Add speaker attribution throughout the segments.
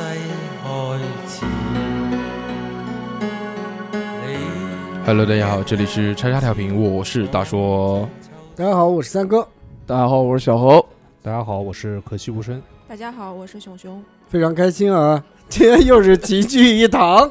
Speaker 1: 開始。你
Speaker 2: Hello，大家好，这里是叉叉调频，我是大说。
Speaker 3: 大家好，我是三哥，
Speaker 4: 大家好，我是小侯。
Speaker 5: 大家好，我是可惜无声。
Speaker 6: 大家好，我是熊熊。
Speaker 3: 非常开心啊！ 今天又是齐聚一堂，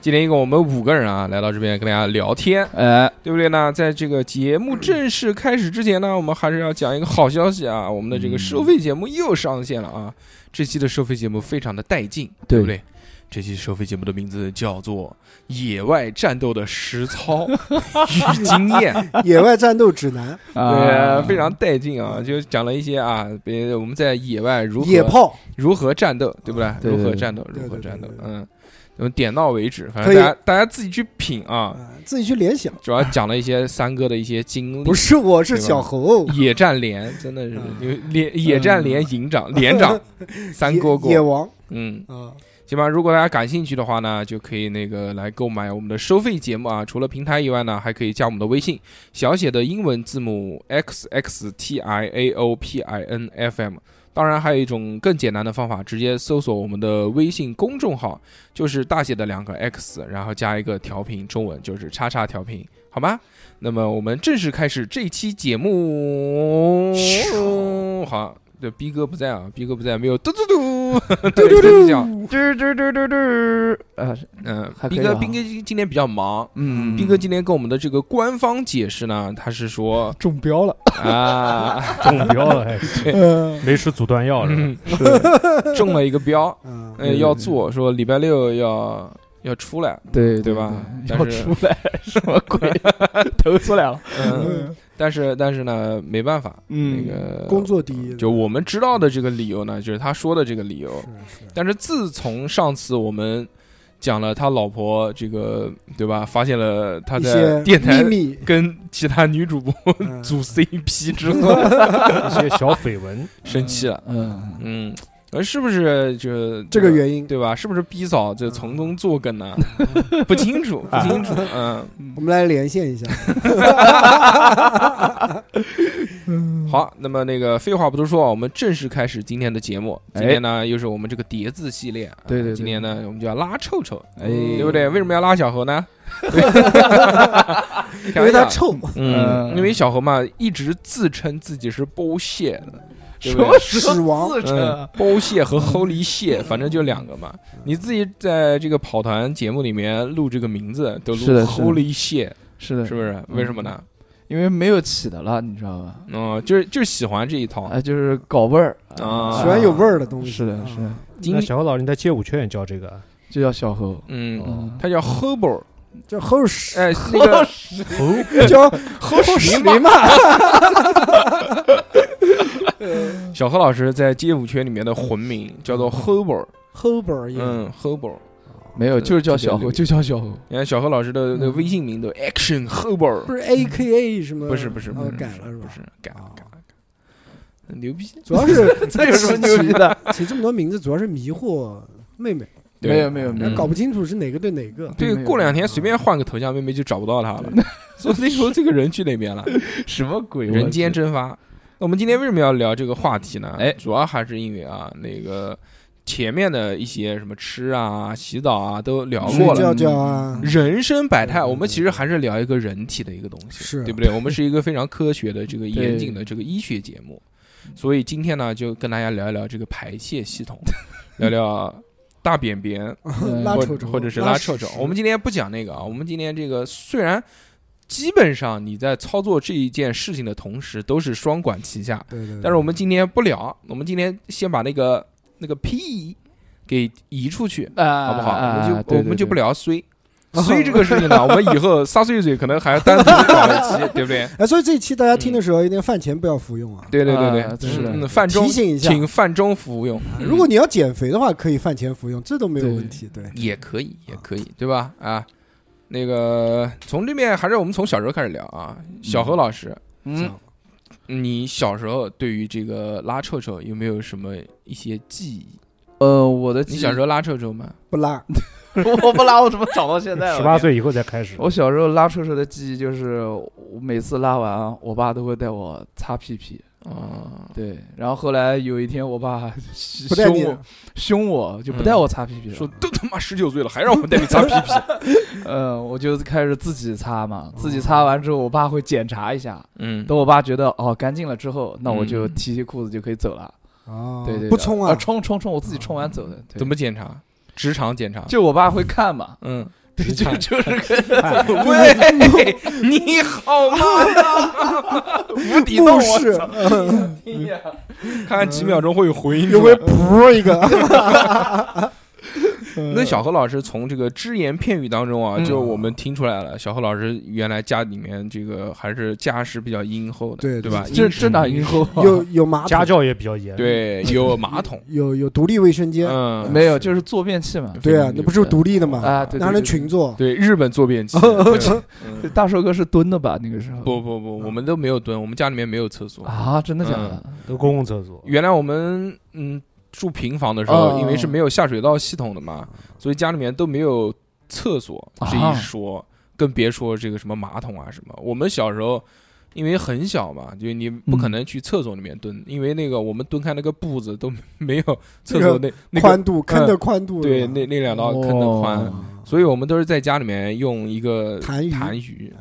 Speaker 2: 今天一共我们五个人啊，来到这边跟大家聊天，
Speaker 4: 哎，
Speaker 2: 对不对呢？在这个节目正式开始之前呢，我们还是要讲一个好消息啊，我们的
Speaker 5: 嗯
Speaker 2: 这个收费节目又上线了啊！这期的收费节目非常的带劲，对不对？这期收费节目的名字叫做《野外战斗的实操与经 验》，
Speaker 3: 野外战斗指南，
Speaker 2: 对，非常带劲啊！就讲了一些啊，别我们在野外如何
Speaker 3: 野炮
Speaker 2: 如何战斗，对不对？
Speaker 4: 对
Speaker 2: 如何
Speaker 4: 对
Speaker 2: 战斗，
Speaker 3: 啊对
Speaker 2: 如何
Speaker 3: 对
Speaker 2: 战斗
Speaker 3: 对，对
Speaker 2: 嗯，我们点到为止，反
Speaker 3: 可
Speaker 2: 正
Speaker 3: 以
Speaker 2: 大家大家自己去品啊。
Speaker 3: 啊，自己去联想。
Speaker 2: 主要讲了一些三哥的一些经历，
Speaker 3: 不是，我是
Speaker 2: 对吧
Speaker 3: 小猴，
Speaker 2: 野战连，真的是
Speaker 3: 嗯
Speaker 2: 有连野战连营长连长三哥
Speaker 3: 啊 野野
Speaker 2: 哥，
Speaker 3: 王
Speaker 2: 嗯，
Speaker 3: 啊，
Speaker 2: 行吧。如果大家感兴趣的话呢，就可以那个来购买我们的收费节目啊。除了平台以外呢，还可以加我们的微信，小写的英文字母 x x t i a o p i n f m。当然，还有一种更简单的方法，直接搜索我们的微信公众号，就是大写的两个 X，然后加一个调频，中文就是叉叉调频，好吗？那么我们正式开始这期节目。好，这逼哥不在啊，逼哥不在，没有嘟嘟 嘟嘟嘟嘟叫，
Speaker 4: 嘟嘟嘟嘟嘟，呃，
Speaker 2: 嗯
Speaker 4: 还，可以
Speaker 2: 逼哥，
Speaker 4: 吧
Speaker 2: 逼哥今今天比较忙。
Speaker 4: 嗯
Speaker 2: 逼哥今天跟我们的这个官方解释呢，他是 说
Speaker 3: 中 标了，
Speaker 2: 啊，
Speaker 5: 中标了，还
Speaker 3: 嗯
Speaker 5: 没吃阻断 药是吧？
Speaker 2: 嗯中了一个标，
Speaker 3: 啊，
Speaker 2: 嗯，要做说礼拜六要要出来，
Speaker 4: 对
Speaker 2: 对吧
Speaker 4: 要
Speaker 2: 但是
Speaker 4: 出来什么 鬼？投出来了，
Speaker 2: 嗯，
Speaker 3: 嗯
Speaker 2: 但是但是呢，没办法，那
Speaker 4: 嗯
Speaker 2: 个
Speaker 3: 工作第一，
Speaker 2: 就我们知道的这个理由呢，就是他说的这个理由。
Speaker 3: 是是
Speaker 2: 但是自从上次我们讲了他老婆这个，对吧？发现了他
Speaker 3: 一
Speaker 2: 在
Speaker 3: 些
Speaker 2: 电台
Speaker 3: 秘密
Speaker 2: 跟其他女主播
Speaker 3: 嗯
Speaker 2: 组 CP 之后，
Speaker 5: 一些小绯闻，
Speaker 2: 生气了。
Speaker 4: 嗯，
Speaker 2: 嗯，呃，是不是就
Speaker 3: 这个原因，嗯
Speaker 2: 对吧？是不是逼嫂就从中作梗呢？ 不清楚，不清
Speaker 3: 啊
Speaker 2: 楚。嗯，
Speaker 3: 我们来连线一 下，嗯
Speaker 2: 好，那么那个废话不多说，我们正式开始今天的节目。
Speaker 3: 哎
Speaker 2: 今天呢，又是我们这个叠字系列啊。
Speaker 4: 对对对
Speaker 2: 今天呢，我们就要拉臭臭，
Speaker 4: 哎，
Speaker 3: 嗯
Speaker 2: 对不对？为什么要拉小何 呢？
Speaker 3: 因为他臭，
Speaker 2: 嗯，
Speaker 4: 嗯
Speaker 2: 因为小何嘛，一直自称自己是包蟹的，对
Speaker 4: 什
Speaker 2: 不对
Speaker 4: 么
Speaker 3: 屎王
Speaker 4: 自称
Speaker 2: 嗯
Speaker 4: 啊，
Speaker 2: 包蟹和齁梨蟹，反正就两个嘛。你自己在这个跑团节目里面录这个名字，都
Speaker 4: 是
Speaker 2: 录
Speaker 4: 的嗯是的
Speaker 2: 齁梨蟹，
Speaker 4: 是的，
Speaker 2: 是不是？为什么呢？
Speaker 4: 因为没有起的了，你知道吧？
Speaker 2: 嗯，就是就是喜欢这一套
Speaker 4: 啊，就是搞味儿
Speaker 2: 啊
Speaker 3: 喜欢有味儿的东西，
Speaker 4: 是
Speaker 2: 嗯
Speaker 4: 的，是的
Speaker 3: 啊，，
Speaker 2: 今
Speaker 5: 那小何老师你在街舞圈也教这个啊？
Speaker 4: 就叫小侯。
Speaker 2: 嗯，
Speaker 4: 嗯
Speaker 2: 它叫 Hobo，
Speaker 3: 叫齁屎，
Speaker 2: 哎，那个
Speaker 3: 叫 齁屎嘛，
Speaker 2: 小何老师在街舞圈里面的魂名叫
Speaker 4: 嗯
Speaker 2: 做 Hobo，
Speaker 3: 齁本
Speaker 4: 哎
Speaker 3: 儿也
Speaker 2: 嗯，Hobo。
Speaker 4: 没有，就是叫小
Speaker 2: 这
Speaker 4: 侯，
Speaker 2: 个
Speaker 4: 就叫小侯。
Speaker 2: 你看小何老师
Speaker 4: 嗯
Speaker 2: 的那个微信名都 Action Hobo，
Speaker 3: 不是 A K A 什么？
Speaker 2: 不是不是
Speaker 3: 哦
Speaker 2: 不是
Speaker 3: 改了是
Speaker 2: 不
Speaker 3: 吧？
Speaker 2: 是改了
Speaker 3: 哦
Speaker 2: 改了改了，很牛逼。
Speaker 3: 主要是
Speaker 4: 这有什么牛逼的？
Speaker 3: 起这么多名字，主要是迷惑妹妹，
Speaker 2: 对
Speaker 4: 没有，没有，没
Speaker 2: 嗯
Speaker 4: 有，
Speaker 3: 搞不清楚是哪个对哪个。
Speaker 2: 对
Speaker 4: 没，有嗯
Speaker 2: 过两天随便换个头像，妹妹就找不到他 了。所以说这个人去哪边了？
Speaker 4: 什么鬼？
Speaker 2: 人
Speaker 4: 我
Speaker 2: 间
Speaker 4: 去
Speaker 2: 蒸发。那我们今天为什么要聊这个话题呢？
Speaker 4: 哎
Speaker 2: 主要还是因为啊，那个前面的一些什么吃啊、洗澡啊都聊过
Speaker 3: 睡
Speaker 2: 了。
Speaker 3: 觉觉啊，
Speaker 2: 人生百态，
Speaker 4: 嗯
Speaker 3: 对对对
Speaker 2: 我们其实还是聊一个人体的一个东西，
Speaker 3: 是
Speaker 2: 对不对？我们是一个非常科学的、这个
Speaker 4: 啊 对
Speaker 2: 严谨的这个医学节目，所以今天呢，就跟大家聊一聊这个排泄系统，聊聊大便便，
Speaker 4: 嗯
Speaker 3: 拉
Speaker 2: 或
Speaker 3: 臭臭，
Speaker 2: 或者是拉臭臭
Speaker 3: 屎。
Speaker 2: 我们今天不讲那个啊，我们今天这个虽然基本上你在操作这一件事情的同时都是双管齐下，
Speaker 3: 对对，对
Speaker 2: 但是我们今天不聊，我们今天先把那个那个屁给移出去，
Speaker 4: 啊，
Speaker 2: 好不好？
Speaker 4: 啊
Speaker 2: 我们就
Speaker 4: 对
Speaker 2: 我们
Speaker 4: 对
Speaker 2: 就不
Speaker 4: 对
Speaker 2: 聊衰。衰这个事情呢，我们以后撒碎嘴可能还要单独搞一期，对不对？
Speaker 3: 哎，所以这一期大家听的时候，一定饭前不要服用啊。
Speaker 2: 对对对
Speaker 4: 啊
Speaker 2: 对，
Speaker 4: 是的
Speaker 2: 嗯，饭中
Speaker 3: 提醒一下，啊
Speaker 2: 请饭中服用，嗯
Speaker 3: 如果你要减肥的话，可以饭前服用，这都没有
Speaker 4: 对
Speaker 3: 问题。对，
Speaker 2: 也可以，也可以，对吧？啊，那个从这边还是我们从小时候开始聊啊。小何老师，
Speaker 4: 嗯，
Speaker 2: 你小时候对于这个拉臭臭有没有什么一些记忆？
Speaker 4: 呃，我的
Speaker 2: 你 小时候拉臭臭吗？
Speaker 3: 不拉，
Speaker 4: 候我不拉，我怎么长到现在了？
Speaker 5: 十八岁以后才开始。
Speaker 4: 我小时候拉臭臭的记忆就是，我每次拉完，我爸都会带我擦屁屁，
Speaker 2: 啊，
Speaker 4: 对，然后后来有一天，我爸
Speaker 3: 嗯 不带
Speaker 4: 凶
Speaker 3: 你嗯
Speaker 4: 我，凶我就不带我擦屁屁了。
Speaker 2: 说都他妈十九岁了，还让我带你 擦屁屁，
Speaker 4: 嗯，我就开始自己擦
Speaker 3: 哦
Speaker 4: 嘛，自己擦完之后，我爸会检查一下。
Speaker 2: 嗯，
Speaker 4: 等我爸觉得哦干净了之后，那我就
Speaker 2: 嗯
Speaker 4: 提提裤子就可以走了。
Speaker 3: 啊，
Speaker 4: 对对，对呃
Speaker 3: 不冲啊，哦
Speaker 4: 冲冲冲，我自己冲完走的。对
Speaker 2: 怎么检查？职场检查，
Speaker 4: 就我爸会看嘛？
Speaker 2: 嗯，
Speaker 4: 对，就
Speaker 5: 看
Speaker 4: 就是
Speaker 2: 啊 喂， 你好吗？无底洞
Speaker 3: 目
Speaker 2: 啊，
Speaker 3: 视，嗯
Speaker 4: 哎呀
Speaker 2: 看看几秒钟会有回音出
Speaker 3: 有
Speaker 2: 来。
Speaker 3: 会噗一个。
Speaker 2: 那小何老师从这个只言片语当中啊，
Speaker 4: 嗯
Speaker 2: 就我们听出来了，小何老师原来家里面这个还是家世比较殷厚的，对
Speaker 3: 对
Speaker 2: 吧？
Speaker 3: 对
Speaker 4: 这
Speaker 2: 殷实
Speaker 4: 这哪以后啊
Speaker 3: 嗯有有马
Speaker 5: 家
Speaker 3: 桶，
Speaker 5: 教也比较严。，
Speaker 2: 对有马桶，
Speaker 3: 有有独立卫生间，
Speaker 2: 嗯，
Speaker 4: 没有？就是坐便器嘛。
Speaker 3: 对啊，那不是独立的嘛，
Speaker 4: 啊，对，
Speaker 3: 哪
Speaker 4: 对
Speaker 3: 能
Speaker 4: 对
Speaker 3: 群坐？
Speaker 2: 对日本坐便器，对
Speaker 4: 对
Speaker 2: 嗯
Speaker 4: 大寿哥是蹲的吧？那个时候
Speaker 2: 不不不，我们都没有蹲，我们家里面没有厕所。
Speaker 4: 啊，真的假的？
Speaker 5: 都公共厕所。
Speaker 2: 原来我们嗯住平房的时候，
Speaker 4: 哦
Speaker 2: 因为是没有下水道系统的嘛，所以家里面都没有厕所这一说，更别说这个什么马桶啊什么。我们小时候。因为很小嘛，就你不可能去厕所里面蹲，因为那个我们蹲开那个步子都 没有厕所那那个
Speaker 3: 宽度坑的宽度，
Speaker 2: 对那那两道坑的宽，
Speaker 3: 啊
Speaker 2: 所以我们都是在家里面用一个
Speaker 3: 痰盂
Speaker 2: 痰盂，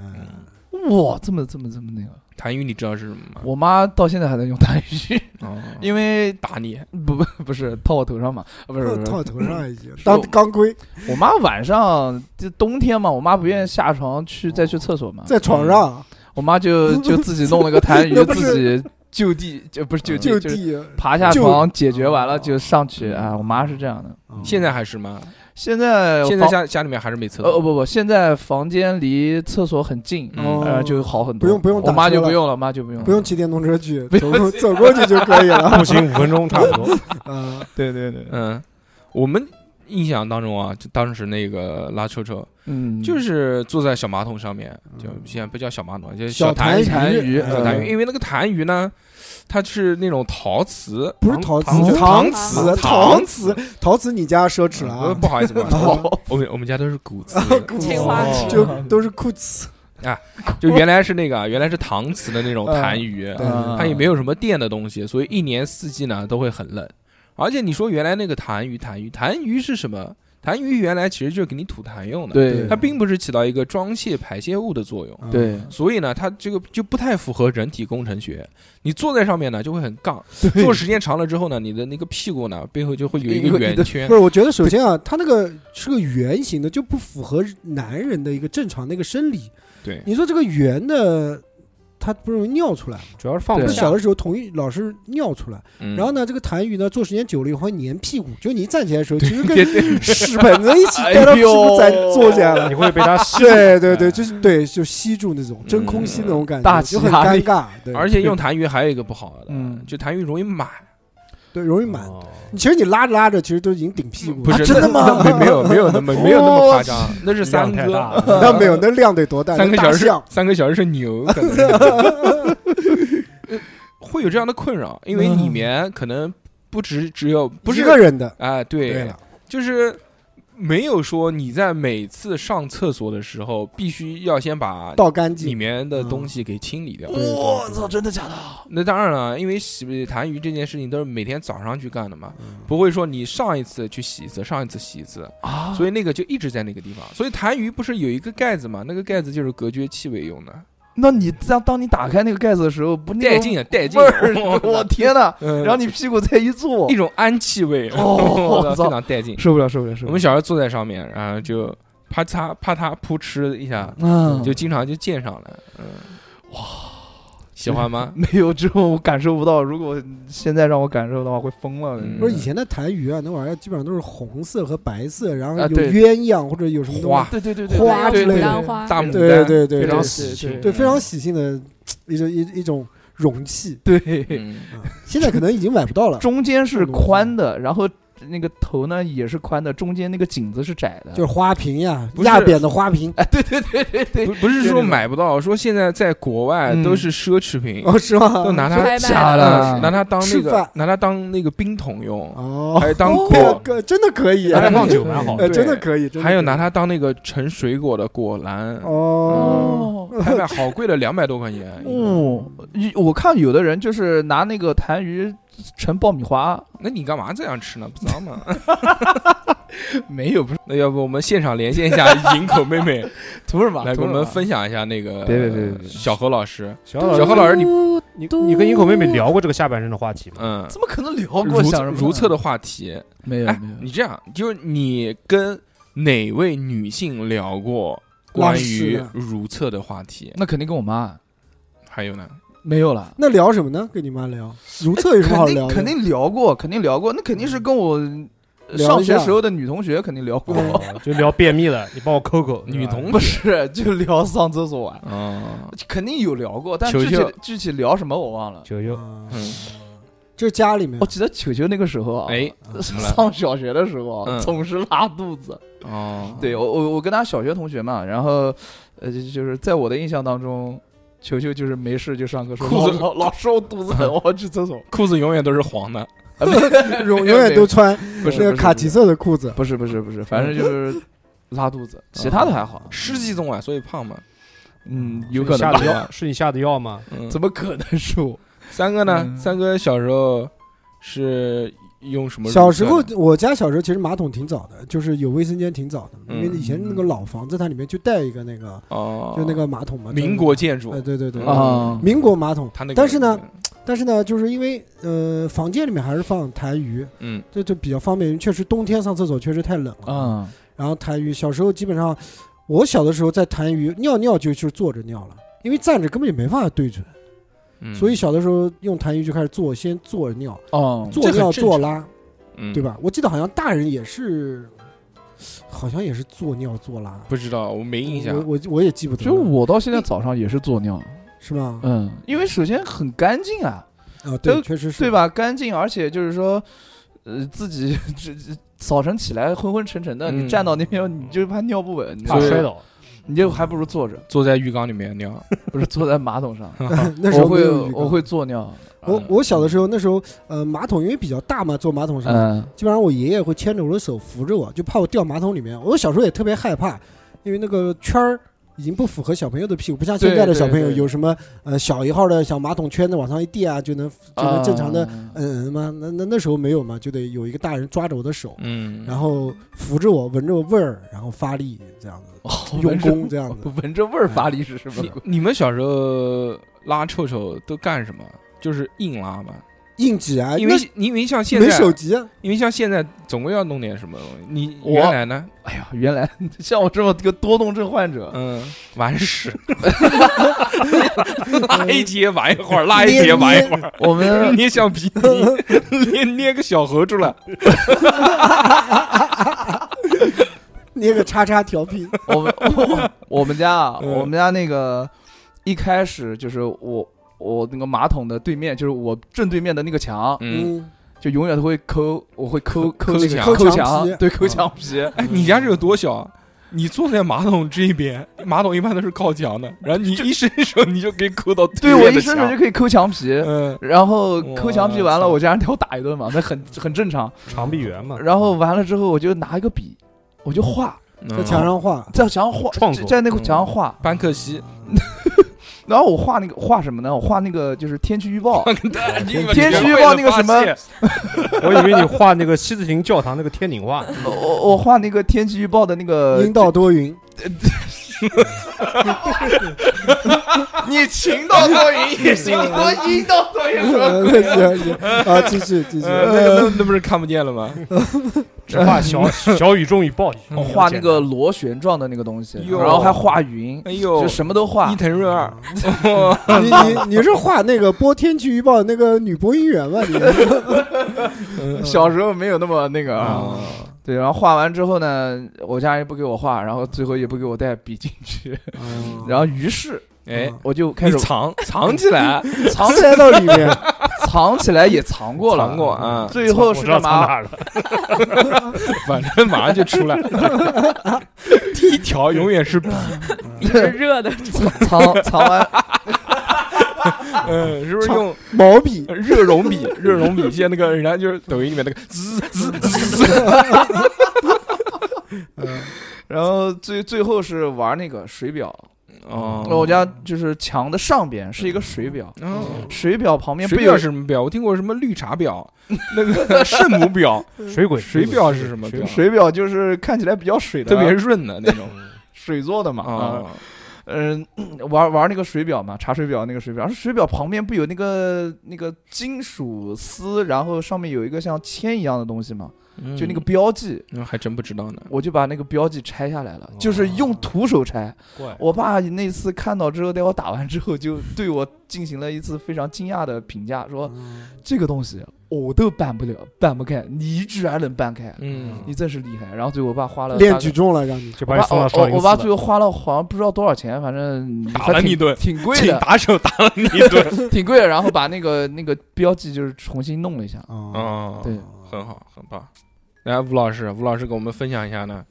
Speaker 3: 嗯
Speaker 4: 哇，这么这么这么那个，
Speaker 2: 痰盂你知道是什么吗？
Speaker 4: 我妈到现在还在用痰盂，
Speaker 2: 哦，
Speaker 4: 因为
Speaker 2: 打你，
Speaker 4: 不不不是套我头上嘛，啊不是不是，
Speaker 3: 套头上已经
Speaker 4: 是
Speaker 3: 当
Speaker 4: 我
Speaker 3: 钢盔，
Speaker 4: 我妈晚上就冬天嘛，我妈不愿意下床去再去厕所嘛，
Speaker 3: 哦在床上
Speaker 4: 我妈就 就自己弄了个痰
Speaker 3: 那
Speaker 4: 盂，
Speaker 3: 不
Speaker 4: 自己就地就不是就
Speaker 3: 就
Speaker 4: 地是
Speaker 3: 地。
Speaker 4: 爬下
Speaker 3: 就
Speaker 4: 床解决完了
Speaker 3: 哦
Speaker 4: 就上去
Speaker 2: 嗯
Speaker 4: 啊，我妈是这样的。
Speaker 2: 现在还是吗？
Speaker 4: 现在
Speaker 2: 现在
Speaker 4: 房
Speaker 2: 家家里面还是没厕
Speaker 4: 呃
Speaker 2: 所。
Speaker 4: 不不，现在房间离厕所很近，
Speaker 2: 嗯
Speaker 3: 哦
Speaker 4: 呃就好很多，
Speaker 3: 不用不用
Speaker 4: 我
Speaker 3: 打
Speaker 4: 妈
Speaker 3: 车
Speaker 4: 就不
Speaker 3: 了
Speaker 4: 用了，妈就不用了，
Speaker 3: 不用骑电动车去，
Speaker 4: 不
Speaker 3: 走过走过去就可以了。
Speaker 5: 步行五分钟差 不 多。
Speaker 3: 嗯，
Speaker 4: 对对对，
Speaker 2: 嗯，我们印象当中啊，就当时那个拉臭臭，
Speaker 4: 嗯，
Speaker 3: 哦
Speaker 2: 就是坐在小马桶上面，就现在不叫小马桶，就是
Speaker 3: 小
Speaker 2: 痰
Speaker 3: 痰
Speaker 4: 痰盂
Speaker 2: 小痰盂，
Speaker 3: 嗯
Speaker 2: 因为那个痰盂呢，它是那种陶瓷，
Speaker 3: 不是
Speaker 2: 搪
Speaker 3: 陶
Speaker 2: 搪
Speaker 3: 瓷，搪瓷，
Speaker 2: 搪
Speaker 3: 搪瓷，陶瓷，你家奢侈了
Speaker 2: 呃
Speaker 3: 啊！
Speaker 2: 不好意思，不好意思
Speaker 3: 哦
Speaker 2: 我们我们家都是骨瓷，
Speaker 3: 骨
Speaker 6: 青花
Speaker 5: 哦
Speaker 6: 瓷
Speaker 3: 就都是酷瓷，
Speaker 2: 就原来是那个啊，原来是搪瓷的那种痰盂，
Speaker 3: 对
Speaker 4: 嗯
Speaker 2: 它也没有什么电的东西，所以一年四季呢都会很冷。而且你说原来那个痰盂，痰盂，痰盂是什么？痰盂原来其实就是给你吐痰用的，
Speaker 4: 对
Speaker 2: 它并不是起到一个装卸排泄物的作用。
Speaker 3: 嗯
Speaker 4: 对，
Speaker 2: 所以呢，它这个就不太符合人体工程学。你坐在上面呢，就会很杠。坐时间长了之后呢，你的那个屁股呢，背后就会有一
Speaker 4: 有
Speaker 2: 个
Speaker 4: 一个
Speaker 2: 圆圈
Speaker 3: 不。是，我觉得首先啊，它那个是个圆形的，就不符合男人的一个正常的一个生理。
Speaker 2: 对，
Speaker 3: 你说这个圆的，它不容易尿出来吗？
Speaker 5: 主要是放不
Speaker 4: 对
Speaker 3: 我
Speaker 5: 下
Speaker 3: 小，的时候同意老是尿出来，
Speaker 2: 嗯
Speaker 3: 然后呢，这个痰盂呢，坐时间久了以后会粘屁股，就你一站起来的时候， 其实
Speaker 2: 对
Speaker 3: 跟
Speaker 2: 对
Speaker 3: 屎盆子一起带到屁股站
Speaker 4: 哎呦
Speaker 3: 坐下来。
Speaker 5: 你 会被它
Speaker 2: 哎
Speaker 5: 吸。
Speaker 3: 对对对，就是
Speaker 2: 嗯
Speaker 3: 对，就吸住那种真空吸那种感
Speaker 4: 嗯大
Speaker 3: 觉，
Speaker 4: 气
Speaker 3: 就很
Speaker 4: 压力
Speaker 3: 尴尬。对，
Speaker 2: 而且用痰盂还有一个不好的，
Speaker 4: 嗯
Speaker 2: 就痰盂容易满。
Speaker 3: 对容易满。
Speaker 5: 哦
Speaker 3: 其实你拉着拉着，其实都已经顶屁股。
Speaker 2: 不是、
Speaker 3: 啊真的
Speaker 2: 那
Speaker 3: 吗？
Speaker 2: 那没没有没有那么没有那么夸张，那是三
Speaker 5: 量太大
Speaker 2: 哥，
Speaker 5: 了。
Speaker 3: 那没有，那量得 多大？
Speaker 2: 三个
Speaker 3: 那大
Speaker 2: 小时
Speaker 3: 象，
Speaker 2: 三个小时是 牛，可能是会有这样的困扰，因为里面可能不只只有 不是
Speaker 3: 一个人的。
Speaker 2: 哎，
Speaker 3: 对
Speaker 2: 对，
Speaker 3: 了，
Speaker 2: 就是没有说你在每次上厕所的时候必须要先把
Speaker 3: 倒嗯干
Speaker 2: 里
Speaker 3: 净。
Speaker 2: 面的东西给清理掉。
Speaker 3: 对对
Speaker 4: 我操，真的假的？
Speaker 2: 那当然了，因为洗痰盂这件事情都是每天早上去干的嘛，
Speaker 3: 嗯
Speaker 2: 不会说你上一次去洗一次，上一次洗一次，
Speaker 4: 啊，
Speaker 2: 所以那个就一直在那个地方。所以痰盂不是有一个盖子嘛？那个盖子就是隔绝气味用的，
Speaker 4: 那你当当你打开那个盖子的时候，不那
Speaker 2: 带
Speaker 4: 个
Speaker 2: 劲啊，带劲
Speaker 4: 味
Speaker 2: 啊！
Speaker 4: 儿， 我天呐！
Speaker 2: 嗯，
Speaker 4: 然后你屁股再一 坐
Speaker 2: 一，种氨气味，
Speaker 4: 哦我操
Speaker 2: 非常带劲。
Speaker 4: 受不了，受不了，受
Speaker 2: 我
Speaker 4: 不了
Speaker 2: 们。小时候坐在上面，然后就啪嚓啪嚓扑哧一下，
Speaker 4: 嗯
Speaker 2: 就经常就溅上来。嗯，哇，喜欢吗？
Speaker 4: 没有这种我感受不到。如果现在让我感受的话，会疯了。
Speaker 2: 嗯
Speaker 3: 不是以前的痰盂啊，那玩意儿基本上都是红色和白色，然后
Speaker 4: 啊
Speaker 3: 有
Speaker 4: 对
Speaker 3: 鸳鸯或者有什么东
Speaker 2: 花
Speaker 3: 西，
Speaker 4: 对对对对，
Speaker 3: 花
Speaker 4: 对
Speaker 3: 之类的
Speaker 4: 对
Speaker 6: 牡丹花
Speaker 2: 大牡
Speaker 3: 对对
Speaker 2: 丹，
Speaker 3: 对对
Speaker 2: 非
Speaker 3: 对
Speaker 2: 常
Speaker 4: 对
Speaker 2: 喜庆，嗯
Speaker 4: 对
Speaker 3: 对，非常喜庆的一种一一种容器。啊
Speaker 4: 对对，
Speaker 2: 嗯。
Speaker 3: 现在可能已经买不到了，
Speaker 4: 中间是宽的，然后那个头呢也是宽的，中间那个颈子是窄的，
Speaker 3: 就是花瓶呀，
Speaker 2: 不是
Speaker 3: 压扁的花瓶。
Speaker 4: 哎，对对对对对，
Speaker 2: 不不是
Speaker 4: 就那
Speaker 2: 说
Speaker 4: 种
Speaker 2: 买不到，说现在在国外
Speaker 4: 嗯
Speaker 2: 都是奢侈品，
Speaker 3: 哦，是吗？
Speaker 2: 都拿它嗯
Speaker 6: 拍卖
Speaker 4: 假
Speaker 6: 的
Speaker 4: 的
Speaker 2: 拿它当那
Speaker 3: 吃
Speaker 2: 个
Speaker 3: 饭
Speaker 2: 拿它当那个冰桶用，
Speaker 3: 哦，
Speaker 2: 还有当
Speaker 3: 哦
Speaker 2: 果
Speaker 3: 可真的可以，
Speaker 5: 拿来
Speaker 3: 哎，
Speaker 5: 放酒蛮好的
Speaker 2: 对
Speaker 3: 真的可以。真的可以
Speaker 2: 还有拿它当那个盛水果的果篮，
Speaker 3: 哦，
Speaker 4: 哦，
Speaker 2: 拍卖好贵的，两百多块钱一个。
Speaker 4: 哦，一我看有的人就是拿那个痰盂盛爆米花，
Speaker 2: 那你干嘛这样吃呢？不脏吗？
Speaker 4: 没有，不是
Speaker 2: 那要不我们现场连线一下营口妹 妹，
Speaker 4: 图什么？
Speaker 2: 来给我
Speaker 4: 图什
Speaker 2: 们
Speaker 4: 么
Speaker 2: 分享一下那个
Speaker 4: 别别别别别哦
Speaker 2: 小何老师，
Speaker 5: 小
Speaker 2: 老
Speaker 5: 老
Speaker 2: 师
Speaker 5: 师，
Speaker 2: 小何老师你
Speaker 5: 你你跟营口妹妹聊过这个下半身的话题吗？
Speaker 2: 嗯，
Speaker 4: 怎么可能聊过
Speaker 2: 如
Speaker 4: 想什么
Speaker 2: 如厕的话题，
Speaker 4: 没有
Speaker 2: 哎
Speaker 4: 没有，，
Speaker 2: 你这样，就是你跟哪位女性聊过关于
Speaker 3: 那是
Speaker 2: 如厕的话题？
Speaker 4: 那肯定跟我妈
Speaker 2: 还有呢？
Speaker 4: 没有了。
Speaker 3: 那聊什么呢？跟你妈聊如厕有什么好
Speaker 4: 肯定
Speaker 3: 聊的？
Speaker 4: 肯定聊过，肯定聊过，那肯定是跟我呃
Speaker 3: 聊
Speaker 4: 上
Speaker 3: 一
Speaker 4: 学
Speaker 3: 下
Speaker 4: 时候的女同学肯定聊过，
Speaker 5: 哦就聊便秘了，你帮我抠抠。
Speaker 2: 女同
Speaker 4: 不是就聊上厕所玩，
Speaker 2: 啊，
Speaker 4: 肯定有聊过，但
Speaker 2: 球
Speaker 4: 具体
Speaker 2: 球
Speaker 4: 具体聊什么我忘了。
Speaker 5: 九九，
Speaker 3: 啊，
Speaker 2: 嗯，
Speaker 3: 就是家里
Speaker 2: 哦
Speaker 3: 面
Speaker 4: 我。记得球球那个时候啊，
Speaker 2: 哎，怎么了
Speaker 4: 上小学的时候啊
Speaker 2: 嗯
Speaker 4: 总是拉肚子，
Speaker 2: 哦，
Speaker 4: 对我我我跟他小学同学嘛，然后呃就就是在我的印象当中，球球就是没事就上课说
Speaker 2: 裤子
Speaker 4: 老老老说我 肚子疼，我要去厕所，
Speaker 2: 裤子永远都是黄的，
Speaker 4: 啊 没有
Speaker 3: 永永远都穿
Speaker 4: 不
Speaker 3: 那
Speaker 4: 是
Speaker 3: 个卡其，色的裤子，
Speaker 4: 不是不是不是不是，反正 就是拉肚子，其他的还好，
Speaker 2: 湿气重啊，所以胖嘛。
Speaker 4: 嗯，有
Speaker 5: 有
Speaker 4: 可
Speaker 5: 下
Speaker 4: 能
Speaker 5: 的
Speaker 4: 吧。
Speaker 5: 药是你下的药吗？
Speaker 2: 嗯，
Speaker 4: 怎么可能是我？
Speaker 2: 三哥呢？
Speaker 4: 嗯
Speaker 2: 三哥小时候是用什么如厕呢？
Speaker 3: 小时候我家小时候其实马桶挺早的，就是有卫生间挺早的，因为以前那个老房子它里面就带一个那个
Speaker 2: 嗯哦，
Speaker 3: 就那个马桶嘛，
Speaker 2: 民国建筑
Speaker 3: 哎，对对对
Speaker 2: 嗯
Speaker 4: 啊
Speaker 3: 民国马桶，
Speaker 2: 他那个，
Speaker 3: 但是呢，但是呢，就是因为呃房间里面还是放痰盂，
Speaker 2: 嗯，
Speaker 3: 这就比较方便，确实冬天上厕所确实太冷了，
Speaker 2: 啊
Speaker 4: 嗯，
Speaker 3: 然后痰盂，小时候基本上我小的时候在痰盂尿尿就就是坐着尿了。因为站着根本就没办法对准，
Speaker 2: 嗯
Speaker 3: 所以小的时候用痰盂就开始坐，先坐着尿，
Speaker 4: 哦，
Speaker 3: 坐
Speaker 2: 这很
Speaker 3: 尿
Speaker 2: 正常
Speaker 3: 坐拉，
Speaker 2: 嗯
Speaker 3: 对吧？我记得好像大人也是，好像也是坐尿坐拉，
Speaker 2: 不知道，我没
Speaker 4: 嗯
Speaker 2: 印象
Speaker 3: 我。我我也记不得
Speaker 4: 就
Speaker 3: 了，
Speaker 4: 我到现在早上也是坐尿，
Speaker 3: 是吗？
Speaker 4: 嗯，因为首先很干净啊，
Speaker 3: 啊，对，
Speaker 4: 都
Speaker 3: 确实是，
Speaker 4: 对？吧？干净，而且就是说，呃，自己 这这早晨起来昏昏沉沉的，
Speaker 2: 嗯
Speaker 4: 你站到那边你就怕尿不稳，你知道
Speaker 5: 怕
Speaker 4: 吧
Speaker 2: 所以
Speaker 5: 摔倒，
Speaker 4: 你就还不如坐着，
Speaker 2: 坐在浴缸里面尿，
Speaker 4: 不是坐在马桶上。
Speaker 3: 那时
Speaker 4: 我
Speaker 3: 候没
Speaker 4: 会
Speaker 3: 有浴缸
Speaker 4: 我会嗯坐尿，
Speaker 3: 我我小的时候，那时候呃，马桶因为比较大嘛，坐马桶上，
Speaker 4: 嗯，
Speaker 3: 基本上我爷爷会牵着我的手扶着我，就怕我掉马桶里面。我小时候也特别害怕，因为那个圈儿。已经不符合小朋友的屁股，不像现在的
Speaker 4: 对对
Speaker 3: 小朋友
Speaker 4: 对
Speaker 3: 有什么呃小一号的小马桶圈子往上一递啊，就能就能正常的
Speaker 4: 啊
Speaker 3: 嗯嗯嘛。那那那时候没有嘛，就得有一个大人抓着我的手，
Speaker 2: 嗯，
Speaker 3: 然后扶着我，闻着我味儿，然后发力这样子，
Speaker 4: 哦
Speaker 3: 用
Speaker 4: 闻着
Speaker 3: 功这样子。
Speaker 4: 闻着味儿发力是什么
Speaker 2: 你？你们小时候拉臭臭都干什么？就是硬拉嘛，
Speaker 3: 硬挤啊，
Speaker 2: 因为因为像
Speaker 3: 那
Speaker 2: 现在
Speaker 3: 没，手机啊，
Speaker 2: 因为像现在总归要弄点什么东西。你
Speaker 4: 我
Speaker 2: 原来呢？
Speaker 4: 哎呀，原来像我这么个多动症患者，
Speaker 3: 呃
Speaker 2: 嗯，玩 屎，拉一节玩一会儿，拉一节玩一会儿，
Speaker 4: 我们
Speaker 2: 捏橡 皮泥，捏捏个小猴出来。
Speaker 3: 捏个叉叉调皮，
Speaker 4: 我们我我们家啊，
Speaker 3: 嗯
Speaker 4: 我们家那个一开始就是我我那个马桶的对面，就是我正对面的那个墙，
Speaker 2: 嗯，
Speaker 3: 嗯，
Speaker 4: 就永远都会抠，我会抠
Speaker 2: 抠
Speaker 4: 那
Speaker 2: 墙
Speaker 4: 个抠
Speaker 3: 抠墙
Speaker 4: 墙
Speaker 3: 皮，
Speaker 4: 对，抠墙皮。
Speaker 2: 哎，你家这有多小啊？你坐在马桶这一边，马桶一般都是靠墙的，然后你一伸手你就可以抠到
Speaker 4: 对我
Speaker 2: 面
Speaker 4: 一
Speaker 2: 的
Speaker 4: 伸手
Speaker 2: 墙
Speaker 4: 就可以抠墙皮，
Speaker 2: 嗯，
Speaker 4: 然后抠墙皮完了，
Speaker 2: 哇
Speaker 4: 我家人给我打一顿嘛，那很很正常。
Speaker 5: 长臂猿嘛。
Speaker 4: 然后完了之后，我就拿一个笔，我就画，
Speaker 2: 哦
Speaker 3: 在墙上画，
Speaker 4: 在墙上画，
Speaker 5: 创作
Speaker 4: 在那个墙上画。
Speaker 2: 嗯班克西，
Speaker 4: 然后我画那个画什么呢？我画那个就是天气预报，
Speaker 2: 天
Speaker 4: 天气预报那个什么
Speaker 5: 我以为你画那个西斯廷教堂那个天顶画，
Speaker 4: 我我我画那个天气预报的那
Speaker 5: 呃
Speaker 4: 个
Speaker 3: 阴道多 云，
Speaker 4: 你情到多云也行，我阴到多
Speaker 3: 呃
Speaker 4: 云
Speaker 5: 呃
Speaker 3: 行行啊，继续继续，
Speaker 2: 呃那个那那不是看不见了吗？
Speaker 5: 只 画小小雨中与暴雨。
Speaker 2: 嗯
Speaker 4: 我画那个螺旋状的那个东西，
Speaker 2: 哟
Speaker 4: 然后还画云，
Speaker 2: 哎呦
Speaker 4: 就，什么都画
Speaker 2: 伊。藤润二，
Speaker 3: 你你你是画那个播天气预报的那个女播音员吧？你
Speaker 2: 嗯
Speaker 4: 小时候没有那么那个啊，
Speaker 2: 啊
Speaker 4: 对。然后画完之后呢，我家人不给我画，然后最后也不给我带笔进去，然后于是
Speaker 2: 哎，
Speaker 4: 嗯我就开
Speaker 2: 你
Speaker 4: 始
Speaker 2: 藏藏起来，
Speaker 4: 藏
Speaker 3: 塞到里面，
Speaker 4: 藏起来也藏过了，
Speaker 2: 藏过啊，
Speaker 4: 最后
Speaker 5: 我
Speaker 4: 是
Speaker 5: 知道
Speaker 4: 干
Speaker 5: 藏哪
Speaker 4: 嘛？
Speaker 5: 儿了，
Speaker 2: 反正马上就出 来了。第一条永远是笔，
Speaker 6: 一直热的，
Speaker 4: 藏藏完
Speaker 2: 嗯，是不是用
Speaker 3: 毛笔
Speaker 2: 热熔笔？热熔笔，现在那个人家就是抖音里面那个滋滋滋滋，
Speaker 4: 然后最最后是玩那个水表，
Speaker 2: 哦
Speaker 4: 我家就是墙的上边是一个水表，
Speaker 2: 哦
Speaker 4: 水表旁边不
Speaker 2: 水
Speaker 4: 有
Speaker 2: 表是什么表？我听过什么绿茶婊，那个圣母婊，
Speaker 4: 嗯
Speaker 5: 水鬼
Speaker 2: 水表是什么表？
Speaker 4: 水表就是看起来比较水 的，
Speaker 2: 特别润的那种
Speaker 4: 水做的嘛啊，
Speaker 2: 啊，
Speaker 4: 嗯，玩玩那个水表嘛，查水表那个水表，水表旁边不有那个那个金属丝，然后上面有一个像铅一样的东西嘛，就那个标记，
Speaker 2: 嗯，还真不知道呢。
Speaker 4: 我就把那个标记拆下来了，
Speaker 5: 哦
Speaker 4: 就是用徒手拆。
Speaker 5: 怪
Speaker 4: 我爸那次看到之后，在我打完之后，就对我进行了一次非常惊讶的评价，说
Speaker 5: 嗯
Speaker 3: 嗯
Speaker 4: 这个东西我都搬不了，搬不开，你居然能搬开，
Speaker 2: 嗯，
Speaker 4: 你真是厉害。然后最后我爸花了
Speaker 3: 练
Speaker 4: 大概
Speaker 3: 举重了，让你
Speaker 5: 就
Speaker 4: 我
Speaker 5: 把你
Speaker 4: 爸
Speaker 5: 送到
Speaker 4: 我
Speaker 5: 少
Speaker 4: 我
Speaker 5: 林
Speaker 4: 我爸
Speaker 5: 寺
Speaker 4: 最
Speaker 5: 了。
Speaker 4: 后花了好像不知道多少钱，反正
Speaker 2: 打
Speaker 4: 还
Speaker 2: 了你
Speaker 4: 挺
Speaker 2: 一顿，
Speaker 4: 挺贵
Speaker 2: 请
Speaker 4: 的，
Speaker 2: 打手打了你一顿。
Speaker 4: 挺贵的。然后把那个那个标记就是重新弄了一下。
Speaker 3: 啊，
Speaker 5: 嗯
Speaker 2: 哦，
Speaker 4: 对，
Speaker 2: 很好，很棒。来，吴老师，吴老师给我们分享一下呢。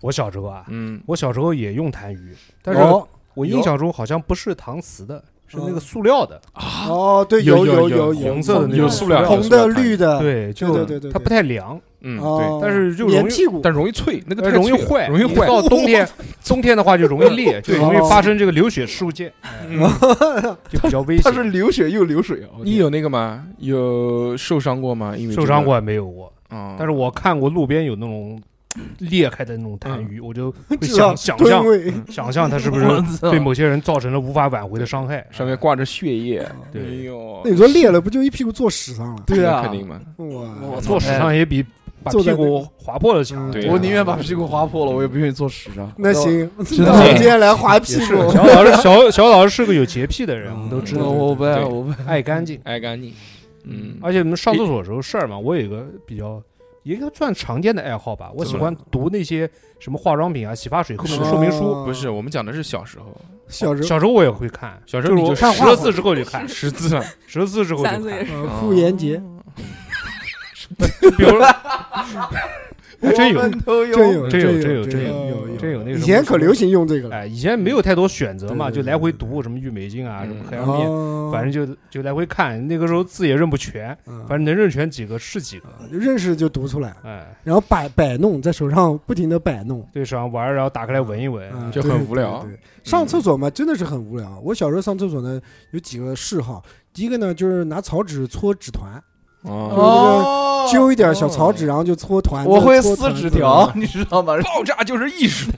Speaker 5: 我小时候啊，
Speaker 2: 嗯，
Speaker 5: 我小时候也用痰盂，但是
Speaker 3: 哦
Speaker 5: 我印象中好像不是搪瓷的，是那个塑料的，
Speaker 3: 哦，对，有
Speaker 2: 有
Speaker 3: 有
Speaker 5: 有红色的那
Speaker 2: 有
Speaker 5: 种
Speaker 2: 塑料，
Speaker 3: 红的、绿
Speaker 2: 的，
Speaker 3: 的，
Speaker 5: 对，就
Speaker 3: 对对对对
Speaker 5: 它不太凉，
Speaker 2: 嗯，
Speaker 3: 哦
Speaker 2: 对，
Speaker 5: 但是就
Speaker 3: 粘
Speaker 5: 容易，
Speaker 3: 屁股，
Speaker 2: 但容易脆，那个
Speaker 5: 呃
Speaker 2: 太
Speaker 5: 容易
Speaker 2: 脆了
Speaker 5: 坏，
Speaker 2: 容易
Speaker 5: 你
Speaker 2: 坏。
Speaker 5: 到冬天，冬天的话就容易裂，就容易
Speaker 3: 哦
Speaker 5: 发生这个流血事件，
Speaker 2: 哦
Speaker 5: 就比较危
Speaker 4: 它
Speaker 5: 险。
Speaker 4: 是流血又流水啊！我
Speaker 2: 你
Speaker 4: 天
Speaker 2: 有那个吗？有受伤过吗？因为这
Speaker 5: 受
Speaker 2: 个嗯
Speaker 5: 伤，过还没有过，
Speaker 2: 但
Speaker 5: 但是我看过路边有那种裂开的那种痰盂，我就会
Speaker 3: 知道
Speaker 5: 想想
Speaker 3: 吨
Speaker 5: 象
Speaker 3: 位
Speaker 5: 想象它是不是对某些人造成了无法挽回的伤害。
Speaker 2: 上面挂着血液，哎
Speaker 5: 对，
Speaker 2: 呦
Speaker 3: 那，你说裂了，不就一屁股坐屎上了？
Speaker 4: 哦对啊
Speaker 2: 那肯定嘛。
Speaker 3: 哇，
Speaker 4: 我
Speaker 5: 做史上也比把
Speaker 3: 坐
Speaker 5: 屁
Speaker 3: 在那
Speaker 5: 股划破了强。
Speaker 2: 对
Speaker 4: 啊哎我宁愿把屁股划破了，我也不愿意做屎啊。
Speaker 3: 那行，
Speaker 4: 知道
Speaker 3: 那我接下来划屁
Speaker 5: 是
Speaker 3: 股，
Speaker 5: 小老师，小小老师是个有洁癖的人，我们都知
Speaker 4: 我，
Speaker 5: 道，
Speaker 4: 我不爱，
Speaker 2: 对
Speaker 4: 我不爱。
Speaker 5: 爱干净。
Speaker 2: 爱干净，嗯，
Speaker 5: 而且我们上厕所的时候事儿嘛，我有一个比较。也应该算常见的爱好吧，我喜欢读那些什么化妆品啊、洗发水后面的说明书。
Speaker 3: 哦
Speaker 2: 不是，我们讲的是小时候，
Speaker 3: 小时
Speaker 5: 小时候我也会看，
Speaker 2: 小时候你
Speaker 5: 就
Speaker 2: 就是
Speaker 5: 我
Speaker 3: 看画
Speaker 5: 十
Speaker 3: 本
Speaker 5: 次之后就看，
Speaker 2: 识字了，
Speaker 5: 十次之后就
Speaker 6: 三
Speaker 5: 看。
Speaker 6: 岁
Speaker 3: 候呃妇炎洁，
Speaker 5: 哦比如，还真有
Speaker 4: 我们都
Speaker 3: 真有
Speaker 5: 真有
Speaker 3: 有
Speaker 5: 真有
Speaker 3: 真
Speaker 5: 真
Speaker 3: 有
Speaker 5: 真有那个
Speaker 3: 以
Speaker 5: 什么
Speaker 3: 前可流行用这个了，
Speaker 5: 哎，以前没有太多选择嘛，
Speaker 3: 对对
Speaker 5: 就
Speaker 3: 对
Speaker 5: 来回读什么郁美净啊、
Speaker 2: 嗯
Speaker 5: 什么海洋面，
Speaker 3: 哦，
Speaker 5: 反正就就来回看。那个时候字也认不全，
Speaker 3: 嗯
Speaker 5: 反正能认全几个是几个。
Speaker 3: 就认识就读出来，
Speaker 5: 哎，
Speaker 3: 然后摆摆弄在手上不停的摆弄，
Speaker 5: 对手上玩儿，然后打开来闻一闻。
Speaker 3: 嗯
Speaker 2: 就
Speaker 3: 对
Speaker 2: 很
Speaker 3: 对
Speaker 2: 无聊
Speaker 3: 对对上厕所嘛，真的是很无聊。我小时候上厕所呢，有几个嗜好，第一个呢就是拿草纸搓纸团，
Speaker 2: 哦，
Speaker 4: 哦
Speaker 3: 揪一点小草纸，然后就搓团子，
Speaker 4: 我会
Speaker 3: 搓
Speaker 4: 撕
Speaker 3: 团子
Speaker 4: 纸条，，你知道吗？
Speaker 2: 爆炸就是艺术，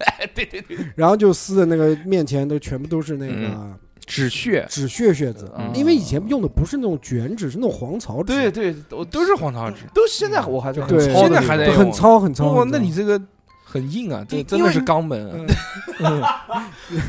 Speaker 3: 然后就撕的那个面前都全部都是那个
Speaker 2: 嗯止血，
Speaker 3: 纸屑屑子，
Speaker 4: 嗯
Speaker 3: 因为以前用的不是那种卷纸，是那种黄草纸，
Speaker 4: 对对，我都
Speaker 2: 都是黄桃纸。
Speaker 4: 都现在我还在
Speaker 3: 对
Speaker 2: 现在还在
Speaker 3: 都很糙很糙。
Speaker 2: 哇，
Speaker 3: 很
Speaker 2: 那
Speaker 3: 糙
Speaker 2: 你这个很硬啊，这
Speaker 4: 因
Speaker 2: 真的是肛门
Speaker 3: 嗯
Speaker 2: 啊。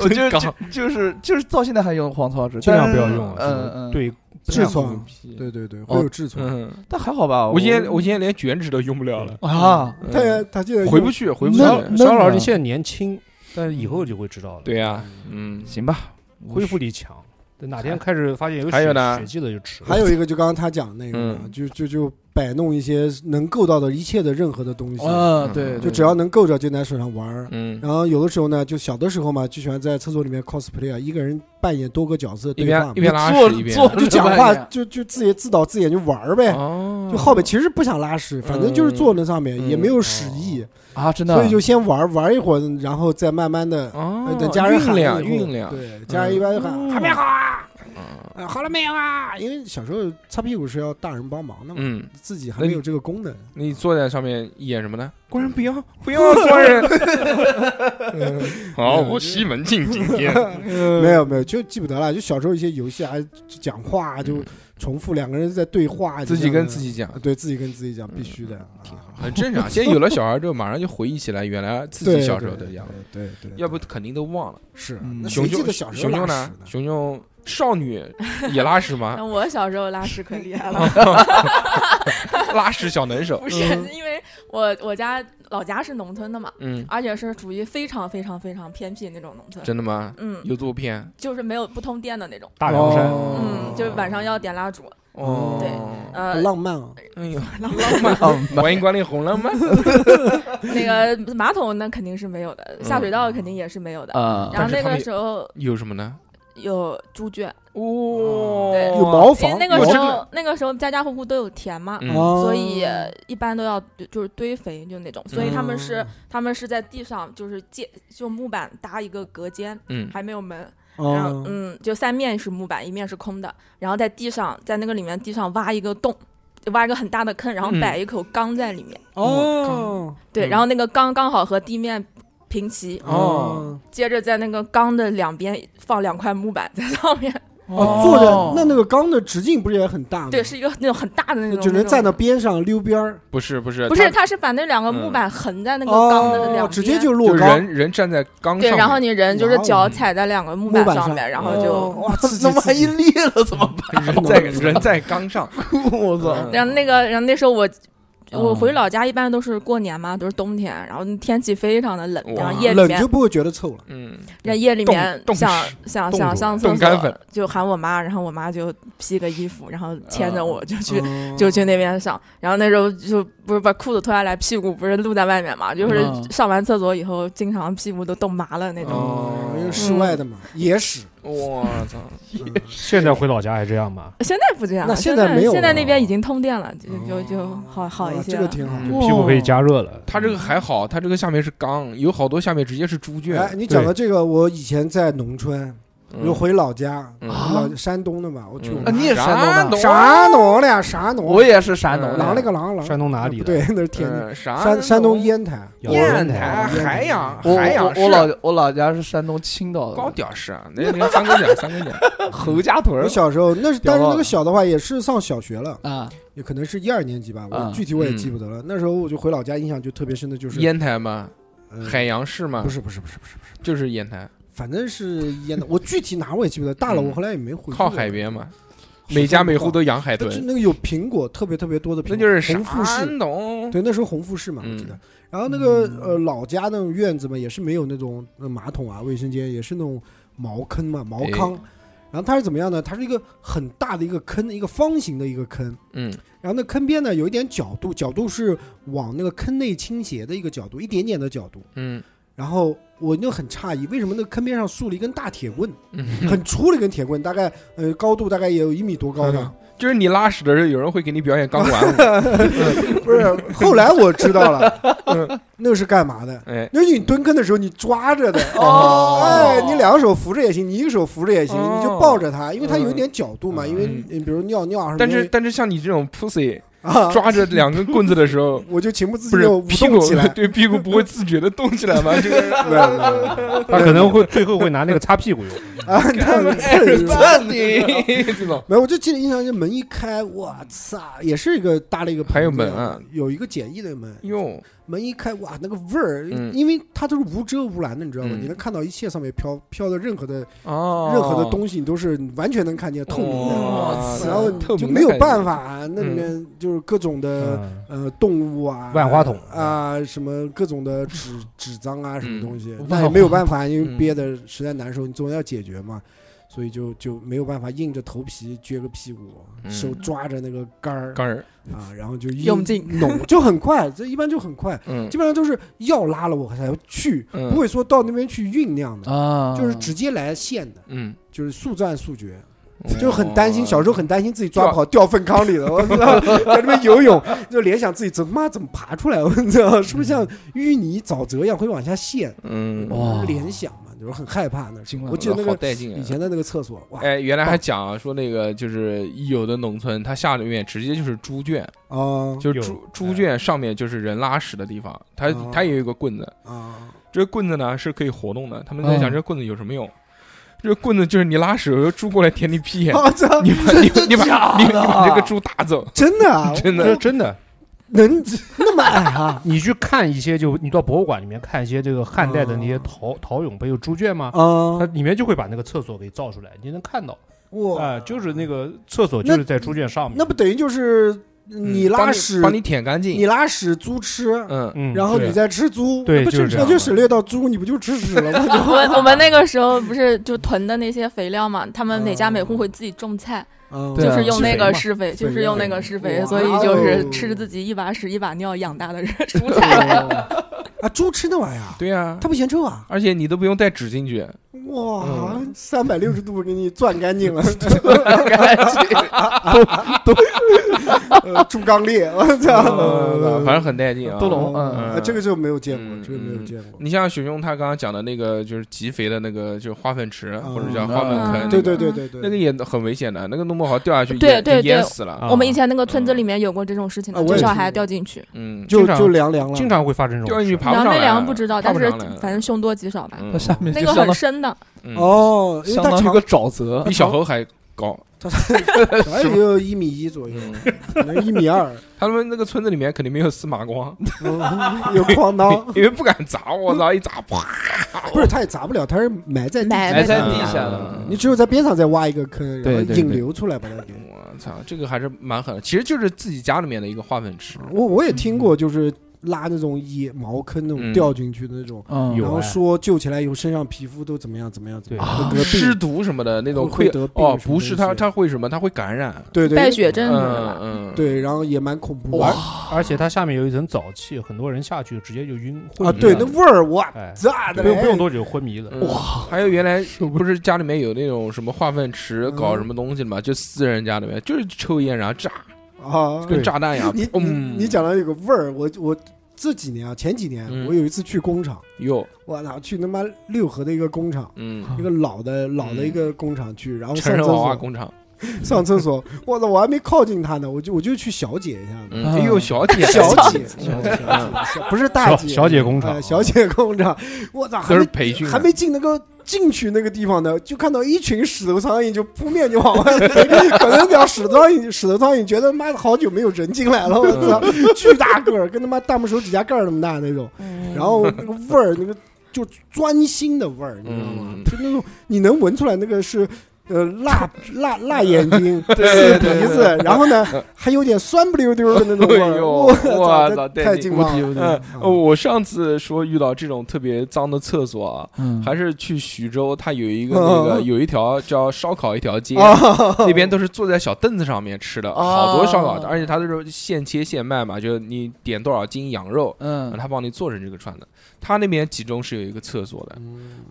Speaker 4: 我就
Speaker 2: 真
Speaker 4: 就就是就是到现在还用黄草纸，
Speaker 5: 尽量
Speaker 4: 但
Speaker 5: 不
Speaker 4: 是
Speaker 5: 要用啊，
Speaker 4: 嗯
Speaker 5: 什么
Speaker 4: 嗯，，
Speaker 5: 对，
Speaker 3: 痔
Speaker 2: 这
Speaker 3: 疮
Speaker 2: 样，牛逼
Speaker 3: 对对哦对，
Speaker 4: 哦
Speaker 3: 会有痔疮。
Speaker 2: 嗯，
Speaker 4: 但还好吧。
Speaker 2: 我今天我今天连卷纸都用不了了，
Speaker 4: 啊，
Speaker 2: 嗯
Speaker 3: 他他现在
Speaker 2: 回不去，回不去
Speaker 4: 那
Speaker 2: 了。
Speaker 5: 小小老师
Speaker 4: 呢
Speaker 5: 你现在年轻，但是以后就会知道了。，
Speaker 2: 对呀，嗯，
Speaker 4: 行吧，
Speaker 5: 恢复力强。对哪天开始发现有
Speaker 2: 还有
Speaker 5: 血
Speaker 2: 呢
Speaker 5: 血迹了就吃。
Speaker 3: 还有一个就刚刚他讲那个嘛，
Speaker 2: 嗯
Speaker 3: 就就就摆弄一些能够到的一切的任何的东西，
Speaker 4: 啊，
Speaker 2: 嗯
Speaker 4: 对，
Speaker 3: 就
Speaker 4: 对
Speaker 3: 只要能够着就拿手上玩儿。
Speaker 2: 嗯，
Speaker 3: 然后有的时候呢，就小的时候嘛，就喜欢在厕所里面 cosplay 啊，一个人扮演多个角色
Speaker 2: 一
Speaker 3: 对
Speaker 2: 边
Speaker 3: 话嘛
Speaker 2: 一，边拉
Speaker 4: 做
Speaker 2: 屎一边
Speaker 4: 做
Speaker 3: 就讲话
Speaker 4: 扮演
Speaker 3: 就就自己自导自演就玩儿呗，
Speaker 2: 哦
Speaker 3: 哎就后面其实不想拉屎，反正就是坐那上面
Speaker 2: 嗯
Speaker 3: 也没有屎意，
Speaker 4: 啊，真的，
Speaker 3: 所以就先玩儿玩一会儿，然后再慢慢的
Speaker 2: 哦
Speaker 3: 呃，等家人
Speaker 2: 酝
Speaker 3: 喊
Speaker 2: 酿
Speaker 3: 了以后
Speaker 2: 酝酿，
Speaker 3: 对，家人一般就喊
Speaker 2: 嗯
Speaker 3: 还没好啊，啊好了没有啊？因为小时候擦屁股是要大人帮忙的嘛，
Speaker 2: 嗯，
Speaker 3: 自己还没有这个功能。
Speaker 2: 那你坐在上面演什么呢？官人不 要不
Speaker 3: 哦
Speaker 2: 要官人， 好，我西门庆今 天
Speaker 3: 没有没有，就记不得了。就小时候一些游戏啊，就讲话啊就
Speaker 2: 嗯
Speaker 3: 重复两个人在对话，
Speaker 2: 自
Speaker 3: 就这
Speaker 2: 己
Speaker 3: 样的
Speaker 2: 跟自，己讲
Speaker 3: 啊，对自己跟自己讲，必须的，啊
Speaker 2: 很正常。现在有了小孩之后，马上就回忆起来原来自己
Speaker 3: 对
Speaker 2: 小时候
Speaker 3: 对
Speaker 2: 的样子，
Speaker 3: 对对，对
Speaker 2: 要不肯定都忘了。
Speaker 3: 是
Speaker 4: 嗯
Speaker 3: 那
Speaker 2: 熊
Speaker 3: 谁记
Speaker 2: 熊
Speaker 3: 得小时候
Speaker 2: 熊
Speaker 3: 拉
Speaker 2: 熊
Speaker 3: 屎
Speaker 2: 呢？熊熊少女也拉屎吗？
Speaker 6: 那我小时候拉屎可厉害了，
Speaker 2: 拉屎小能手。
Speaker 6: 不是因为我我家老家是农村的嘛，
Speaker 2: 嗯，
Speaker 6: 而且是属于非常非常非常偏僻那种农村，
Speaker 2: 真的吗？
Speaker 6: 嗯，
Speaker 2: 有图片。
Speaker 6: 就是没有不通电的那种，嗯
Speaker 5: 大凉山，
Speaker 3: 哦
Speaker 6: 嗯，就是晚上要点蜡烛，
Speaker 2: 哦，
Speaker 3: 好
Speaker 6: 呃，
Speaker 3: 浪漫啊！
Speaker 2: 哎呦，
Speaker 6: 浪漫
Speaker 2: 欢迎光临红浪漫。
Speaker 6: 那个马桶那肯定是没有的，下水道肯定也是没有的。
Speaker 3: 呃
Speaker 4: 啊
Speaker 6: 然
Speaker 2: 嗯
Speaker 6: 后
Speaker 2: 但
Speaker 6: 那
Speaker 2: 是他
Speaker 6: 个
Speaker 2: 们
Speaker 6: 时候
Speaker 2: 有什么呢？
Speaker 6: 有猪圈，对
Speaker 2: 哦，
Speaker 3: 哦有茅
Speaker 6: 因为
Speaker 3: 房，
Speaker 6: 那个
Speaker 2: 我
Speaker 6: 时
Speaker 2: 这
Speaker 6: 候那个时候家家户户都有田嘛，
Speaker 2: 嗯
Speaker 3: 哦嗯
Speaker 6: 所以一般都要就是堆肥就那种，所以他们是他们是在地上就是建就木板搭一个隔间，
Speaker 2: 嗯，
Speaker 6: 还没有门，然后
Speaker 3: 哦，
Speaker 6: 嗯，就三面是木板，一面是空的，然后在地上，在那个里面地上挖一个洞，就挖一个很大的坑，然后
Speaker 2: 嗯
Speaker 6: 摆一口缸在里面，
Speaker 3: 哦，
Speaker 6: 对，
Speaker 2: 嗯
Speaker 6: 然后那个缸刚好和地面平齐，
Speaker 2: 哦
Speaker 6: 接着在那个缸的两边放两块木板在上面，
Speaker 3: 哦，坐着那那个缸的直径不是也很大吗？
Speaker 6: 嗯对，是一个那种很大的那种，
Speaker 3: 嗯只能在那
Speaker 6: 种
Speaker 3: 边上溜边儿，
Speaker 2: 不是不是，
Speaker 6: 不是，
Speaker 2: 他
Speaker 6: 它是把那两个木
Speaker 2: 嗯
Speaker 6: 板横在那个缸的两边，
Speaker 3: 哦，直接就
Speaker 2: 就
Speaker 3: 落缸，
Speaker 2: 人人站在缸上
Speaker 6: 对，
Speaker 2: 面，
Speaker 6: 然后你人就是
Speaker 3: 哇哦
Speaker 6: 脚踩在两个木板
Speaker 3: 木板上
Speaker 6: 面，然后就、
Speaker 3: 哦哇，刺激
Speaker 4: 那万一
Speaker 3: 刺激
Speaker 4: 裂了怎么办？
Speaker 2: 人在人在缸上，
Speaker 4: 我操！
Speaker 2: 嗯
Speaker 6: 然后那个，然后那时候我。我
Speaker 4: 嗯
Speaker 6: 回老家一般都是过年嘛，都是冬天，然后天气非常的冷，
Speaker 2: 哇
Speaker 6: 然后夜里
Speaker 3: 哦冷
Speaker 6: 面
Speaker 3: 就，不会觉得臭了。
Speaker 2: 嗯，
Speaker 6: 在夜里面
Speaker 2: 冻冻
Speaker 6: 想
Speaker 2: 死
Speaker 6: 想
Speaker 2: 冻
Speaker 6: 想
Speaker 2: 住
Speaker 6: 上厕
Speaker 2: 冻干
Speaker 6: 所
Speaker 2: 粉，
Speaker 6: 就喊我妈，然后我妈就披个衣服，然后牵着我就去
Speaker 3: 嗯
Speaker 6: 就去那边上，然后那时候就不是把裤子脱下来，屁股不是露在外面嘛，就是
Speaker 4: 嗯
Speaker 6: 上完厕所以后，经常屁股都冻麻了那种。
Speaker 3: 哦，因为
Speaker 2: 嗯
Speaker 3: 室外的嘛，野 嗯史。
Speaker 2: 我操，
Speaker 5: 现在回老家还这样吗？
Speaker 6: 现在不这样
Speaker 3: 那
Speaker 6: 了，
Speaker 3: 现
Speaker 6: 现
Speaker 3: 在没有
Speaker 6: 现在那
Speaker 3: 了
Speaker 6: 边已经通电了，就就就
Speaker 3: 哦
Speaker 6: 好好一
Speaker 3: 哇
Speaker 6: 些
Speaker 3: 这
Speaker 6: 了。
Speaker 3: 个挺好。
Speaker 2: 嗯
Speaker 4: 哦
Speaker 5: 就屁股可以加热了。
Speaker 2: 他这个还好，他这个下面是缸，有好多下面直接是猪圈。
Speaker 3: 哎，你讲到这个，我以前在农村，
Speaker 2: 嗯
Speaker 3: 又回老家，
Speaker 2: 嗯
Speaker 3: 老山东的嘛，我去我
Speaker 2: 嗯
Speaker 4: 啊，
Speaker 3: 妈
Speaker 4: 你也是山东的？
Speaker 3: 啥农了，啥农，
Speaker 4: 我也是山东
Speaker 2: 嗯
Speaker 4: 的。
Speaker 3: 狼了个狼狼，
Speaker 5: 山东哪里
Speaker 3: 不
Speaker 5: 的？
Speaker 3: 对，那是天津，
Speaker 2: 嗯啥
Speaker 3: 呃山山东烟台，
Speaker 5: 有
Speaker 2: 烟
Speaker 5: 烟
Speaker 2: 台、
Speaker 5: 台
Speaker 2: 海洋、
Speaker 4: 我
Speaker 2: 海洋
Speaker 4: 我
Speaker 2: 市
Speaker 4: 我老我老家是山东青岛
Speaker 2: 高
Speaker 4: 的
Speaker 2: 屌丝啊，那那三哥讲，三哥讲，
Speaker 4: 侯家屯
Speaker 3: 我
Speaker 4: 儿
Speaker 3: 小时候那是，
Speaker 4: 屌
Speaker 3: 但是
Speaker 4: 爆
Speaker 3: 那
Speaker 2: 啊
Speaker 4: 了
Speaker 3: 个小的话也是上小学了，
Speaker 4: 啊，
Speaker 3: 也可能是一二年级吧，我
Speaker 4: 嗯
Speaker 3: 具体我也记不得了。那时候我就回老家，印象就特别深的就是
Speaker 2: 啊烟台啊嘛，
Speaker 3: 呃
Speaker 2: 海洋市嘛
Speaker 3: 不，是不是不是不是不是，
Speaker 2: 就是烟台，
Speaker 3: 反正是烟台，我具体哪我也记不得。大了我后来也没回
Speaker 2: 嗯
Speaker 3: 去过，
Speaker 2: 靠海边嘛，
Speaker 3: 好像不靠，
Speaker 2: 每家每户都养海
Speaker 3: 那就
Speaker 2: 豚，
Speaker 3: 那个有苹果，特别特别多的苹果，
Speaker 2: 那就是
Speaker 3: 红富士，
Speaker 2: 山东，
Speaker 3: 对，那时候红富士嘛，我记得。然后那个呃老家那种院子嘛，也是没有那种呃马桶啊、卫生间，也是那种茅坑嘛、茅坑。然后它是怎么样呢？它是一个很大的一个坑，一个方形的一个坑。
Speaker 2: 嗯
Speaker 3: 然后那坑边呢有一点角度，角度是往那个坑内倾斜的一个角度，一点点的角度。
Speaker 2: 嗯
Speaker 3: 然后我就很诧异，为什么那个坑边上竖了一根大铁棍，
Speaker 2: 嗯，
Speaker 3: 很粗的一根铁棍，大概呃高度大概也有一米多高的。
Speaker 2: 就是你拉屎的时候，有人会给你表演钢管舞，
Speaker 3: 不是，后来我知道了，嗯那是干嘛的？
Speaker 2: 哎，
Speaker 3: 那是你蹲坑的时候你抓着的，
Speaker 4: 哦
Speaker 3: 哎，你两手扶着也行，你一个手扶着也行，
Speaker 2: 哦
Speaker 3: 你就抱着它，因为它
Speaker 2: 嗯
Speaker 3: 有一点角度嘛，因为你比如尿尿啊什么的，
Speaker 2: 但是但是像你这种 pussy
Speaker 3: 啊，
Speaker 2: 抓着两根棍子的时候。
Speaker 3: 我就情不自
Speaker 2: 不
Speaker 3: 禁
Speaker 2: 是
Speaker 3: 的舞
Speaker 2: 屁股，
Speaker 3: 动起来
Speaker 2: 对屁股不会自觉的动起来吗？这个
Speaker 3: 对对对 对
Speaker 5: 他可能会最后会拿那个擦屁股用。
Speaker 3: 啊，那个刺激
Speaker 2: 暂停，这种
Speaker 3: 没有，我就记得印象，就门一开，我操，也是一个搭了一个棚子
Speaker 2: 还有门啊，
Speaker 3: 有一个简易的门，
Speaker 2: 哟，
Speaker 3: 门一开，哇，那个味儿，
Speaker 2: 嗯
Speaker 3: 因为它都是无遮无拦的，你知道吗？
Speaker 2: 嗯
Speaker 3: 你能看到一切上面飘飘的任何的、
Speaker 2: 哦，
Speaker 3: 任何的东西，你都是完全能看见透明的，
Speaker 2: 哇塞
Speaker 3: 然后你
Speaker 2: 透
Speaker 3: 就
Speaker 2: 呃明的
Speaker 3: 没有
Speaker 2: 感觉
Speaker 3: 办法，那里面就是各种的、
Speaker 5: 嗯，
Speaker 3: 呃动物啊，
Speaker 5: 万花筒
Speaker 3: 啊，什么各种的纸纸张啊，什么东西
Speaker 4: 嗯，
Speaker 3: 那也
Speaker 4: 万
Speaker 3: 没有办法，因
Speaker 2: 嗯
Speaker 3: 为憋的实在难受，你总要解决嘛，所以就就没有办法，硬着头皮撅个屁股，
Speaker 2: 嗯
Speaker 3: 手抓着那个杆儿
Speaker 2: 杆儿，
Speaker 3: 啊，然后就一
Speaker 6: 用劲
Speaker 3: 弄，就很快，这一般就很快，
Speaker 2: 嗯
Speaker 3: 基本上都是要拉了我才去，
Speaker 2: 嗯哦
Speaker 3: 不会说到那边去酝酿的，
Speaker 4: 啊
Speaker 3: 就是直接来现的，
Speaker 2: 嗯，
Speaker 3: 就是速战速决。就很担心，
Speaker 2: 哦
Speaker 3: 小时候很担心自己抓不好掉粪坑里了，我 操，在那边游泳，就联想自己怎么妈怎么爬出来，我操，是不是像淤泥沼泽一样会往下陷？
Speaker 2: 嗯，
Speaker 4: 哇
Speaker 3: 联想嘛，就是很害怕那时
Speaker 4: 惊
Speaker 3: 候。
Speaker 4: 了
Speaker 3: 我记得那
Speaker 2: 好
Speaker 3: 个
Speaker 2: 带劲啊
Speaker 3: 以！前的那个厕所，哇，
Speaker 2: 哎，原来还讲啊说那个就是有的农村，它下面直接就是猪圈，
Speaker 3: 啊
Speaker 2: 就是
Speaker 5: 有
Speaker 2: 猪猪圈上面就是人拉屎的地方，它
Speaker 3: 哦
Speaker 2: 它也有一个棍子，
Speaker 3: 啊，
Speaker 2: 这个棍子呢是可以活动的。他们在想
Speaker 4: 嗯
Speaker 2: 这个棍子有什么用？这个棍子就是你拉屎，有个猪过来舔你屁眼，
Speaker 3: 我操，
Speaker 2: 你把你把你把你
Speaker 4: 的
Speaker 2: 把这个猪打走，
Speaker 3: 真的 啊，
Speaker 2: 真
Speaker 5: 这
Speaker 2: 的。
Speaker 5: 真的，
Speaker 3: 能那么矮 啊？
Speaker 5: 你去看一些，就你到博物馆里面看一些这个汉代的那些
Speaker 3: 哦
Speaker 5: 陶陶俑，不有猪圈吗？它
Speaker 3: 啊，
Speaker 5: 里面就会把那个厕所给造出来，你能看到
Speaker 3: 哇，
Speaker 2: 呃
Speaker 5: 啊，就是那个厕所就是在猪圈上面。
Speaker 3: 那不等于就是嗯你
Speaker 2: 嗯帮
Speaker 3: 拉屎，
Speaker 2: 帮你舔干净，
Speaker 3: 你拉屎猪吃，
Speaker 2: 嗯，
Speaker 5: 嗯，
Speaker 3: 然后
Speaker 2: 对
Speaker 3: 你再吃猪，
Speaker 5: 对
Speaker 3: 那不
Speaker 5: 就是这
Speaker 3: 那
Speaker 5: 样
Speaker 3: 就省略到猪，你不就吃屎了吗？
Speaker 6: 我们我们那个时候不是就囤的那些肥料嘛，他们每家每户会自己种菜，
Speaker 3: 嗯
Speaker 4: 对
Speaker 6: 就
Speaker 4: 啊
Speaker 6: 是用那
Speaker 4: 施肥
Speaker 6: 个
Speaker 4: 嘛
Speaker 6: 施肥，就
Speaker 3: 肥
Speaker 6: 是
Speaker 3: 料
Speaker 6: 用那个施肥，
Speaker 3: 哇
Speaker 6: 所以就是
Speaker 3: 哦
Speaker 6: 吃自己一把屎一把尿养大的人 蔬菜。
Speaker 3: 啊，猪吃那玩意儿，
Speaker 2: 对呀、
Speaker 3: 它不嫌臭啊！
Speaker 2: 而且你都不用带纸巾 去，
Speaker 3: 哇，三百六十度给你攥干净了，啊 呃猪肛裂，我操！
Speaker 2: 反正很带劲啊。
Speaker 4: 都懂
Speaker 3: 嗯，
Speaker 4: 嗯
Speaker 3: 啊这个就没有见过，
Speaker 2: 嗯
Speaker 3: 这个没有见过。
Speaker 2: 你像雪兄他刚刚讲的那个，就是极肥的那个，就是花粉池或者叫花粉坑，
Speaker 6: 嗯
Speaker 3: 对对对对对，
Speaker 2: 那个也很危险的，那个弄不好掉下去
Speaker 6: 对
Speaker 2: 淹
Speaker 6: 对
Speaker 2: 就淹
Speaker 6: 对
Speaker 2: 死了。
Speaker 5: 啊
Speaker 6: 我们以前那个村子里面有过这种事情
Speaker 3: 啊
Speaker 6: 的，
Speaker 3: 我
Speaker 6: 就
Speaker 3: 也
Speaker 6: 小
Speaker 3: 听
Speaker 6: 孩
Speaker 3: 过
Speaker 6: 掉进去，
Speaker 2: 嗯，
Speaker 3: 就
Speaker 2: 经常
Speaker 3: 就凉凉了，
Speaker 5: 经常会发生这
Speaker 2: 掉
Speaker 5: 种
Speaker 2: 进去
Speaker 5: 事。
Speaker 2: 爬不
Speaker 6: 凉
Speaker 2: 上来，
Speaker 6: 没凉不知道，
Speaker 2: 爬
Speaker 6: 但
Speaker 2: 不
Speaker 6: 是
Speaker 2: 上来
Speaker 6: 反正凶多吉少吧。
Speaker 2: 嗯
Speaker 4: 它下面
Speaker 6: 那
Speaker 4: 就
Speaker 6: 个
Speaker 4: 相
Speaker 6: 很
Speaker 4: 当
Speaker 6: 深的，
Speaker 2: 嗯
Speaker 3: 哦，啊因为
Speaker 4: 相
Speaker 3: 它
Speaker 4: 当于一
Speaker 3: 长
Speaker 4: 个沼泽
Speaker 2: 比，小猴还高。
Speaker 3: 小哎也有一米一左右，
Speaker 2: 嗯，
Speaker 3: 可能一米二，
Speaker 2: 他们那个村子里面肯定没有司马
Speaker 3: 啊
Speaker 2: 光，
Speaker 3: 嗯有哐当，
Speaker 2: 因为不敢砸，我操，一砸啪，
Speaker 3: 不是它也砸不了，它是埋在地
Speaker 6: 埋
Speaker 3: 下
Speaker 6: 在
Speaker 4: 在
Speaker 2: 地
Speaker 4: 地
Speaker 2: 下
Speaker 4: 下
Speaker 2: 的
Speaker 4: 的。
Speaker 3: 你只有在边上再挖一个坑，然
Speaker 4: 对
Speaker 3: 后
Speaker 4: 对
Speaker 3: 引
Speaker 4: 对
Speaker 3: 流出来把它给。
Speaker 2: 我操，这个还是蛮狠的。其实就是自己家里面的一个化粪池，
Speaker 3: 我我也听过，就是拉那种野茅坑那
Speaker 2: 嗯啊
Speaker 3: 种掉进去的那种，
Speaker 4: 嗯
Speaker 5: 有
Speaker 3: 然后
Speaker 5: 哎
Speaker 3: 说救起来以后身上皮肤都怎么样怎么样怎么样，
Speaker 5: 对
Speaker 3: 会得
Speaker 2: 湿
Speaker 3: 病，
Speaker 2: 毒什么啊的那种
Speaker 3: 会会得病
Speaker 2: 哦，
Speaker 3: 什么
Speaker 2: 不是
Speaker 3: 东西
Speaker 2: 它它会什么？它会感染。
Speaker 3: 对对
Speaker 6: 败血症什么的吧。
Speaker 2: 嗯嗯，
Speaker 3: 对，然后也蛮恐怖的
Speaker 4: 哇
Speaker 3: 啊，
Speaker 5: 而且它下面有一层沼气，很多人下去直接就晕昏迷
Speaker 3: 啊对，
Speaker 5: 了
Speaker 3: 那味儿哇，
Speaker 5: 哎，嗯
Speaker 3: 咋的
Speaker 5: 不用不用
Speaker 3: 嘞？
Speaker 5: 多久昏迷了。
Speaker 2: 哇！还有原 来不是家里面有那种什么化粪池
Speaker 3: 嗯
Speaker 2: 搞什么东西的嘛？就私人家里面就是抽烟然后炸，
Speaker 3: 啊，
Speaker 2: 跟 炸弹一样
Speaker 3: 你。你
Speaker 2: 嗯，
Speaker 3: 你讲到有个味儿，我我这几年啊，前几年
Speaker 2: 嗯
Speaker 3: 我有一次去工厂，
Speaker 2: 哟，
Speaker 3: 我操，去他妈六合的一个工厂。
Speaker 2: 嗯，
Speaker 3: 一个老的老的一个工厂去，然后
Speaker 2: 成
Speaker 3: 上
Speaker 2: 人
Speaker 3: 厕
Speaker 2: 嗯娃娃
Speaker 3: 所，
Speaker 2: 工厂。
Speaker 3: 上厕 所，我操，我还没靠近他呢，我就我就去小解一下子，
Speaker 2: 嗯，
Speaker 4: 啊
Speaker 2: 哎呦，小姐，
Speaker 3: 小
Speaker 2: 小
Speaker 3: 姐，小
Speaker 2: 姐
Speaker 3: 姐
Speaker 2: 嗯
Speaker 3: 小不是大姐，
Speaker 5: 小小姐工厂
Speaker 3: 哎小姐工厂，我操，还
Speaker 2: 都是
Speaker 3: 没
Speaker 2: 培训的，啊
Speaker 3: 还没进那个进去那个地方呢，就看到一群屎头苍蝇就扑面就往外飞，可能叫屎头苍蝇，屎头苍蝇觉得妈的好久没有人进来了，我操，巨大个儿，跟他妈大拇手指甲盖儿那么大那种，
Speaker 6: 嗯
Speaker 3: 然后那个味儿，那个就钻心的味儿，你知道吗？
Speaker 2: 嗯
Speaker 3: 就那种你能闻出来那个是。呃，辣辣辣眼睛，
Speaker 2: 嗯 对
Speaker 3: 刺鼻子，然 后呢，还有点酸不溜丢的那种味
Speaker 2: 哎
Speaker 3: 儿，
Speaker 2: 呦
Speaker 3: 我
Speaker 2: 哇
Speaker 3: 操，
Speaker 2: 老
Speaker 3: 这
Speaker 2: 戴
Speaker 3: 太
Speaker 2: 你
Speaker 3: 劲
Speaker 4: 无
Speaker 3: 爆
Speaker 4: 敌
Speaker 3: 了！
Speaker 4: 无敌。
Speaker 2: 嗯，哦我上次说遇到这种特别脏的厕所啊，
Speaker 4: 嗯
Speaker 2: 还是去徐州，它有一个那个
Speaker 3: 嗯
Speaker 2: 有一条叫烧烤一条街，
Speaker 3: 啊，
Speaker 2: 那边都是坐在小凳子上面吃的，好多烧烤，
Speaker 4: 哦
Speaker 2: 而且它都是现切现卖嘛，就是你点多少斤羊肉，
Speaker 4: 嗯，
Speaker 2: 他帮你做成这个串的。他那边集中是有一个厕所的，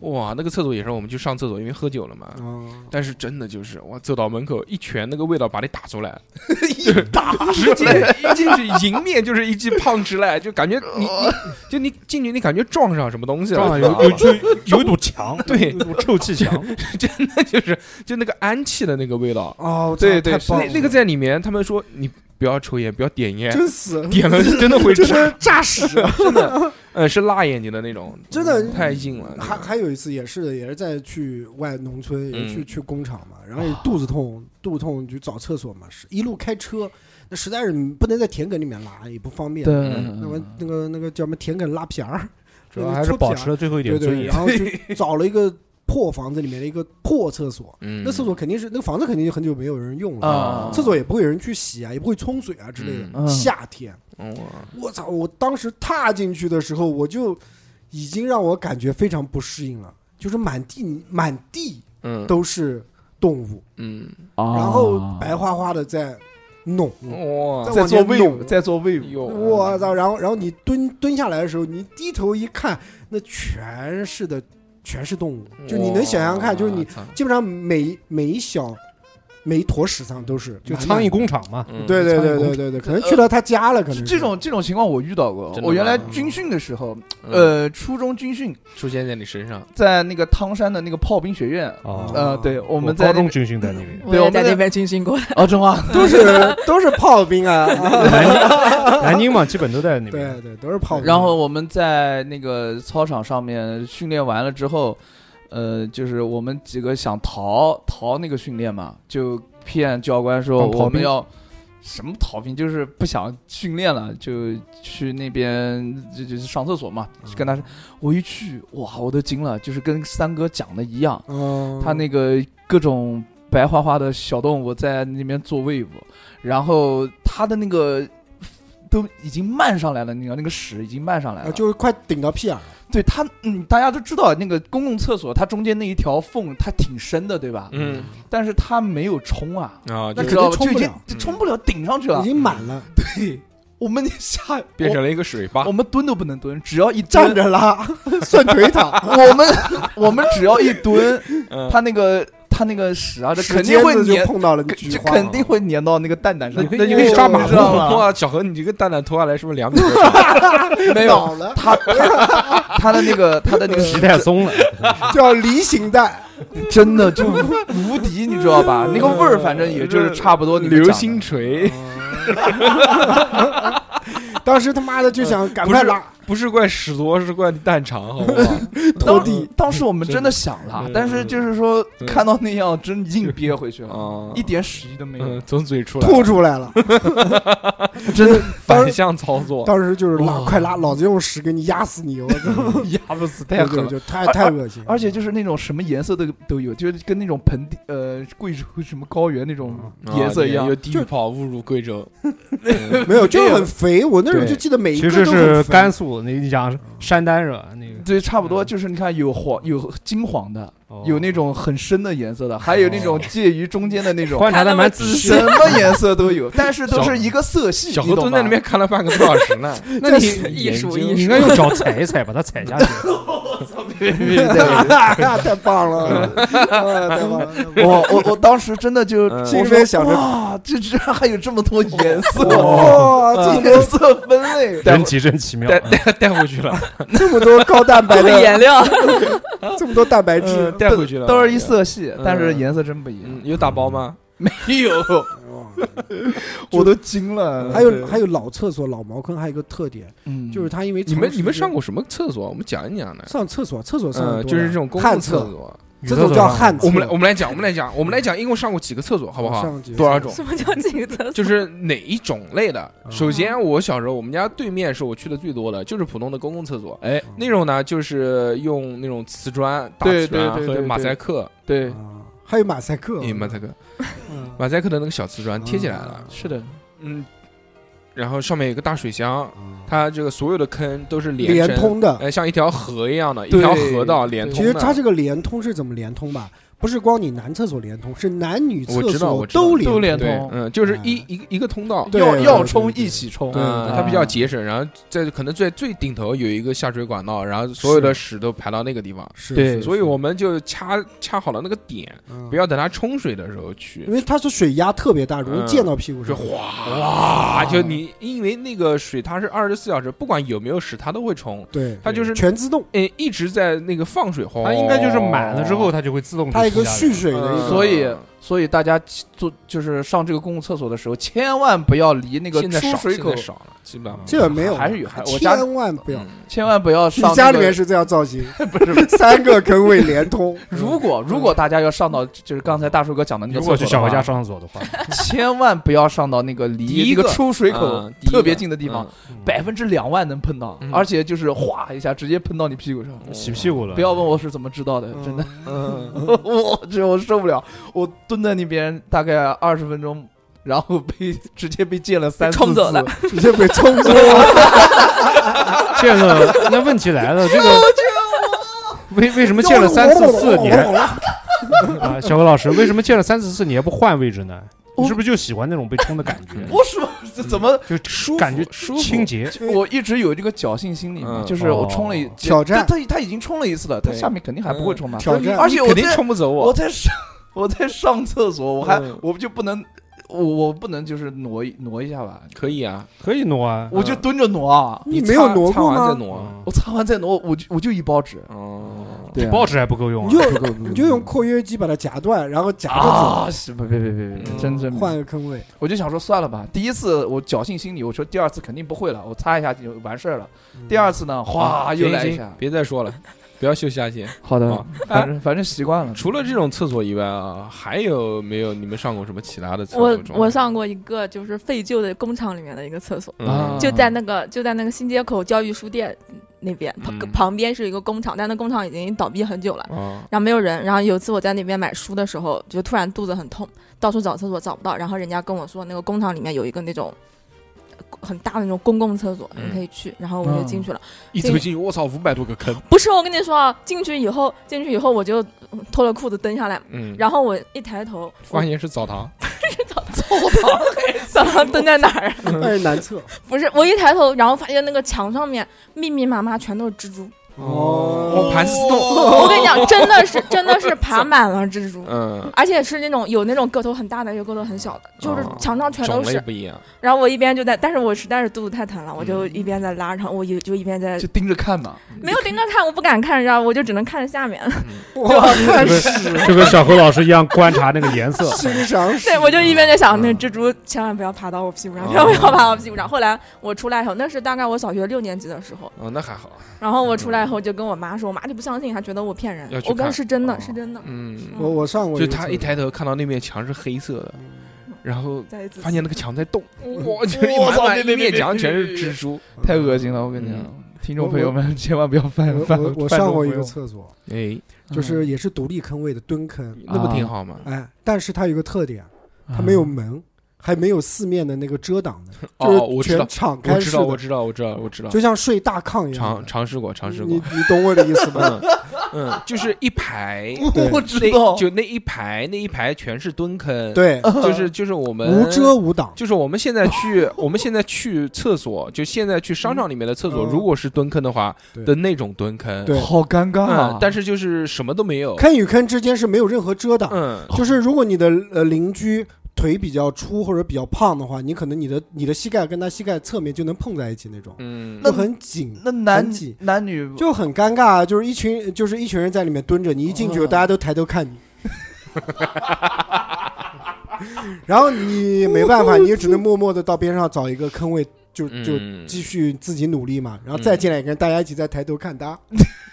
Speaker 2: 哇，那个厕所也是我们去上厕所，因为喝酒了嘛。但是真的就是，哇，走到门口一拳，那个味道把你打出来，一打 直接一进去，迎面就是一记胖直来，就感觉你你就你进去，你感觉撞上什么东西
Speaker 5: 撞
Speaker 2: 了，
Speaker 5: 上有有就有一堵墙，
Speaker 2: 对
Speaker 5: 有一堵臭气墙，
Speaker 2: 那就是就那个氨气的那个味道。
Speaker 3: 哦，
Speaker 2: 对对，
Speaker 3: 太棒
Speaker 2: 那
Speaker 3: 了
Speaker 2: 那个在里面，他们说你不要抽烟，不要点烟，
Speaker 3: 真死，
Speaker 2: 点了真的会
Speaker 3: 真
Speaker 2: 炸
Speaker 3: 的， 炸屎。
Speaker 2: 真 的，呃，是辣眼睛的那种，
Speaker 3: 真的
Speaker 2: 嗯太硬了，
Speaker 3: 还还有一次也是的，也是在去外农村，也是去、
Speaker 2: 嗯
Speaker 3: 去工厂嘛，然后也肚子痛，肚子痛就找厕所嘛，是一路开车，那实在是不能在田埂里面拉，也不方便。
Speaker 4: 对，
Speaker 2: 嗯
Speaker 3: 那么那个那个叫什么田埂拉皮儿，
Speaker 5: 主要还是保持了最后一点
Speaker 3: 对
Speaker 5: 尊
Speaker 3: 对，
Speaker 5: 严
Speaker 3: 然。后就找了一个破房子里面的一个破厕所，
Speaker 2: 嗯，
Speaker 3: 那厕所肯定是那个房子肯定很久没有人用了，
Speaker 4: 啊
Speaker 3: 厕所也不会有人去洗啊，也不会冲水啊之类的。
Speaker 4: 嗯
Speaker 3: 夏天，
Speaker 2: 嗯，哇
Speaker 3: 我操！我当时踏进去的时候，我就已经让我感觉非常不适应了，就是满地满地
Speaker 2: 嗯
Speaker 3: 都是动物，
Speaker 2: 嗯，
Speaker 3: 然
Speaker 4: 然
Speaker 3: 后白花花的在弄，
Speaker 2: 嗯哇，
Speaker 3: 在
Speaker 4: 在做
Speaker 3: 往前
Speaker 4: wave，
Speaker 3: 弄
Speaker 4: 在做 wave，
Speaker 2: 哟，
Speaker 3: 我操！然后然后你蹲蹲下来的时候，你低头一看，那全是的，全是动物，
Speaker 2: 嗯
Speaker 3: 就你能想象看，就是你
Speaker 2: 操
Speaker 3: 基本上每每一小每一坨屎上都是
Speaker 5: 就
Speaker 3: 满
Speaker 5: 苍
Speaker 3: 满
Speaker 5: 蝇工厂嘛，
Speaker 2: 嗯
Speaker 3: 对对
Speaker 5: 苍蝇
Speaker 3: 对
Speaker 5: 工
Speaker 3: 对对
Speaker 5: 厂
Speaker 3: 对，可能去了他家了，可能是
Speaker 4: 这种这种情况我遇到过
Speaker 2: 真的。吗
Speaker 4: 我原来军训的时候，
Speaker 2: 嗯
Speaker 4: 呃，初中军训
Speaker 2: 出现在你身上，
Speaker 4: 在那个汤山的那个炮兵学院，
Speaker 3: 嗯
Speaker 5: 啊，
Speaker 4: 呃，对，我
Speaker 5: 我
Speaker 4: 们在
Speaker 5: 高
Speaker 4: 那
Speaker 5: 中
Speaker 4: 个
Speaker 5: 军训在那边，
Speaker 6: 我
Speaker 4: 对我
Speaker 6: 也
Speaker 4: 们
Speaker 6: 在
Speaker 4: 在
Speaker 6: 那边军训过，
Speaker 4: 哦，真话，
Speaker 3: 都是都是炮兵啊， 啊
Speaker 5: 南京南京嘛，基本都在那边
Speaker 3: 对。对，都是炮兵。
Speaker 4: 然后我们在那个操场上面训练完了之后，呃，就是我们几个想逃逃那个训练嘛，就骗教官说
Speaker 5: 当逃兵
Speaker 4: 我们要什么逃兵，就是不想训练了，就去那边就就是上厕所嘛。跟他说，我一去，哇，我都惊了，就是跟三哥讲的一样，
Speaker 3: 嗯，
Speaker 4: 他那个各种白花花的小动物在那边做 wave，然后他它的那个都已经漫上来了，你知道那个屎已经漫上来
Speaker 3: 啊，
Speaker 4: 了。
Speaker 3: 就是快顶到屁眼了。
Speaker 4: 对它，嗯，大家都知道那个公共厕所，它中间那一条缝它挺深的，对吧？
Speaker 2: 嗯
Speaker 4: 但是它没有冲啊，
Speaker 2: 啊，就
Speaker 4: 那
Speaker 3: 肯
Speaker 4: 知道吧？
Speaker 3: 定冲不
Speaker 4: 就已经
Speaker 3: 了
Speaker 4: 就
Speaker 2: 嗯
Speaker 4: 冲不了，顶上去了
Speaker 3: 已。经满了，
Speaker 4: 对，我们 下
Speaker 2: 变成了一个水
Speaker 4: 我
Speaker 2: 坝
Speaker 3: 哦
Speaker 4: 我。们蹲都不能蹲，只要一
Speaker 3: 站
Speaker 4: 蹲，
Speaker 3: 着拉，算腿 躺，
Speaker 4: 我们我们只要一蹲，
Speaker 2: 嗯，
Speaker 4: 它那个它那个屎啊，这
Speaker 3: 使
Speaker 4: 肯定
Speaker 3: 尖
Speaker 4: 会
Speaker 3: 子就
Speaker 4: 粘，
Speaker 3: 碰到了
Speaker 4: 肯
Speaker 3: 菊
Speaker 4: 这
Speaker 3: 花。
Speaker 4: 肯定会粘到那个蛋蛋
Speaker 2: 那
Speaker 4: 上。
Speaker 2: 那就可以
Speaker 4: 哦
Speaker 2: 抓马
Speaker 4: 你
Speaker 2: 路
Speaker 4: 知道吗
Speaker 2: 哇，小何，你这个蛋蛋脱下来是不是两米多
Speaker 4: 没有，
Speaker 3: 倒了，
Speaker 4: 它它的那个它的那个
Speaker 5: 皮太松 了，
Speaker 3: 叫梨形蛋，
Speaker 4: 真的就无敌，你知道吧？那个味儿，反正也就是差不多 你们
Speaker 2: 流
Speaker 4: 讲的。
Speaker 2: 星锤？
Speaker 3: 当时他妈的就想赶快 拉，
Speaker 2: 呃不是怪屎多，是怪蛋肠，好不 好？
Speaker 4: 当
Speaker 3: 拖地，
Speaker 4: 当时我们真的想了
Speaker 2: 真的，
Speaker 4: 但是就是说
Speaker 2: 对
Speaker 4: 看到那样，真硬憋回去了，
Speaker 2: 啊，
Speaker 4: 一点屎意都没有
Speaker 2: 嗯，。从嘴出来，
Speaker 3: 吐出来了。
Speaker 4: 真的
Speaker 3: 当
Speaker 2: 反向操作，
Speaker 3: 当时就是拉，
Speaker 4: 哇
Speaker 3: 快拉，老子用屎给你压死你！我操，
Speaker 2: 压不死太狠
Speaker 3: 就
Speaker 2: 了。
Speaker 3: 就太太恶心了，
Speaker 4: 而且就是那种什么颜色都都有，就是跟那种盆地呃贵州什么高原那种颜色一
Speaker 2: 嗯
Speaker 4: 样
Speaker 2: 啊有。地狱跑侮辱贵州，嗯
Speaker 3: 没有就很肥。我那时候
Speaker 4: 对
Speaker 3: 就记得每一
Speaker 5: 其
Speaker 3: 个
Speaker 5: 实
Speaker 3: 都
Speaker 5: 是
Speaker 3: 很肥
Speaker 5: 甘肃，你你讲山丹是吧？那个
Speaker 4: 对，差不多就是你看有黄有金黄的，
Speaker 5: 哦
Speaker 4: 有那种很深的颜色的，还有那种介于中间的那种，
Speaker 5: 观察的蛮仔细
Speaker 4: 什
Speaker 5: 的，
Speaker 4: 么颜色都有，但是都是一个色系。
Speaker 2: 小
Speaker 4: 你
Speaker 2: 何
Speaker 4: 懂
Speaker 2: 蹲在
Speaker 4: 吧
Speaker 2: 那边看了半个多小时 呢。
Speaker 5: 那你
Speaker 2: 艺术
Speaker 5: 你应该用脚踩一踩，把它 踩下去。
Speaker 3: 太棒了，啊太棒了！
Speaker 4: 我我我当时真的就
Speaker 2: 嗯
Speaker 4: 我
Speaker 3: 心里
Speaker 4: 说
Speaker 3: 面想着，
Speaker 4: 哇，这居然还有这么多颜色，
Speaker 3: 哇，这
Speaker 4: 颜色 分类。
Speaker 5: 真奇真奇妙啊
Speaker 2: 带，带带回去了，
Speaker 3: 这么多高蛋白的，
Speaker 6: 颜料，
Speaker 3: 这么多蛋白质
Speaker 2: 嗯，带回去了，
Speaker 4: 都是一色系
Speaker 2: 嗯，
Speaker 4: 但是颜色真不一样
Speaker 2: 嗯。，有打包吗？
Speaker 4: 没有，
Speaker 2: 嗯
Speaker 3: 哇
Speaker 4: 我都惊了。
Speaker 3: 还有还有老厕所、老茅坑，还有一个特点，
Speaker 4: 嗯
Speaker 3: 就是它因为
Speaker 2: 你们
Speaker 3: 长时
Speaker 2: 你们
Speaker 3: 间
Speaker 2: 上过什么厕所？我们讲一讲呢。
Speaker 3: 上厕所，厕所上
Speaker 2: 嗯
Speaker 3: 得，多
Speaker 2: 就是
Speaker 3: 的
Speaker 2: 这种公
Speaker 3: 旱
Speaker 2: 共
Speaker 3: 厕
Speaker 2: 厕，所。
Speaker 5: 女
Speaker 3: 这
Speaker 5: 厕
Speaker 3: 种
Speaker 5: 所
Speaker 3: 叫
Speaker 5: 上
Speaker 3: 旱厕。
Speaker 2: 我
Speaker 4: 嗯
Speaker 2: 们来我们来讲，我们来讲，我们来讲，一共上过几个厕所，好不好？
Speaker 3: 上几个
Speaker 2: 多少
Speaker 3: 厕
Speaker 2: 种？
Speaker 3: 所
Speaker 6: 什么叫这个厕所？
Speaker 2: 就是哪一种类的？
Speaker 4: 哦
Speaker 3: 嗯
Speaker 2: 首先，我小时候我们家对面是我去的最多的，就是普通的公共厕所。
Speaker 4: 哎，
Speaker 2: 那种呢，就是用那种瓷砖、大
Speaker 4: 对
Speaker 2: 瓷砖
Speaker 4: 对对对
Speaker 2: 和
Speaker 4: 对
Speaker 2: 马赛克，
Speaker 4: 对，
Speaker 3: 啊还有马赛克，
Speaker 2: 哎，马赛克，
Speaker 3: 嗯
Speaker 2: 马赛克的那个小瓷砖贴起来了，
Speaker 4: 是的，
Speaker 2: 嗯，然后上面有个大水箱，
Speaker 3: 嗯
Speaker 2: 它这个所有的坑都是连
Speaker 3: 连
Speaker 2: 连，
Speaker 3: 通的。
Speaker 2: 哎，像一条河一样的，一
Speaker 4: 对
Speaker 2: 条河道连
Speaker 3: 其
Speaker 2: 通
Speaker 3: 实
Speaker 2: 的。
Speaker 3: 它这个连通是怎么连通吧？不是光你男厕所连通，是男女
Speaker 2: 我
Speaker 3: 厕
Speaker 2: 知道我
Speaker 3: 所
Speaker 2: 知道
Speaker 3: 都连
Speaker 4: 都
Speaker 3: 通。
Speaker 4: 连
Speaker 2: 对
Speaker 4: 通，，
Speaker 2: 嗯，就是一一个一个通道，
Speaker 3: 对
Speaker 4: 要
Speaker 3: 对
Speaker 4: 要
Speaker 3: 对
Speaker 4: 冲
Speaker 3: 对
Speaker 4: 一起冲，
Speaker 2: 嗯，
Speaker 4: 啊
Speaker 2: 它比较节省，然后在可能在最顶头有一个下水管道，然后所有的屎都排到那个地方，
Speaker 3: 是
Speaker 4: 对
Speaker 3: 是
Speaker 2: 所以我们就掐掐好了那个点，
Speaker 3: 嗯
Speaker 2: 不要等它冲水的时候
Speaker 3: 因
Speaker 2: 去，
Speaker 3: 为它是水压特别大，容易
Speaker 2: 嗯
Speaker 3: 溅到屁股
Speaker 2: 就
Speaker 3: 上。
Speaker 2: 哗哇，就你因为那个水它是二十四小时，不管有没有屎它都会冲，
Speaker 3: 对，
Speaker 2: 它就是
Speaker 3: 全自动，
Speaker 2: 嗯一直在那个放水，哦哗
Speaker 5: 它应该就是满了之后，，它就会自动
Speaker 3: 哦它有一
Speaker 5: 就
Speaker 3: 个
Speaker 5: 停下来
Speaker 3: 蓄水的一
Speaker 2: 嗯
Speaker 3: 个。
Speaker 4: 所以，所以大家做就是上这个公共厕所的时候，千万不要离那个
Speaker 2: 现在
Speaker 4: 出
Speaker 2: 少
Speaker 4: 水口
Speaker 2: 现在，少了，基本上
Speaker 3: 这个没有，
Speaker 4: 还是有还我家
Speaker 3: 千万不要。
Speaker 2: 嗯
Speaker 4: 千万不要
Speaker 3: 你
Speaker 4: 上。
Speaker 3: 家里面是这样造型，
Speaker 4: 不是？。
Speaker 3: 三个坑位连通
Speaker 2: 嗯
Speaker 4: 如果如果大家要上到就是刚才大叔哥讲的那个厕
Speaker 5: 如
Speaker 4: 所
Speaker 5: 果
Speaker 4: 的
Speaker 5: 去
Speaker 4: 话
Speaker 5: 小何家上厕所的 话，
Speaker 4: 千万不要上到那个
Speaker 2: 第
Speaker 4: 离
Speaker 2: 一
Speaker 4: 那
Speaker 2: 个
Speaker 4: 个出水口
Speaker 2: 嗯第一
Speaker 4: 特别
Speaker 2: 个
Speaker 4: 近的地方，
Speaker 5: 嗯
Speaker 4: 百分之两万能碰到
Speaker 2: 嗯，
Speaker 4: 而且就是哗一下直接喷到你屁股上。
Speaker 5: 洗屁股了。
Speaker 4: 不要问我是怎么知道的，真的，
Speaker 2: 嗯。嗯
Speaker 4: 我这我受不了，我蹲在那边大概二十分钟，然后被直接被溅了三四
Speaker 6: 冲走
Speaker 4: 次
Speaker 6: 了，
Speaker 3: 直接被冲走了。
Speaker 5: 这个，那问题来了，哦这个为为什么见了三四次 你还啊，小何老师，为什么见了三四次你还不换位置呢？你是不是就喜欢那种被冲的感觉？
Speaker 4: 我什么这怎么？
Speaker 5: 就
Speaker 2: 舒服
Speaker 5: 感觉
Speaker 2: 舒服
Speaker 5: 清 洁，
Speaker 4: 我一直有这个侥幸心理嘛，
Speaker 2: 嗯
Speaker 4: 就是我冲了一
Speaker 5: 哦
Speaker 3: 挑战
Speaker 4: 他他他已经冲了一次了，他
Speaker 2: 对
Speaker 4: 下面肯定还不会冲嘛。
Speaker 3: 挑战
Speaker 4: 而且
Speaker 2: 你
Speaker 4: 我
Speaker 2: 肯定
Speaker 4: 在
Speaker 2: 冲不走
Speaker 4: 我
Speaker 2: 我，
Speaker 4: 在上我在上厕所，我还
Speaker 2: 嗯
Speaker 4: 我就不能我我不能就是挪一挪一下吧，
Speaker 2: 可以啊，
Speaker 5: 可以挪啊。
Speaker 4: 我就蹲着挪啊，
Speaker 3: 你
Speaker 2: 擦
Speaker 3: 没有挪
Speaker 2: 擦
Speaker 3: 过
Speaker 2: 完再
Speaker 3: 吗？嗯
Speaker 2: 挪，
Speaker 4: 我擦完再挪，我就我就一包纸，
Speaker 2: 哦，
Speaker 4: 对啊
Speaker 5: 报纸还不够用
Speaker 3: 你
Speaker 5: 啊
Speaker 3: 就你就用括约肌把它夹断，然后夹着走，
Speaker 4: 啊，是不别别别别
Speaker 2: 嗯，
Speaker 4: 真真
Speaker 3: 换个坑位。
Speaker 4: 我就想说算了吧，第一次我侥幸心理，我说第二次肯定不会了，我擦一下就完事儿了。第二次呢，哗又
Speaker 2: 行
Speaker 4: 来
Speaker 2: 啊
Speaker 4: 一
Speaker 2: 行
Speaker 4: 下，
Speaker 2: 别再说了，不要秀下限。
Speaker 4: 啊好
Speaker 2: 啊
Speaker 4: 的，反正反正习惯了。
Speaker 2: 除了这种厕所以外啊，还有没有你们上过什么其他的厕所
Speaker 6: 我
Speaker 2: 中？
Speaker 6: 我上过一个就是废旧的工厂里面的一个厕所，
Speaker 2: 嗯
Speaker 4: 啊
Speaker 6: 就在那个就在那个新街口教育书店那边，旁
Speaker 2: 嗯
Speaker 6: 旁边是一个工厂，但那工厂已经倒闭很久了。
Speaker 2: 啊，
Speaker 6: 然后没有人。然后有一次我在那边买书的时候，就突然肚子很痛，到处找厕所找不到。然后人家跟我说，那个工厂里面有一个那种呃很大的那种公共厕所，
Speaker 2: 嗯
Speaker 6: 你可以去。然后我就进去了。
Speaker 2: 一走进去，我操，五百多个坑，
Speaker 6: 不是，我跟你说啊，进去以后，进去以后我就嗯脱了裤子蹲下来，
Speaker 2: 嗯，
Speaker 6: 然后我一抬头，
Speaker 2: 发现是澡堂，
Speaker 6: 怎么蹲在哪儿啊？
Speaker 3: 但是难测。
Speaker 6: 不是，我一抬头，然后发现那个墙上面密密麻麻全都是蜘蛛。
Speaker 2: 哦，盘丝洞，
Speaker 6: 我跟你讲，真的是真的是爬满了蜘蛛。
Speaker 2: 嗯，
Speaker 6: 而且是那种有那种个头很大的，有个头很小的，就是
Speaker 2: 哦
Speaker 6: 墙上全
Speaker 2: 种
Speaker 6: 都
Speaker 2: 类
Speaker 6: 是。
Speaker 2: 不一样，
Speaker 6: 然后我一边就在，但是我实在是肚子太疼了，我就
Speaker 2: 嗯
Speaker 6: 一边在拉，然后我也就一边在
Speaker 4: 就盯着看嘛。
Speaker 6: 没有盯着看，我不敢看，你知道，我就只能看着 下面。
Speaker 3: 哇，看。
Speaker 5: 就跟小何老师一样观察那个颜色
Speaker 3: 欣赏史
Speaker 6: 对，我就一边在想，那
Speaker 2: 嗯
Speaker 6: 蜘蛛千万不要爬到我屁股上，
Speaker 2: 哦
Speaker 6: 千万不要爬到我屁股上。后来我出来以后，那是大概我小学六年级的时候，
Speaker 2: 哦，那还好，
Speaker 6: 然后我出来以后就跟我妈说，我妈就不相信，还觉得我骗人
Speaker 2: 要。去
Speaker 6: 我跟
Speaker 2: 看
Speaker 6: 是真
Speaker 2: 哦
Speaker 6: 的，是真的。
Speaker 2: 嗯，
Speaker 3: 我我上过
Speaker 2: 就
Speaker 3: 个
Speaker 2: 他
Speaker 3: 厕
Speaker 2: 一
Speaker 3: 所
Speaker 2: 抬头看到那面墙是黑色的，然后
Speaker 6: 再一次
Speaker 2: 发现那个墙在动，
Speaker 4: 嗯
Speaker 2: 哇，就
Speaker 4: 我
Speaker 2: 满
Speaker 4: 操
Speaker 2: 满
Speaker 4: 别
Speaker 2: 一
Speaker 4: 别别
Speaker 2: 面
Speaker 4: 别
Speaker 2: 墙
Speaker 4: 别
Speaker 2: 全
Speaker 4: 别
Speaker 2: 是
Speaker 4: 别
Speaker 2: 蜘蛛，
Speaker 4: 太恶心了，我跟你讲，听众朋友们千万不要犯
Speaker 3: 嗯我
Speaker 4: 犯。
Speaker 3: 我我
Speaker 4: 犯这
Speaker 3: 上
Speaker 4: 种
Speaker 3: 过一
Speaker 4: 朋
Speaker 3: 个
Speaker 4: 友
Speaker 3: 厕所，
Speaker 2: 哎，
Speaker 3: 就是也是独立坑位的蹲坑，
Speaker 2: 那不挺
Speaker 4: 啊
Speaker 2: 好吗？
Speaker 3: 哎，但是它有一个特点，它没有
Speaker 4: 嗯
Speaker 3: 门，还没有四面的那个遮挡 的，
Speaker 2: 哦，
Speaker 3: 啊就
Speaker 2: 我
Speaker 3: 是
Speaker 2: 知道
Speaker 3: 全，敞
Speaker 2: 我
Speaker 3: 开
Speaker 2: 知
Speaker 3: 式
Speaker 2: 道，我
Speaker 3: 的，
Speaker 2: 知道，我知道，我知道，
Speaker 3: 就像睡大炕一样
Speaker 2: 尝
Speaker 3: 的。
Speaker 2: 尝试过，尝试
Speaker 3: 你
Speaker 2: 过，
Speaker 3: 你懂我的意思 吧？
Speaker 2: 嗯嗯，就是一排。
Speaker 3: 对
Speaker 4: 我知
Speaker 2: 那
Speaker 4: 道，
Speaker 2: 就那一排，那一排全是蹲坑，，
Speaker 3: 对，
Speaker 2: 就是就是我们
Speaker 3: 无遮无挡，
Speaker 2: 就是我们现在去， 我们现在去厕所，就现在去商场里面的厕所，
Speaker 3: 嗯
Speaker 2: 如果是蹲坑的话
Speaker 3: 对
Speaker 2: 的那种蹲坑，
Speaker 3: 对
Speaker 4: 好尴尬
Speaker 2: 嗯
Speaker 4: 啊！，
Speaker 2: 但是就是什么都没有，
Speaker 3: 坑与坑之间是没有任何遮挡。
Speaker 2: 嗯，
Speaker 3: 就是如果你的呃邻居腿比较粗或者比较胖的话，你可能你的你的膝盖跟他膝盖侧面就能碰在一起那种，
Speaker 2: 嗯
Speaker 3: 就很紧，
Speaker 4: 那男
Speaker 3: 很挤
Speaker 4: 男女
Speaker 3: 就很尴尬啊。就是一群就是一群人在里面蹲着，你一进去
Speaker 4: 哦
Speaker 3: 大家都抬头看你。 然后你没办法，你也只能默默的到边上找一个坑位，就就
Speaker 2: 嗯
Speaker 3: 继续自己努力嘛。然后再进来一个人，大家一起再抬头看他，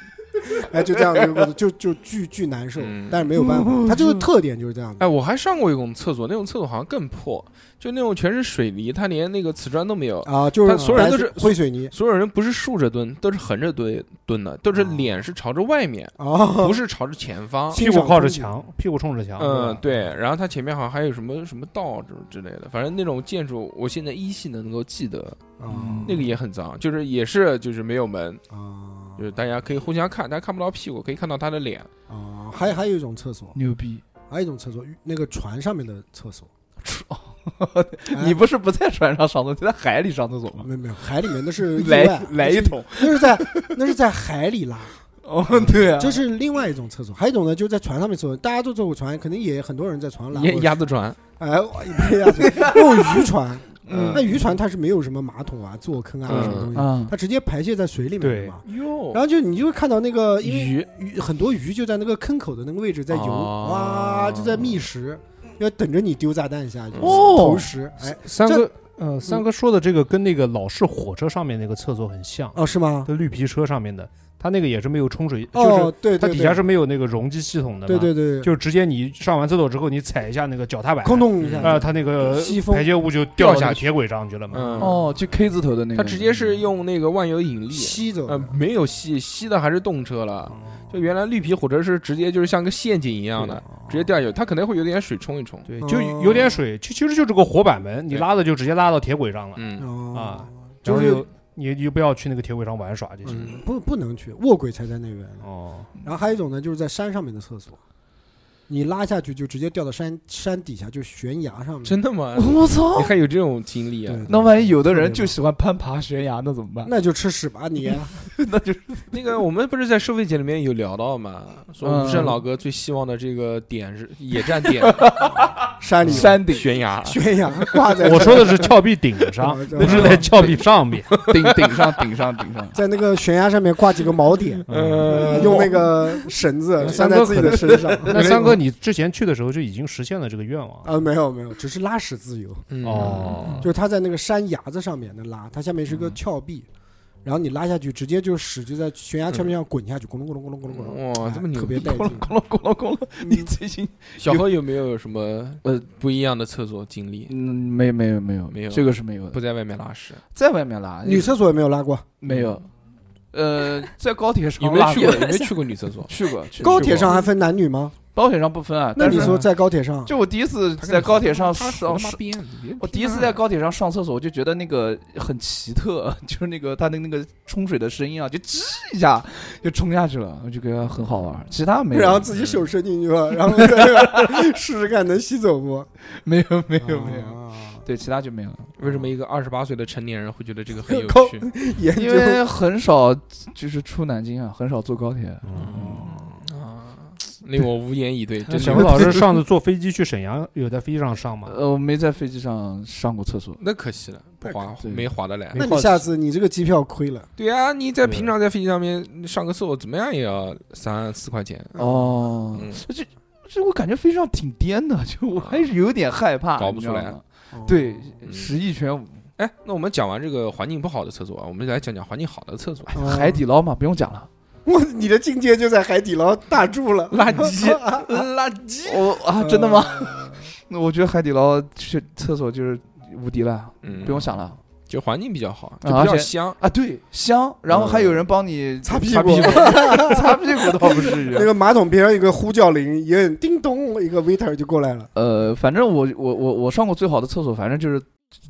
Speaker 3: 哎，就这样就过去就就巨巨难受
Speaker 2: 嗯，
Speaker 3: 但是没有办法，他这个特点就是这样
Speaker 2: 哎，
Speaker 3: 的。
Speaker 2: 我还上过一种厕所，那种厕所好像更破，就那种全是水泥，它连那个瓷砖都没有，
Speaker 3: 啊，就是
Speaker 2: 他所有人都是
Speaker 3: 白灰水泥
Speaker 2: 所有人不是竖着蹲，都是横着蹲蹲的，都是
Speaker 3: 哦
Speaker 2: 脸是朝着外面，
Speaker 3: 啊
Speaker 2: 不，是啊朝着前方。
Speaker 5: 屁股靠着墙，屁股冲着墙。
Speaker 2: 嗯，
Speaker 5: 对
Speaker 2: 对，然后它前面好像还有什么什么道之之类的，反正那种建筑，我现在依稀能够记得，
Speaker 3: 啊
Speaker 2: 那个也很脏，就是也是就是没有门，
Speaker 3: 啊
Speaker 2: 就是大家可以互相看，但看不到屁股，可以看到他的脸。
Speaker 3: 啊！还还有一种厕所，
Speaker 4: 牛逼。
Speaker 3: 还有一种厕所，那个船上面的厕所，哎
Speaker 4: 你不是不在船上上厕所，就在海里上厕所吗？
Speaker 3: 没有没有，海里面那是意
Speaker 4: 来
Speaker 3: 外，
Speaker 4: 来一桶，
Speaker 3: 那是在那是在海里拉，
Speaker 4: 哦，对啊，
Speaker 3: 这是另外一种厕所。还有一种呢，就是在船上面厕所，大家都坐过船，肯定也很多人在船上拉
Speaker 2: 鸭
Speaker 3: 过。
Speaker 2: 鸭子船，
Speaker 3: 哎，我不鸭子，啊用渔船，
Speaker 2: 嗯
Speaker 3: 那渔船它是没有什么马桶啊、坐坑啊
Speaker 2: 嗯
Speaker 3: 什么东西，
Speaker 4: 啊，
Speaker 3: 它直接排泄在水里面的嘛。
Speaker 2: 哟
Speaker 3: 然后就你就会看到那个，因为
Speaker 2: 鱼
Speaker 3: 鱼很多鱼就在那个坑口的那个位置在游，
Speaker 2: 哦
Speaker 3: 哇，就在觅食，要等着你丢炸弹下去、
Speaker 4: 哦
Speaker 3: 投食。哎，
Speaker 5: 三
Speaker 3: 这
Speaker 5: 哥，嗯，三哥说的这个跟那个老式火车上面那个厕所很像，
Speaker 3: 哦，是吗？
Speaker 5: 跟绿皮车上面的，它那个也是没有冲水，就是
Speaker 3: 哦，对
Speaker 5: 它
Speaker 3: 对
Speaker 5: 底下
Speaker 3: 对，
Speaker 5: 是没有那个容积系统的，
Speaker 3: 对，对对，
Speaker 5: 就直接你上完厕所之后，你踩一下那个脚踏板，
Speaker 3: 空洞一下
Speaker 2: 嗯
Speaker 5: 啊、它那个
Speaker 3: 西风
Speaker 5: 排泄物就掉
Speaker 2: 掉
Speaker 5: 到
Speaker 2: 下
Speaker 5: 那个
Speaker 2: 去
Speaker 5: 铁轨上去了嘛。
Speaker 2: 嗯，
Speaker 4: 哦，就 K 字头的那个，
Speaker 2: 它直接是用那个万有引力，
Speaker 3: 吸走
Speaker 5: 嗯
Speaker 2: 呃，
Speaker 3: 的。
Speaker 2: 没有吸吸的还是动车了。就原来绿皮火车是直接就是像个陷阱一样的，直接掉下去，它可能会有点水冲一冲。
Speaker 5: 对，
Speaker 3: 哦
Speaker 5: 就有点水，其其实就是个活板门，你
Speaker 2: 对
Speaker 5: 拉的就直接拉到铁轨上了，
Speaker 2: 嗯，
Speaker 3: 哦
Speaker 5: 啊，
Speaker 3: 就
Speaker 5: 然后
Speaker 3: 是
Speaker 5: 就你你就不要去那个铁轨上玩耍就行。
Speaker 3: 嗯，不不能去，卧轨才在那边呢。
Speaker 5: 哦，
Speaker 3: 然后还有一种呢，就是在山上面的厕所，你拉下去就直接掉到山山底下，就悬崖上面。
Speaker 2: 真的吗？
Speaker 4: 我操
Speaker 2: 你！还有这种经历啊
Speaker 3: 对？，
Speaker 4: 那万一有的人就喜欢攀爬悬崖，那怎么 办？
Speaker 3: 那就吃屎吧你！啊
Speaker 4: 那就是
Speaker 2: 那个我们不是在收费节里面有聊到嘛，说
Speaker 4: 嗯
Speaker 2: 吴胜老哥最希望的这个点是野战点
Speaker 3: 山里
Speaker 4: 山顶
Speaker 2: 悬崖，
Speaker 3: 悬崖挂在
Speaker 5: 哦我说的是峭壁顶上，
Speaker 3: 上，，
Speaker 5: 不是在峭壁上面。
Speaker 4: 顶顶上顶上顶 上
Speaker 3: 在那个悬崖上面挂几个锚点，
Speaker 2: 嗯
Speaker 3: 呃，用那个绳子拴在自己的身上。
Speaker 5: 那三哥，你之前去的时候就已经实现了这个愿望了。
Speaker 3: 啊，没有没有，只是拉屎自由，
Speaker 4: 啊
Speaker 2: 嗯
Speaker 5: 哦，
Speaker 3: 就是他在那个山崖子上面那拉，它下面是个
Speaker 4: 嗯
Speaker 3: 峭壁，然后你拉下去，直接就屎就在悬崖峭
Speaker 4: 嗯
Speaker 3: 壁上滚下去，咕隆咕隆咕隆咕隆咕隆，哎
Speaker 2: 哇，这么牛
Speaker 3: 特别
Speaker 2: 逼！
Speaker 3: 带
Speaker 4: 咕
Speaker 3: 劲
Speaker 4: 噜。咕噜咕噜咕噜，你最近
Speaker 2: 小何有没有什么呃不一样的厕所经历？
Speaker 4: 嗯没没有没有
Speaker 2: 没有
Speaker 4: 这个是没有的，
Speaker 2: 不在外面拉屎，
Speaker 4: 在外面拉
Speaker 3: 女厕所也没有拉过，
Speaker 4: 没有，呃，在高铁上
Speaker 2: 有没有去过？
Speaker 4: 拉
Speaker 2: 有没有去过女厕所？
Speaker 4: 去过，去过
Speaker 3: 高铁上还分男女吗？
Speaker 4: 高铁上不分啊。
Speaker 3: 那
Speaker 4: 但
Speaker 3: 你
Speaker 4: 是
Speaker 3: 说在高铁上，
Speaker 4: 就我第一次在高铁上
Speaker 2: 他手
Speaker 4: 上
Speaker 2: 他妈编，你别
Speaker 4: 我第一次在高铁上上厕所，我就觉得那个很奇特，就是那个它的那个冲水的声音啊，就吱一下就冲下去了，我就觉得很好玩。其他没有，嗯
Speaker 3: 然后自己手伸进去了，然后在 那个试试看能吸走不？ 啊
Speaker 4: 没有没有没有，
Speaker 3: 有，
Speaker 4: 对，其他就没有了，
Speaker 2: 为什么一个二十八岁的成年人会觉得这个很有
Speaker 3: 高
Speaker 2: 趣？
Speaker 3: 研
Speaker 4: 因
Speaker 3: 究
Speaker 4: 为很少就是出南京啊，很少坐高铁。
Speaker 2: 啊，令我无言以对。真
Speaker 5: 小文
Speaker 2: 的，
Speaker 5: 老师上次坐飞机去沈阳，有在飞机上上吗？
Speaker 4: 呃，我没在飞机上上过厕所，
Speaker 2: 那可惜了，不划
Speaker 4: 对
Speaker 2: 没划得来。
Speaker 3: 那你下次你这个机票亏了，
Speaker 2: 对啊，你在
Speaker 5: 对
Speaker 2: 平常在飞机上面上个厕所，怎么样也要三四块钱。
Speaker 4: 哦，
Speaker 2: 嗯
Speaker 4: 这这我感觉飞机上挺颠的，就我还是有点害怕，
Speaker 2: 搞不出来
Speaker 4: 你知道吗。对，
Speaker 2: 嗯
Speaker 4: 十亿全无，
Speaker 2: 哎，那我们讲完这个环境不好的厕所啊，我们来讲讲环境好的厕所。
Speaker 3: 哦，
Speaker 4: 海底捞嘛，不用讲了。
Speaker 3: 我你的境界就在海底捞大住了，
Speaker 4: 垃 圾，垃圾！我啊，真的吗？嗯那我觉得海底捞去厕所就是无敌了，
Speaker 2: 嗯，
Speaker 4: 不用想了
Speaker 2: 就环境比较好，就
Speaker 4: 啊
Speaker 2: 比较
Speaker 4: 而且
Speaker 2: 香。
Speaker 4: 啊。对，香，然后还有人帮你
Speaker 3: 擦屁
Speaker 4: 擦
Speaker 3: 股
Speaker 4: 屁股，擦屁股倒不至于
Speaker 5: 啊
Speaker 3: 那。个马桶边上有个呼叫铃，一摁叮咚，一个 waiter 就过来了。
Speaker 4: 呃，反正我我我我上过最好的厕所，反正就是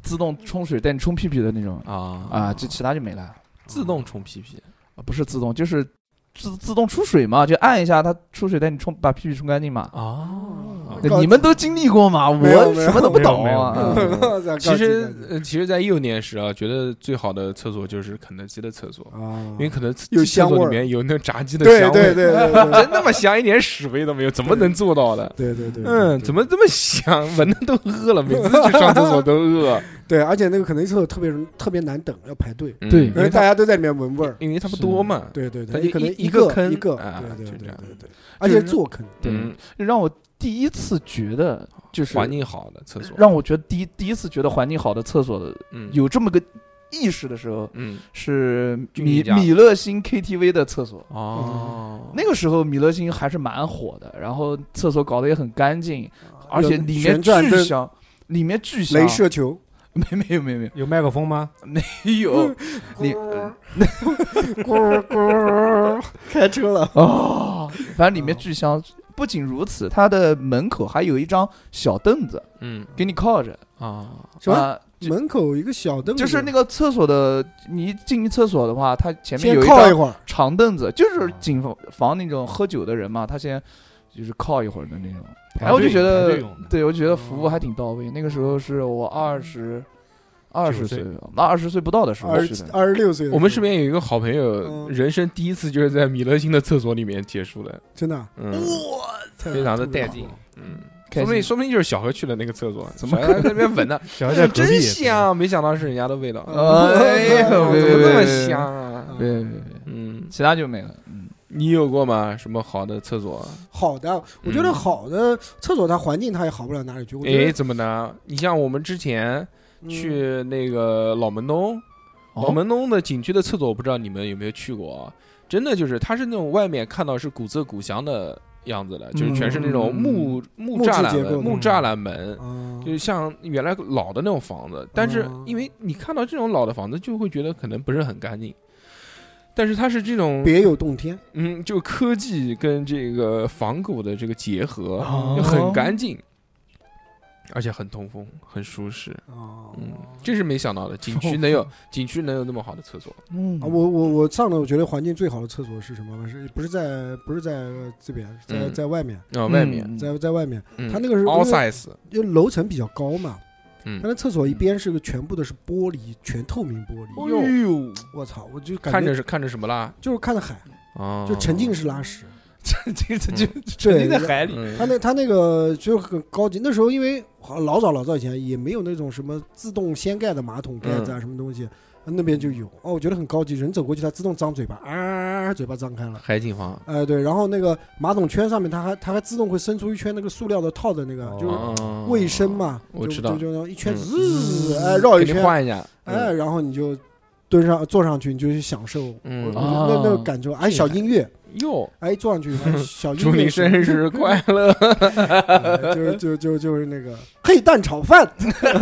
Speaker 4: 自动冲水带你冲屁屁的那种
Speaker 2: 啊
Speaker 4: 啊，就其他就没了。
Speaker 2: 自动冲屁屁，
Speaker 4: 啊不是自动，就是自自动出水嘛，就按一下它出水带你冲把屁屁冲干净嘛。啊
Speaker 2: 哦
Speaker 4: 对
Speaker 3: 高级
Speaker 4: 你们都经历过嘛？
Speaker 3: 没有
Speaker 4: 我
Speaker 3: 没有
Speaker 4: 什么都不懂
Speaker 5: 没有
Speaker 4: 啊。
Speaker 5: 没有
Speaker 4: 啊
Speaker 2: 其实，呃其实，在幼年时啊，觉得最好的厕所就是肯德基的厕所，
Speaker 3: 啊
Speaker 2: 因，为肯德基
Speaker 3: 有
Speaker 2: 厕
Speaker 3: 香味
Speaker 2: 所
Speaker 3: 儿
Speaker 2: 里面有那种炸鸡的
Speaker 3: 对
Speaker 2: 香味，
Speaker 3: 对对对 对
Speaker 2: 真那么香，一点屎味都没有，怎么能做到的？
Speaker 3: 对对对，
Speaker 2: 嗯，怎
Speaker 3: 么
Speaker 2: 么这么香？闻的都饿了，每 次去上厕所都饿。
Speaker 3: 对？而且那个肯德基厕所特别容特别难等，要排队，
Speaker 2: 嗯
Speaker 4: 对
Speaker 2: 因
Speaker 3: 因
Speaker 2: 为
Speaker 3: 为大
Speaker 2: 它
Speaker 3: 家都在里面闻味儿。
Speaker 2: 因为它不多嘛。
Speaker 3: 对对
Speaker 2: 它
Speaker 3: 对，
Speaker 2: 就
Speaker 3: 你可能
Speaker 2: 一一
Speaker 3: 个
Speaker 2: 个坑
Speaker 3: 一个，
Speaker 2: 啊
Speaker 3: 对
Speaker 2: 就
Speaker 3: 对
Speaker 2: 这
Speaker 3: 对
Speaker 2: 样
Speaker 3: 对对，而
Speaker 2: 就
Speaker 3: 且
Speaker 2: 是
Speaker 3: 坐坑，
Speaker 4: 对
Speaker 2: 嗯，
Speaker 4: 让我第一次觉得就是
Speaker 2: 环境好的厕所，
Speaker 4: 让我觉得第一第一次觉得环境好的厕所的
Speaker 2: 嗯
Speaker 4: 有这么个意识的时候，
Speaker 2: 嗯
Speaker 4: 是
Speaker 2: 俊逸
Speaker 4: 米
Speaker 2: 家
Speaker 4: 米勒星 KTV 的厕所。
Speaker 2: 哦，
Speaker 4: 那个时候米勒星还是蛮火的，然后厕所搞得也很干净，而且里面
Speaker 3: 啊旋转
Speaker 4: 巨
Speaker 3: 灯、
Speaker 4: 香，里面巨香。
Speaker 3: 镭射球，
Speaker 4: 没没有没有没有
Speaker 5: 有麦克风吗？
Speaker 4: 没有，你
Speaker 3: 咕咕，开车了。
Speaker 4: 哦，反正里面巨香。不仅如此，它的门口还有一张小凳子
Speaker 2: 嗯
Speaker 4: 给你靠着
Speaker 2: 啊，
Speaker 3: 什么
Speaker 4: 啊就
Speaker 3: 门口一个小凳子，
Speaker 4: 就是那个厕所的，你一进厕所的话，它前面有
Speaker 3: 先
Speaker 4: 一
Speaker 3: 靠一
Speaker 4: 张
Speaker 3: 会儿，
Speaker 4: 长凳子，就是警方防那种喝酒的人嘛，他先就是靠一会儿的那种。哎，我就觉
Speaker 5: 排
Speaker 4: 得
Speaker 5: 队用的，
Speaker 4: 对我就觉得服务还挺到位。那个时候是我二十二十岁
Speaker 5: 九，
Speaker 4: 那二十岁不到的时候
Speaker 3: 二
Speaker 4: 去的。
Speaker 3: 二十六岁的时候，
Speaker 2: 我们身边有一个好朋友，
Speaker 3: 嗯
Speaker 2: 人生第一次就是在米勒星的厕所里面结束的，
Speaker 3: 真的
Speaker 2: 嗯，
Speaker 3: 特别
Speaker 2: 非常的
Speaker 3: 特别
Speaker 2: 带
Speaker 3: 好
Speaker 2: 劲，嗯。
Speaker 4: 开
Speaker 2: 说不定
Speaker 4: 心
Speaker 2: 说不定就是小何去的那个厕所，
Speaker 4: 怎么
Speaker 2: 小何在那 边闻的？
Speaker 5: 小孩在隔壁
Speaker 2: 真
Speaker 5: 也是
Speaker 2: 香！没想到是人家的味道，嗯
Speaker 4: 哎呦，
Speaker 2: 怎么
Speaker 4: 别
Speaker 2: 这么？
Speaker 4: 别别别
Speaker 2: 香啊？
Speaker 4: 别别别别，
Speaker 2: 嗯，
Speaker 4: 其他就没了。嗯，
Speaker 2: 你有过吗？什么好的厕所？
Speaker 3: 好的，我
Speaker 2: 嗯
Speaker 3: 觉得好的厕所它环境它也好不了哪里去。我觉
Speaker 2: 哎，
Speaker 3: 得
Speaker 2: 怎么呢？你像我们之前
Speaker 3: 嗯哦
Speaker 2: 去那个老门东，
Speaker 4: 哦
Speaker 2: 老门东的景区的厕所，我不知道你们有没有去过啊？真的就是，它是那种外面看到是古色古香的样子的，就是全是那种木木
Speaker 3: 嗯木质
Speaker 2: 栅栏
Speaker 3: 结构
Speaker 2: 门，
Speaker 3: 的
Speaker 2: 木栅栏门，
Speaker 3: 嗯
Speaker 2: 就像原来老的那种房子。但是
Speaker 3: 嗯
Speaker 2: 因为你看到这种老的房子，就会觉得可能不是很干净。但是它是这种，
Speaker 3: 别有洞天，
Speaker 2: 嗯，就科技跟这个仿古的这个结合，
Speaker 3: 哦
Speaker 2: 很干净，而且很通风，很舒适。
Speaker 3: 哦
Speaker 2: 嗯，这是没想到的，景 区能有景区能有那么好的厕所。
Speaker 4: 嗯
Speaker 3: 啊，我我我上的我觉得环境最好的厕所是什么？是不是在不是在这边，在
Speaker 2: 嗯
Speaker 3: 在外面，
Speaker 2: 啊，外面，
Speaker 3: 在在外面，
Speaker 2: 嗯
Speaker 3: 它那个是
Speaker 2: all
Speaker 3: 因为
Speaker 2: size，
Speaker 3: 因为楼层比较高嘛，
Speaker 2: 嗯
Speaker 3: 它，的厕所一边是个全部的是玻璃，全透明玻璃。
Speaker 2: 哟
Speaker 4: 呦，
Speaker 3: 我操，我就
Speaker 2: 看
Speaker 3: 哎感
Speaker 2: 着
Speaker 3: 觉
Speaker 2: 是看着什么啦？
Speaker 3: 就是看着海，
Speaker 2: 哦，
Speaker 3: 就沉浸式拉屎。
Speaker 4: 这这这
Speaker 2: 就
Speaker 4: 就
Speaker 3: 沉
Speaker 4: 沉
Speaker 3: 浸
Speaker 4: 浸
Speaker 3: 在
Speaker 4: 在
Speaker 3: 海
Speaker 4: 海
Speaker 2: 嗯。
Speaker 4: 里。
Speaker 3: 他那他那个就很高级，那时候因为好老早老早以前也没有那种什么自动掀盖的马桶盖
Speaker 2: 嗯
Speaker 3: 子啊，什么东西，那边就有哦，我觉得很高级，人走过去它自动张嘴巴，啊，嘴巴张开了。
Speaker 2: 海景房，
Speaker 3: 哎，对，然后那个马桶圈上面，它还它还自动会伸出一圈那个塑料的套的那个，就是
Speaker 2: 哦
Speaker 3: 卫生，嘛，
Speaker 2: 我
Speaker 3: 就
Speaker 2: 知道
Speaker 3: 就就那种一圈
Speaker 2: 嗯
Speaker 3: 滋，哎，绕
Speaker 2: 给
Speaker 3: 一
Speaker 2: 你嗯
Speaker 3: 圈，
Speaker 2: 换一下，
Speaker 3: 哎，然后你就蹲上坐上去，你就去享受，
Speaker 2: 嗯
Speaker 3: 我我那那个
Speaker 4: 啊
Speaker 3: 感受，哎，小音乐，
Speaker 2: 哟，
Speaker 3: 哎，坐上去，哎 小音乐
Speaker 2: 祝
Speaker 3: 声，
Speaker 2: 你生日快乐！
Speaker 3: 哎就就就就是那个黑蛋炒饭，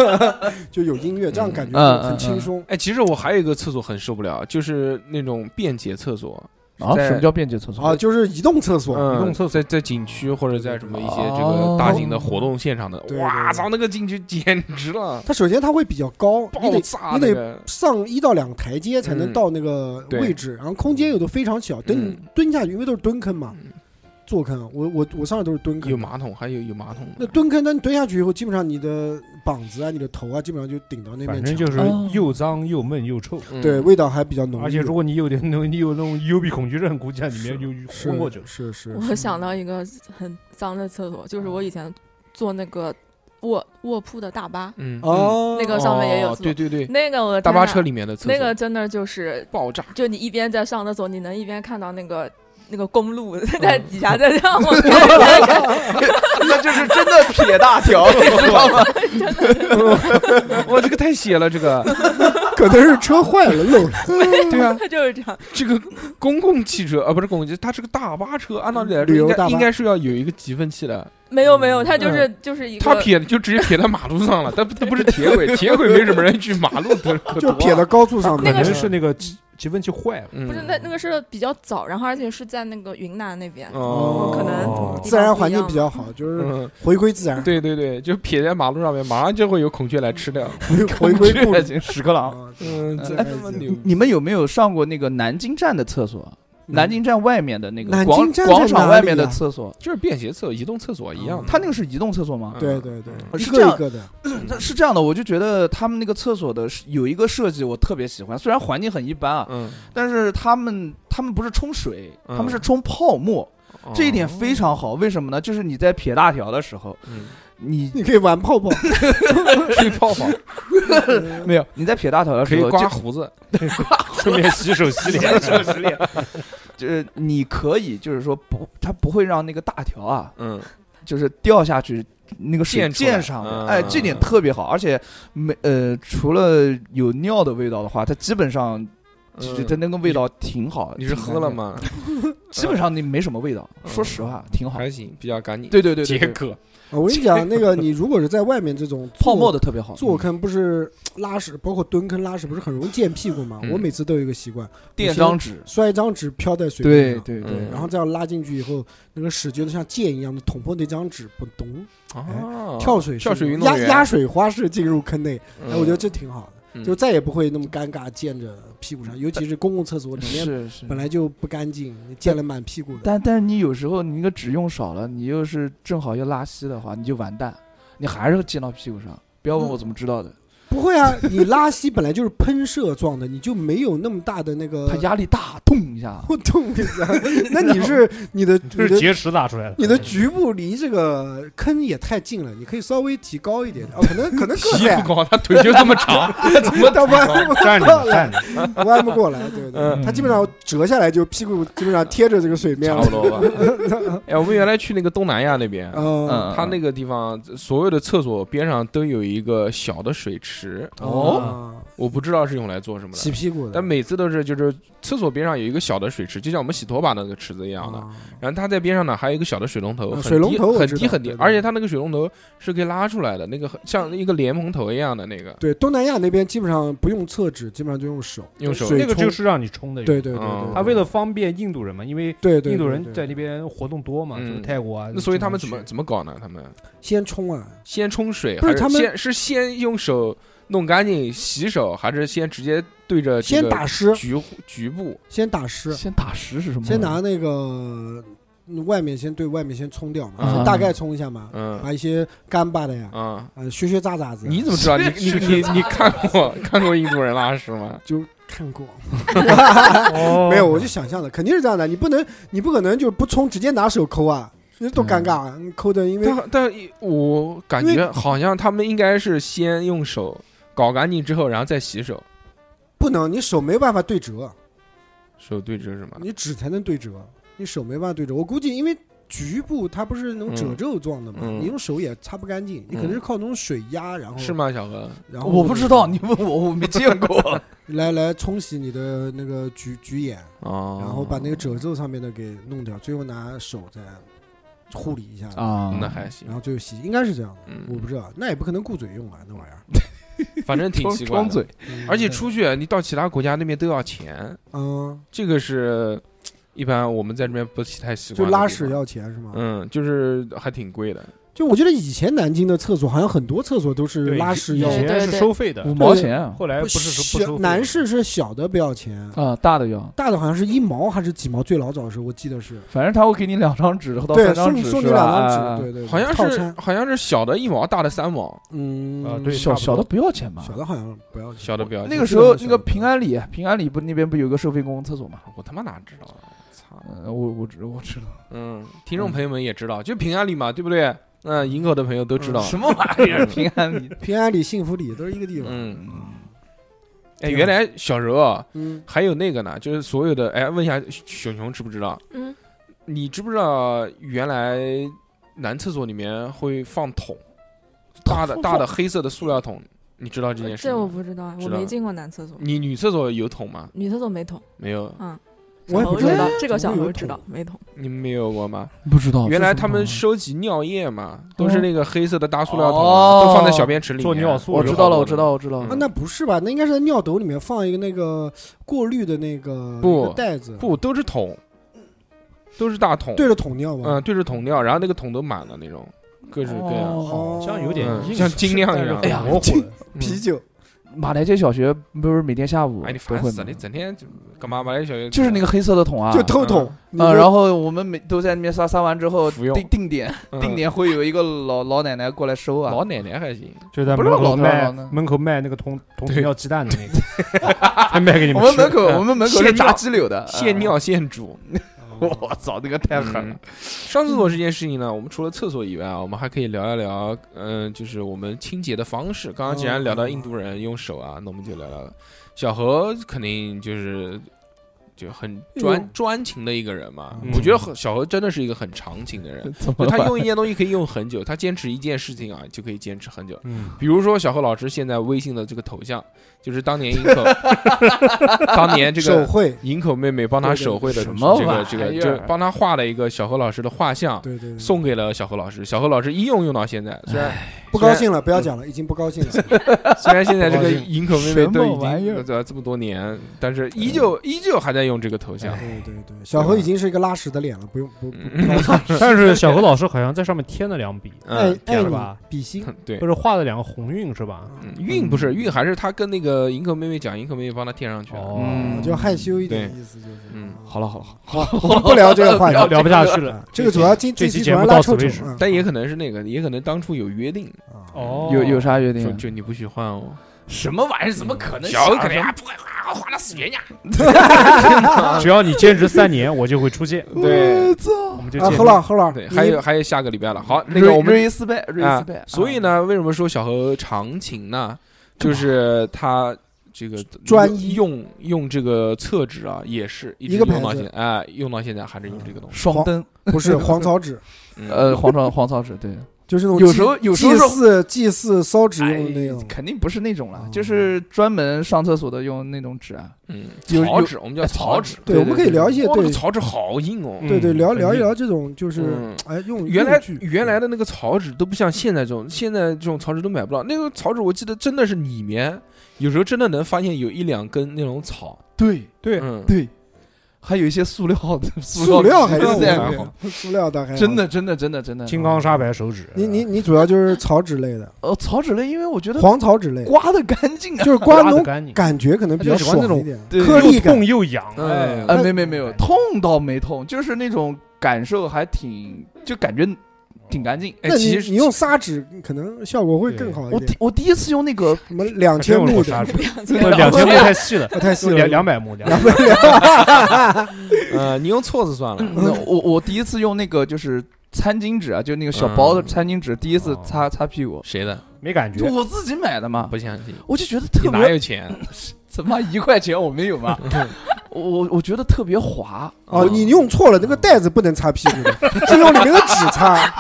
Speaker 3: 就有音乐，这样感觉就
Speaker 4: 嗯嗯嗯
Speaker 3: 很轻松。
Speaker 2: 哎，其实我还有一个厕所很受不了，就是那种便捷厕所，
Speaker 4: 啊，
Speaker 2: 在
Speaker 4: 什么叫便捷厕所
Speaker 3: 啊，？就是移动厕所，哦
Speaker 2: 嗯，
Speaker 5: 移动厕
Speaker 2: 在
Speaker 5: 所
Speaker 2: 在景区或者在什么一些这个大型的活动现场的，
Speaker 3: 对对
Speaker 2: 哇
Speaker 3: 对
Speaker 2: 操，那个进去简直了，
Speaker 3: 它首先它会比较高，你
Speaker 2: 爆
Speaker 3: 得
Speaker 2: 炸
Speaker 3: 你
Speaker 2: 那
Speaker 3: 得
Speaker 2: 个，
Speaker 3: 上一到两个台阶才能
Speaker 2: 嗯
Speaker 3: 到那个位置，然后空间有的非常小，等你
Speaker 2: 嗯
Speaker 3: 蹲下去，因为都是蹲坑嘛，坐坑，我我我上来都是蹲
Speaker 2: 有
Speaker 3: 坑。
Speaker 2: 马桶，还有有马桶的，
Speaker 3: 那蹲坑，那你蹲下去以后，基本上你的膀子啊、你的头啊，基本上就顶到那
Speaker 5: 反
Speaker 3: 面
Speaker 5: 正
Speaker 3: 墙，
Speaker 5: 就是
Speaker 4: 哦
Speaker 5: 又脏又闷又臭，
Speaker 2: 嗯
Speaker 3: 对，味道还比较浓郁。
Speaker 5: 而且如果你有点那你有那种幽闭恐惧症，估计在里面就混过去了。
Speaker 3: 是是，
Speaker 6: 我想到一个很脏的厕所，就是我
Speaker 2: 啊
Speaker 6: 以前坐那个卧卧铺的大巴，
Speaker 2: 嗯，
Speaker 3: 哦，
Speaker 6: 那个上面也
Speaker 2: 哦
Speaker 6: 有厕所
Speaker 2: 对对对，
Speaker 6: 那个我的
Speaker 2: 大
Speaker 6: 啊天
Speaker 2: 巴
Speaker 6: 呐
Speaker 2: 车里面的厕所，
Speaker 6: 那个真的就是，
Speaker 2: 爆 炸，
Speaker 6: 就你一边在上厕所，你能一边看到那个那个公路在
Speaker 2: 嗯
Speaker 6: 底下在这样往前
Speaker 4: 那就是真的撇大 条，你知道吗？
Speaker 2: 哇，这个太血了，这 个
Speaker 3: 可能是车坏了漏了。
Speaker 2: 对啊，
Speaker 6: 看， 就是这样。
Speaker 2: 这个公共汽车啊，不是公共汽车，它是个大巴车，按道理来说
Speaker 3: 旅游
Speaker 2: 应该
Speaker 3: 大巴
Speaker 2: 应该是要有一个积分器的，
Speaker 6: 没有没有，它就是就是一
Speaker 2: 嗯它
Speaker 6: 个，
Speaker 2: 撇就直接撇到马路上了，它它不是铁轨，铁轨没什么人去，马路都
Speaker 3: 就撇到，高速上
Speaker 5: 可
Speaker 3: 面。
Speaker 5: 能是那个积积分器坏 了，
Speaker 2: 不
Speaker 6: 不是那那个是比较早，然后而且是在那个云南那边，
Speaker 2: 哦，
Speaker 6: 可能
Speaker 5: 哦
Speaker 6: 地方
Speaker 3: 自然
Speaker 6: 不一
Speaker 3: 环境
Speaker 6: 样
Speaker 3: 比
Speaker 6: 嘛
Speaker 3: 较好，就是
Speaker 2: 嗯，
Speaker 3: 回归自然，
Speaker 2: 对对对，就撇在马路上面，马上就会有孔雀来吃掉。
Speaker 3: 回回归 故里。
Speaker 4: 屎壳郎。
Speaker 3: 啊
Speaker 2: 嗯，
Speaker 4: 哎
Speaker 6: 呃
Speaker 2: 真他妈牛
Speaker 4: 你！你们有没有上过那个南京站的厕所？啊
Speaker 2: 嗯
Speaker 4: 南京站外面的那个
Speaker 3: 南
Speaker 4: 广
Speaker 3: 京站在
Speaker 4: 广场
Speaker 3: 哪
Speaker 4: 外
Speaker 3: 里
Speaker 4: 面的
Speaker 3: 啊
Speaker 4: 厕所，
Speaker 2: 就是便携厕、移动厕所一样的，
Speaker 4: 它那个是移动厕所
Speaker 2: 嗯
Speaker 4: 吗？
Speaker 3: 对对对，
Speaker 4: 是
Speaker 3: 一
Speaker 4: 这
Speaker 3: 个
Speaker 4: 样
Speaker 3: 一个的，
Speaker 4: 那是这样的，我就觉得他们那个厕所的是有一个设计我特别喜欢，虽然环境很一般啊，
Speaker 2: 嗯，
Speaker 4: 但是他们他们不是冲水，
Speaker 2: 嗯
Speaker 4: 他们是冲泡沫，
Speaker 2: 哦
Speaker 4: 这 一点非常好。为什么呢？就是你在撇大条的时候，
Speaker 2: 嗯
Speaker 4: 你
Speaker 3: 你可以玩泡泡，
Speaker 2: 吹泡泡，
Speaker 4: 没有你在撇大条的
Speaker 2: 可
Speaker 4: 时
Speaker 2: 以
Speaker 4: 候，
Speaker 2: 刮胡子，
Speaker 5: 顺便洗手洗脸。
Speaker 4: 就就是你可以就是说不，它不会让那个大条啊，
Speaker 2: 嗯，
Speaker 4: 就是掉下去那个水
Speaker 2: 溅出来
Speaker 4: 溅上来，
Speaker 2: 嗯
Speaker 4: 哎，这点特别好，而且没呃，除了有尿的味道的话，它基本上就
Speaker 2: 嗯
Speaker 4: 它那个味道挺好。
Speaker 2: 你是
Speaker 4: 挺
Speaker 2: 喝了吗？
Speaker 4: 干净的？基本上你没什么味道，
Speaker 2: 嗯
Speaker 4: 说实话挺好。
Speaker 2: 还行，比较干净，
Speaker 4: 对对对
Speaker 2: 解
Speaker 4: 对对，
Speaker 2: 渴，
Speaker 3: 啊我跟你讲，那个你如果是在外面这种
Speaker 4: 泡沫
Speaker 3: 的
Speaker 4: 的特别好。
Speaker 3: 坐坑，不是拉屎，包括蹲坑拉屎，不是很容易溅屁股吗？
Speaker 2: 嗯
Speaker 3: 我每次都有一个习惯，
Speaker 4: 垫张纸，
Speaker 3: 摔一张纸飘在水面
Speaker 4: 对
Speaker 3: 上。
Speaker 4: 对对，
Speaker 2: 嗯
Speaker 3: 然后这样拉进去以后，那个屎就像箭一样的捅破那张纸，不咚，
Speaker 2: 哦，
Speaker 3: 跳水式
Speaker 2: 跳水运动
Speaker 3: 压
Speaker 2: 员
Speaker 3: 压水花式进入坑内，
Speaker 2: 嗯，
Speaker 3: 哎，我觉得这挺好
Speaker 2: 嗯
Speaker 3: 的，就再也不会那么尴尬溅着屁股上，尤嗯其是公共厕所里面
Speaker 4: 是是
Speaker 3: 本。来就不干净，你溅了满屁股的。
Speaker 4: 但但是你有时候你那个纸用少了，你又是正好又拉稀的话，你就完蛋，你还是溅到屁股上。不要问我怎么知道的，
Speaker 3: 不会啊， 你拉稀本来就是喷射状的，你就没有那么大的那 个
Speaker 4: 它压力大，咚一下。
Speaker 3: 我痛一下。 那你是你的
Speaker 5: 这
Speaker 3: 你
Speaker 5: 是
Speaker 3: 的
Speaker 5: 结石打出来的，
Speaker 3: 你的局部离这个坑也太近了，你可以稍微提高一点哦，可能可 能个
Speaker 2: 皮
Speaker 3: 子呀
Speaker 2: 不高，他腿就这么长，怎 么
Speaker 3: 他弯不
Speaker 5: 站
Speaker 3: 过
Speaker 5: 着站
Speaker 3: 来，
Speaker 5: 着，
Speaker 3: 弯不过来，对
Speaker 2: 嗯
Speaker 3: 对，他基本上折下来就屁股基本上贴着这个水面
Speaker 2: 差
Speaker 3: 了
Speaker 2: 不。多吧？哎，我们原来去那个东南亚那边，
Speaker 3: 嗯，
Speaker 4: 嗯，
Speaker 2: 它那
Speaker 4: 个
Speaker 2: 个地方所有的厕所边上都有一个小的水池，
Speaker 3: 哦，
Speaker 2: 我不知道是用来做什么
Speaker 3: 洗
Speaker 2: 的。
Speaker 3: 屁股的
Speaker 2: 但，每次都是就是厕所边上有一个小的水池，就像我们洗拖把那个池子一样的。
Speaker 3: 啊
Speaker 2: 然后它在边上呢还有一个小的水龙头，
Speaker 3: 啊
Speaker 2: 很低
Speaker 3: 水龙头我
Speaker 2: 很
Speaker 3: 知
Speaker 2: 低
Speaker 3: 道
Speaker 2: 很低，
Speaker 3: 对对
Speaker 2: 而且它那个水龙头是可以拉出来的，那个很像一个莲蓬头一样的那个，
Speaker 3: 对，东南亚那边基本上不用厕纸，基本上就用手。
Speaker 2: 用手
Speaker 3: 水
Speaker 5: 那个
Speaker 3: 冲
Speaker 5: 就是让你冲的。
Speaker 3: 对，对对
Speaker 2: 嗯
Speaker 3: 对，
Speaker 5: 他为了方便印度人嘛，因为
Speaker 3: 对对
Speaker 5: 印度
Speaker 3: 对
Speaker 5: 人
Speaker 3: 对
Speaker 5: 在那边活动多嘛，
Speaker 2: 嗯
Speaker 5: 就是泰国啊。
Speaker 2: 那所以他们怎么
Speaker 5: 这种
Speaker 2: 怎么搞呢？他们
Speaker 3: 先冲啊，
Speaker 2: 先冲水，
Speaker 3: 不
Speaker 2: 还
Speaker 3: 是
Speaker 2: 是
Speaker 3: 他们
Speaker 2: 先是先用手弄干净洗手，还是先直接对着呃这
Speaker 3: 先
Speaker 2: 个
Speaker 3: 打湿，
Speaker 2: 局局部？
Speaker 3: 先打湿，
Speaker 4: 先打石是什么？
Speaker 3: 先拿那个嗯外面先对外面先冲掉嘛，
Speaker 4: 啊
Speaker 3: 大概冲一下嘛，
Speaker 2: 嗯
Speaker 3: 把一些干巴哎的呀，
Speaker 2: 啊，
Speaker 3: 呃，削削渣渣子呀，
Speaker 2: 你怎么知 道？你你你你看过 看过印度人拉屎吗？
Speaker 3: 就看过？
Speaker 5: 哦
Speaker 3: 没有，我就想象的，肯定是这样的。你不能，你不可能就不冲，直接拿手抠啊，那
Speaker 5: 嗯
Speaker 3: 多尴尬啊！你抠的，因为
Speaker 2: 但但我感
Speaker 3: 因
Speaker 2: 觉
Speaker 3: 为
Speaker 2: 好像他们应该是先用手搞干净之后，然后再洗手，
Speaker 3: 不能，你手没办法对折，
Speaker 2: 手对折是吗？
Speaker 3: 你纸才能对折，你手没办法对折。我估计，因为局部它不是那种褶皱状的嘛，
Speaker 2: 嗯嗯嗯
Speaker 3: 你用手也擦不干净，你可能是靠那种水压，然后
Speaker 2: 是？吗，小何？
Speaker 3: 然后
Speaker 4: 我不知道，你问我我没见过。
Speaker 3: 来来冲洗你的那个局局眼，
Speaker 2: 哦，
Speaker 3: 然后把那个褶皱上面的给弄掉，最后拿手再护理一下，
Speaker 4: 啊
Speaker 2: 嗯那还行
Speaker 3: 然，后最后洗，应该是这样的。
Speaker 2: 嗯
Speaker 3: 我不知道，那也不可能顾嘴用啊，那玩意儿。
Speaker 2: 反正挺
Speaker 4: 装
Speaker 2: 奇怪
Speaker 4: 装
Speaker 2: 的。
Speaker 4: 嘴，
Speaker 2: 而且出去啊你到其他国家那边都要钱，
Speaker 3: 嗯，
Speaker 2: 这个是一般我们在这边不太习
Speaker 3: 就
Speaker 2: 惯。
Speaker 3: 拉屎。要钱是吗？
Speaker 2: 嗯，就是还挺贵的，
Speaker 3: 就我觉得以前南京的厕所好像很多厕所都是
Speaker 5: 对
Speaker 3: 拉
Speaker 5: 以
Speaker 3: 屎要
Speaker 5: 以
Speaker 6: 对
Speaker 5: 前是收费的
Speaker 4: 五，毛钱啊
Speaker 5: 后来不是说
Speaker 3: 小
Speaker 5: 不收费的
Speaker 3: 男士是小的不要钱，
Speaker 4: 啊，大的要，
Speaker 3: 大的好像是一毛还是几毛？最老早的时候我记得是，
Speaker 4: 反正他会给你两张纸到
Speaker 3: 对，
Speaker 4: 三张
Speaker 3: 送
Speaker 4: 纸
Speaker 3: 送你
Speaker 4: 是吧？
Speaker 3: 两张
Speaker 4: 啊
Speaker 3: 纸，对对，
Speaker 2: 好像
Speaker 3: 套
Speaker 2: 是
Speaker 3: 餐，
Speaker 2: 好像是小的一毛，大的三毛，
Speaker 3: 嗯
Speaker 5: 啊对
Speaker 4: 小
Speaker 5: 差不
Speaker 4: 小
Speaker 5: 多
Speaker 4: 的不要钱嘛。
Speaker 3: 小的好像不要钱，
Speaker 2: 小的不要钱。
Speaker 4: 那个时候，那个平安里，平安里不那边不有个收费公共厕所嘛？
Speaker 2: 我他妈哪知道啊！操！
Speaker 4: 嗯，我我知我知道，
Speaker 2: 嗯，听众朋友们也知道，就平安里嘛，对不对？嗯，营口的朋友都知道。
Speaker 4: 什么玩意 儿？平安里，
Speaker 3: 平安里、幸福里都是一个地方。
Speaker 2: 嗯，
Speaker 4: 嗯
Speaker 2: 哎，
Speaker 3: 对啊
Speaker 2: 原来小时候啊
Speaker 3: 嗯，
Speaker 2: 还有那个呢，就是所有的哎，问一下熊熊知不知道？
Speaker 6: 嗯，
Speaker 2: 你知不知道原来男厕所里面会放桶，大
Speaker 4: 哦
Speaker 2: 的大的黑色的塑料桶，你知道这件事
Speaker 6: 这我
Speaker 2: 吗？
Speaker 6: 不知道啊，
Speaker 2: 知
Speaker 6: 我
Speaker 2: 道嗯
Speaker 6: 没进过男厕所，
Speaker 2: 你女厕所有桶吗？
Speaker 6: 女厕所没桶。
Speaker 2: 没有，
Speaker 6: 嗯，
Speaker 3: 我也
Speaker 6: 小
Speaker 3: 不
Speaker 6: 猴
Speaker 3: 知道
Speaker 6: 道，这个小
Speaker 3: 怎么
Speaker 6: 猴
Speaker 3: 会有
Speaker 6: 知道
Speaker 3: 桶
Speaker 6: 没桶。
Speaker 2: 你们没有过吗？
Speaker 4: 不知道
Speaker 2: 原来他们收集尿液嘛，都是那个黑色的大塑料桶，
Speaker 4: 哦
Speaker 2: 都放在小便池里面。
Speaker 5: 做尿素
Speaker 4: 我
Speaker 5: 有
Speaker 4: 知
Speaker 5: 好
Speaker 4: 道了，
Speaker 5: 多
Speaker 4: 我知
Speaker 5: 的
Speaker 4: 道，我知道
Speaker 3: 啊，
Speaker 4: 了。
Speaker 3: 那不是吧？那应该是在尿斗里面放一个那个过滤的那个
Speaker 2: 不
Speaker 3: 一个袋子，
Speaker 2: 不，都是桶，都是大桶。
Speaker 3: 对着桶尿
Speaker 2: 嗯，
Speaker 3: 吗？
Speaker 2: 对着桶尿，然后那个桶都满了那种，各式各样。
Speaker 4: 哦
Speaker 5: 好像有点
Speaker 2: 嗯
Speaker 5: 硬，哎
Speaker 2: 像精酿 一样
Speaker 5: 但 是很模糊的。
Speaker 2: 嗯
Speaker 3: 啤酒，
Speaker 4: 马来街小学不是每天下午
Speaker 2: 哎，你
Speaker 4: 都
Speaker 2: 烦
Speaker 4: 会
Speaker 2: 死了！
Speaker 4: 吗
Speaker 2: 你？整天就干嘛把那小
Speaker 4: 就是那个黑色的桶啊，
Speaker 3: 就偷桶
Speaker 2: 嗯，
Speaker 3: 你
Speaker 4: 啊，
Speaker 3: 就
Speaker 4: 然后我们每都在那边撒撒完之后，
Speaker 2: 服用
Speaker 4: 定定点
Speaker 2: 嗯
Speaker 4: 定点会有一个老老奶奶过来收啊
Speaker 2: 老，奶奶还行，
Speaker 5: 就在
Speaker 4: 不
Speaker 5: 门
Speaker 4: 知道
Speaker 5: 口
Speaker 4: 老头
Speaker 5: 卖
Speaker 4: 老呢
Speaker 5: 门口卖那个桶桶
Speaker 2: 对
Speaker 5: 要鸡蛋的那个， 还卖给你
Speaker 4: 我
Speaker 5: 们吃。
Speaker 4: 们门口我们门口
Speaker 2: 现
Speaker 4: 是炸
Speaker 2: 尿
Speaker 4: 鸡 柳的，
Speaker 2: 现
Speaker 4: 嗯，
Speaker 2: 尿现煮，
Speaker 4: 我操，那个太狠了
Speaker 2: 嗯。上厕所这件事情呢，我们除了厕所以外啊，我们还可以聊一聊，嗯，就是我们清洁的方式。刚刚既然聊
Speaker 4: 哦
Speaker 2: 到印度人用手啊，那我们就聊聊小何，肯定就是。就很
Speaker 3: 哎呦
Speaker 2: 专专情的一个人嘛，
Speaker 5: 嗯
Speaker 2: 我觉得很小何真的是一个很长情的人，就
Speaker 4: 怎么
Speaker 2: 他
Speaker 4: 办
Speaker 2: 用一件东西可以用很久，他坚持一件事情啊就可以坚持很久。
Speaker 5: 嗯，
Speaker 2: 比如说小何老师现在微信的这个头像，就是当年营 口，当年这
Speaker 3: 手
Speaker 2: 个
Speaker 3: 绘，
Speaker 2: 营口妹妹帮他手绘的
Speaker 4: 什么
Speaker 2: 这个
Speaker 4: 玩
Speaker 2: 这个，
Speaker 4: 意儿啊
Speaker 2: 就是帮他画了一个小何老师的画像，
Speaker 3: 对对，对
Speaker 2: 送给了小何老师。小何老师一用用到现在，
Speaker 4: 哎
Speaker 2: 虽然
Speaker 3: 不高兴了，不要讲了，已经不高兴了。
Speaker 2: 虽然现在这个
Speaker 5: 不高兴
Speaker 2: 营口妹妹都
Speaker 4: 什么
Speaker 2: 已
Speaker 4: 玩意儿
Speaker 2: 经这这么多年，但是依旧依旧还在用这个头像。
Speaker 4: 哎
Speaker 3: 对对对，小何已经是一个拉屎的脸了，不用不不不高兴。
Speaker 5: 但是小何老师好像在上面添了两笔，
Speaker 3: 爱
Speaker 2: 嗯，
Speaker 3: 爱
Speaker 5: 是
Speaker 3: 你
Speaker 5: 吧
Speaker 3: 比心，
Speaker 4: 哎
Speaker 2: 对
Speaker 5: 不。是画了两个鸿运是吧？
Speaker 2: 嗯运不是运，还是他跟那个营口妹妹讲，营口妹妹帮他填上去的。
Speaker 5: 哦
Speaker 4: 嗯
Speaker 3: 我就害羞一点，
Speaker 2: 对
Speaker 3: 意思就是。啊
Speaker 2: 嗯
Speaker 4: 好了好了，
Speaker 3: 好，我们不聊这个话题，
Speaker 5: 聊 聊不下去了
Speaker 3: 啊。 这个主要今
Speaker 5: 这
Speaker 3: 期
Speaker 5: 期
Speaker 3: 主
Speaker 5: 节目
Speaker 3: 要
Speaker 5: 到
Speaker 3: 拉
Speaker 5: 此
Speaker 3: 臭
Speaker 5: 为
Speaker 3: 虫
Speaker 5: 止，
Speaker 3: 嗯
Speaker 2: 但也可能是那个，也可能当初有约定，
Speaker 3: 啊
Speaker 5: 哦，
Speaker 4: 有有啥约定
Speaker 2: 说
Speaker 4: 啊？
Speaker 2: 就你不许换哦。
Speaker 4: 什么玩意儿？怎么可能
Speaker 2: 小
Speaker 4: 想
Speaker 2: 可能
Speaker 4: 什么
Speaker 2: 啊，不会啊，花了死人呀。
Speaker 5: 只要你坚持三年，我就会出 现，
Speaker 2: 对
Speaker 5: 我们就
Speaker 3: 啊，
Speaker 5: 见
Speaker 3: 何老何老，
Speaker 2: 对，
Speaker 3: 你
Speaker 2: 还有还有下个礼拜了。好，那
Speaker 4: 瑞
Speaker 2: 个我们
Speaker 4: 瑞斯拜，瑞斯
Speaker 2: 啊
Speaker 4: 拜。，
Speaker 2: 所以呢，为什么说小何长情呢？就是他这个
Speaker 3: 专一
Speaker 2: 用用这个厕纸啊，也是一直
Speaker 3: 一个
Speaker 2: 用到
Speaker 3: 牌子
Speaker 2: 现在，哎，用到现在还是用这个东西。
Speaker 4: 双灯，
Speaker 3: 不是 黄草纸，
Speaker 2: 嗯
Speaker 4: 呃，黄草黄草 纸，对，
Speaker 3: 就是那种
Speaker 4: 有时候有时候
Speaker 3: 祭
Speaker 4: 是
Speaker 3: 祀祭祀烧纸
Speaker 4: 哎
Speaker 3: 用的那种。
Speaker 4: 肯定不是那种了
Speaker 3: 哦，
Speaker 4: 就是专门上厕所的用那种纸啊。
Speaker 2: 嗯，
Speaker 4: 有
Speaker 2: 草
Speaker 4: 有
Speaker 2: 纸，我们叫
Speaker 4: 哎
Speaker 2: 草
Speaker 4: 草
Speaker 2: 纸
Speaker 4: 纸。
Speaker 3: 对，我们可以聊一些
Speaker 2: 哇，那
Speaker 3: 对
Speaker 2: 个草纸好硬哦。
Speaker 3: 对对
Speaker 5: 嗯
Speaker 3: 聊聊一
Speaker 5: 肯定
Speaker 3: 聊这种就是
Speaker 2: 嗯
Speaker 3: 哎用
Speaker 2: 原来
Speaker 3: 用具
Speaker 2: 原来的那个草纸都不像现在这种，现在这种草纸都买不到。那个草纸我记得真的是里面有时候真的能发现有一两根那种草。
Speaker 4: 对
Speaker 5: 对
Speaker 2: 嗯，
Speaker 4: 对，还有一些塑料的
Speaker 3: 塑料还
Speaker 4: 纸
Speaker 3: 是
Speaker 4: 在
Speaker 2: 还
Speaker 4: 里
Speaker 2: 好
Speaker 4: 面，
Speaker 3: 塑料的，还好
Speaker 4: 啊真。的真的真的真的。
Speaker 5: 金刚砂白手指。
Speaker 3: 你你你主要就是草纸类的，
Speaker 4: 呃，草纸类，因为我觉得
Speaker 3: 黄草纸类，
Speaker 4: 刮的干净 啊。
Speaker 3: 就是刮
Speaker 5: 刮
Speaker 3: 那
Speaker 5: 的
Speaker 3: 种
Speaker 5: 干净，
Speaker 3: 感觉可能比较
Speaker 5: 他就喜欢
Speaker 3: 爽
Speaker 5: 那种
Speaker 3: 一点。嗯
Speaker 4: 对
Speaker 3: 颗粒
Speaker 5: 又
Speaker 3: 感
Speaker 5: 痛又痒，
Speaker 2: 哎
Speaker 5: 哎，
Speaker 4: 啊，没没没有，痛倒没痛，就是那种感受还挺，就感觉挺干净。
Speaker 2: 哎
Speaker 3: 那，你
Speaker 2: 其实
Speaker 3: 你用砂纸可能效果会更好一
Speaker 4: 我
Speaker 3: 哦点
Speaker 4: 第。我第一次用那个
Speaker 3: 什么两千
Speaker 5: 我
Speaker 3: 目
Speaker 5: 用砂
Speaker 3: 的
Speaker 5: 纸，
Speaker 4: 对
Speaker 5: 两千目太细 了，
Speaker 3: 不太细了，
Speaker 5: 两两百目，两
Speaker 3: 两百两，
Speaker 2: 呃，你用错字算了。
Speaker 4: 那我我第一次用那个就是餐巾纸啊，就那个小包的
Speaker 2: 嗯
Speaker 4: 餐巾纸，第一次擦擦屁股，
Speaker 2: 谁的？
Speaker 5: 没感
Speaker 4: 就
Speaker 5: 觉。
Speaker 4: 我自己买的嘛，
Speaker 2: 不相信。
Speaker 4: 我就觉得特
Speaker 2: 你哪
Speaker 4: 别
Speaker 2: 有钱？
Speaker 4: 怎么一块钱我没有嘛， 我我觉得特别滑，
Speaker 3: 哦，你用错了，那个袋子不能擦屁股 的，是用里面的纸擦。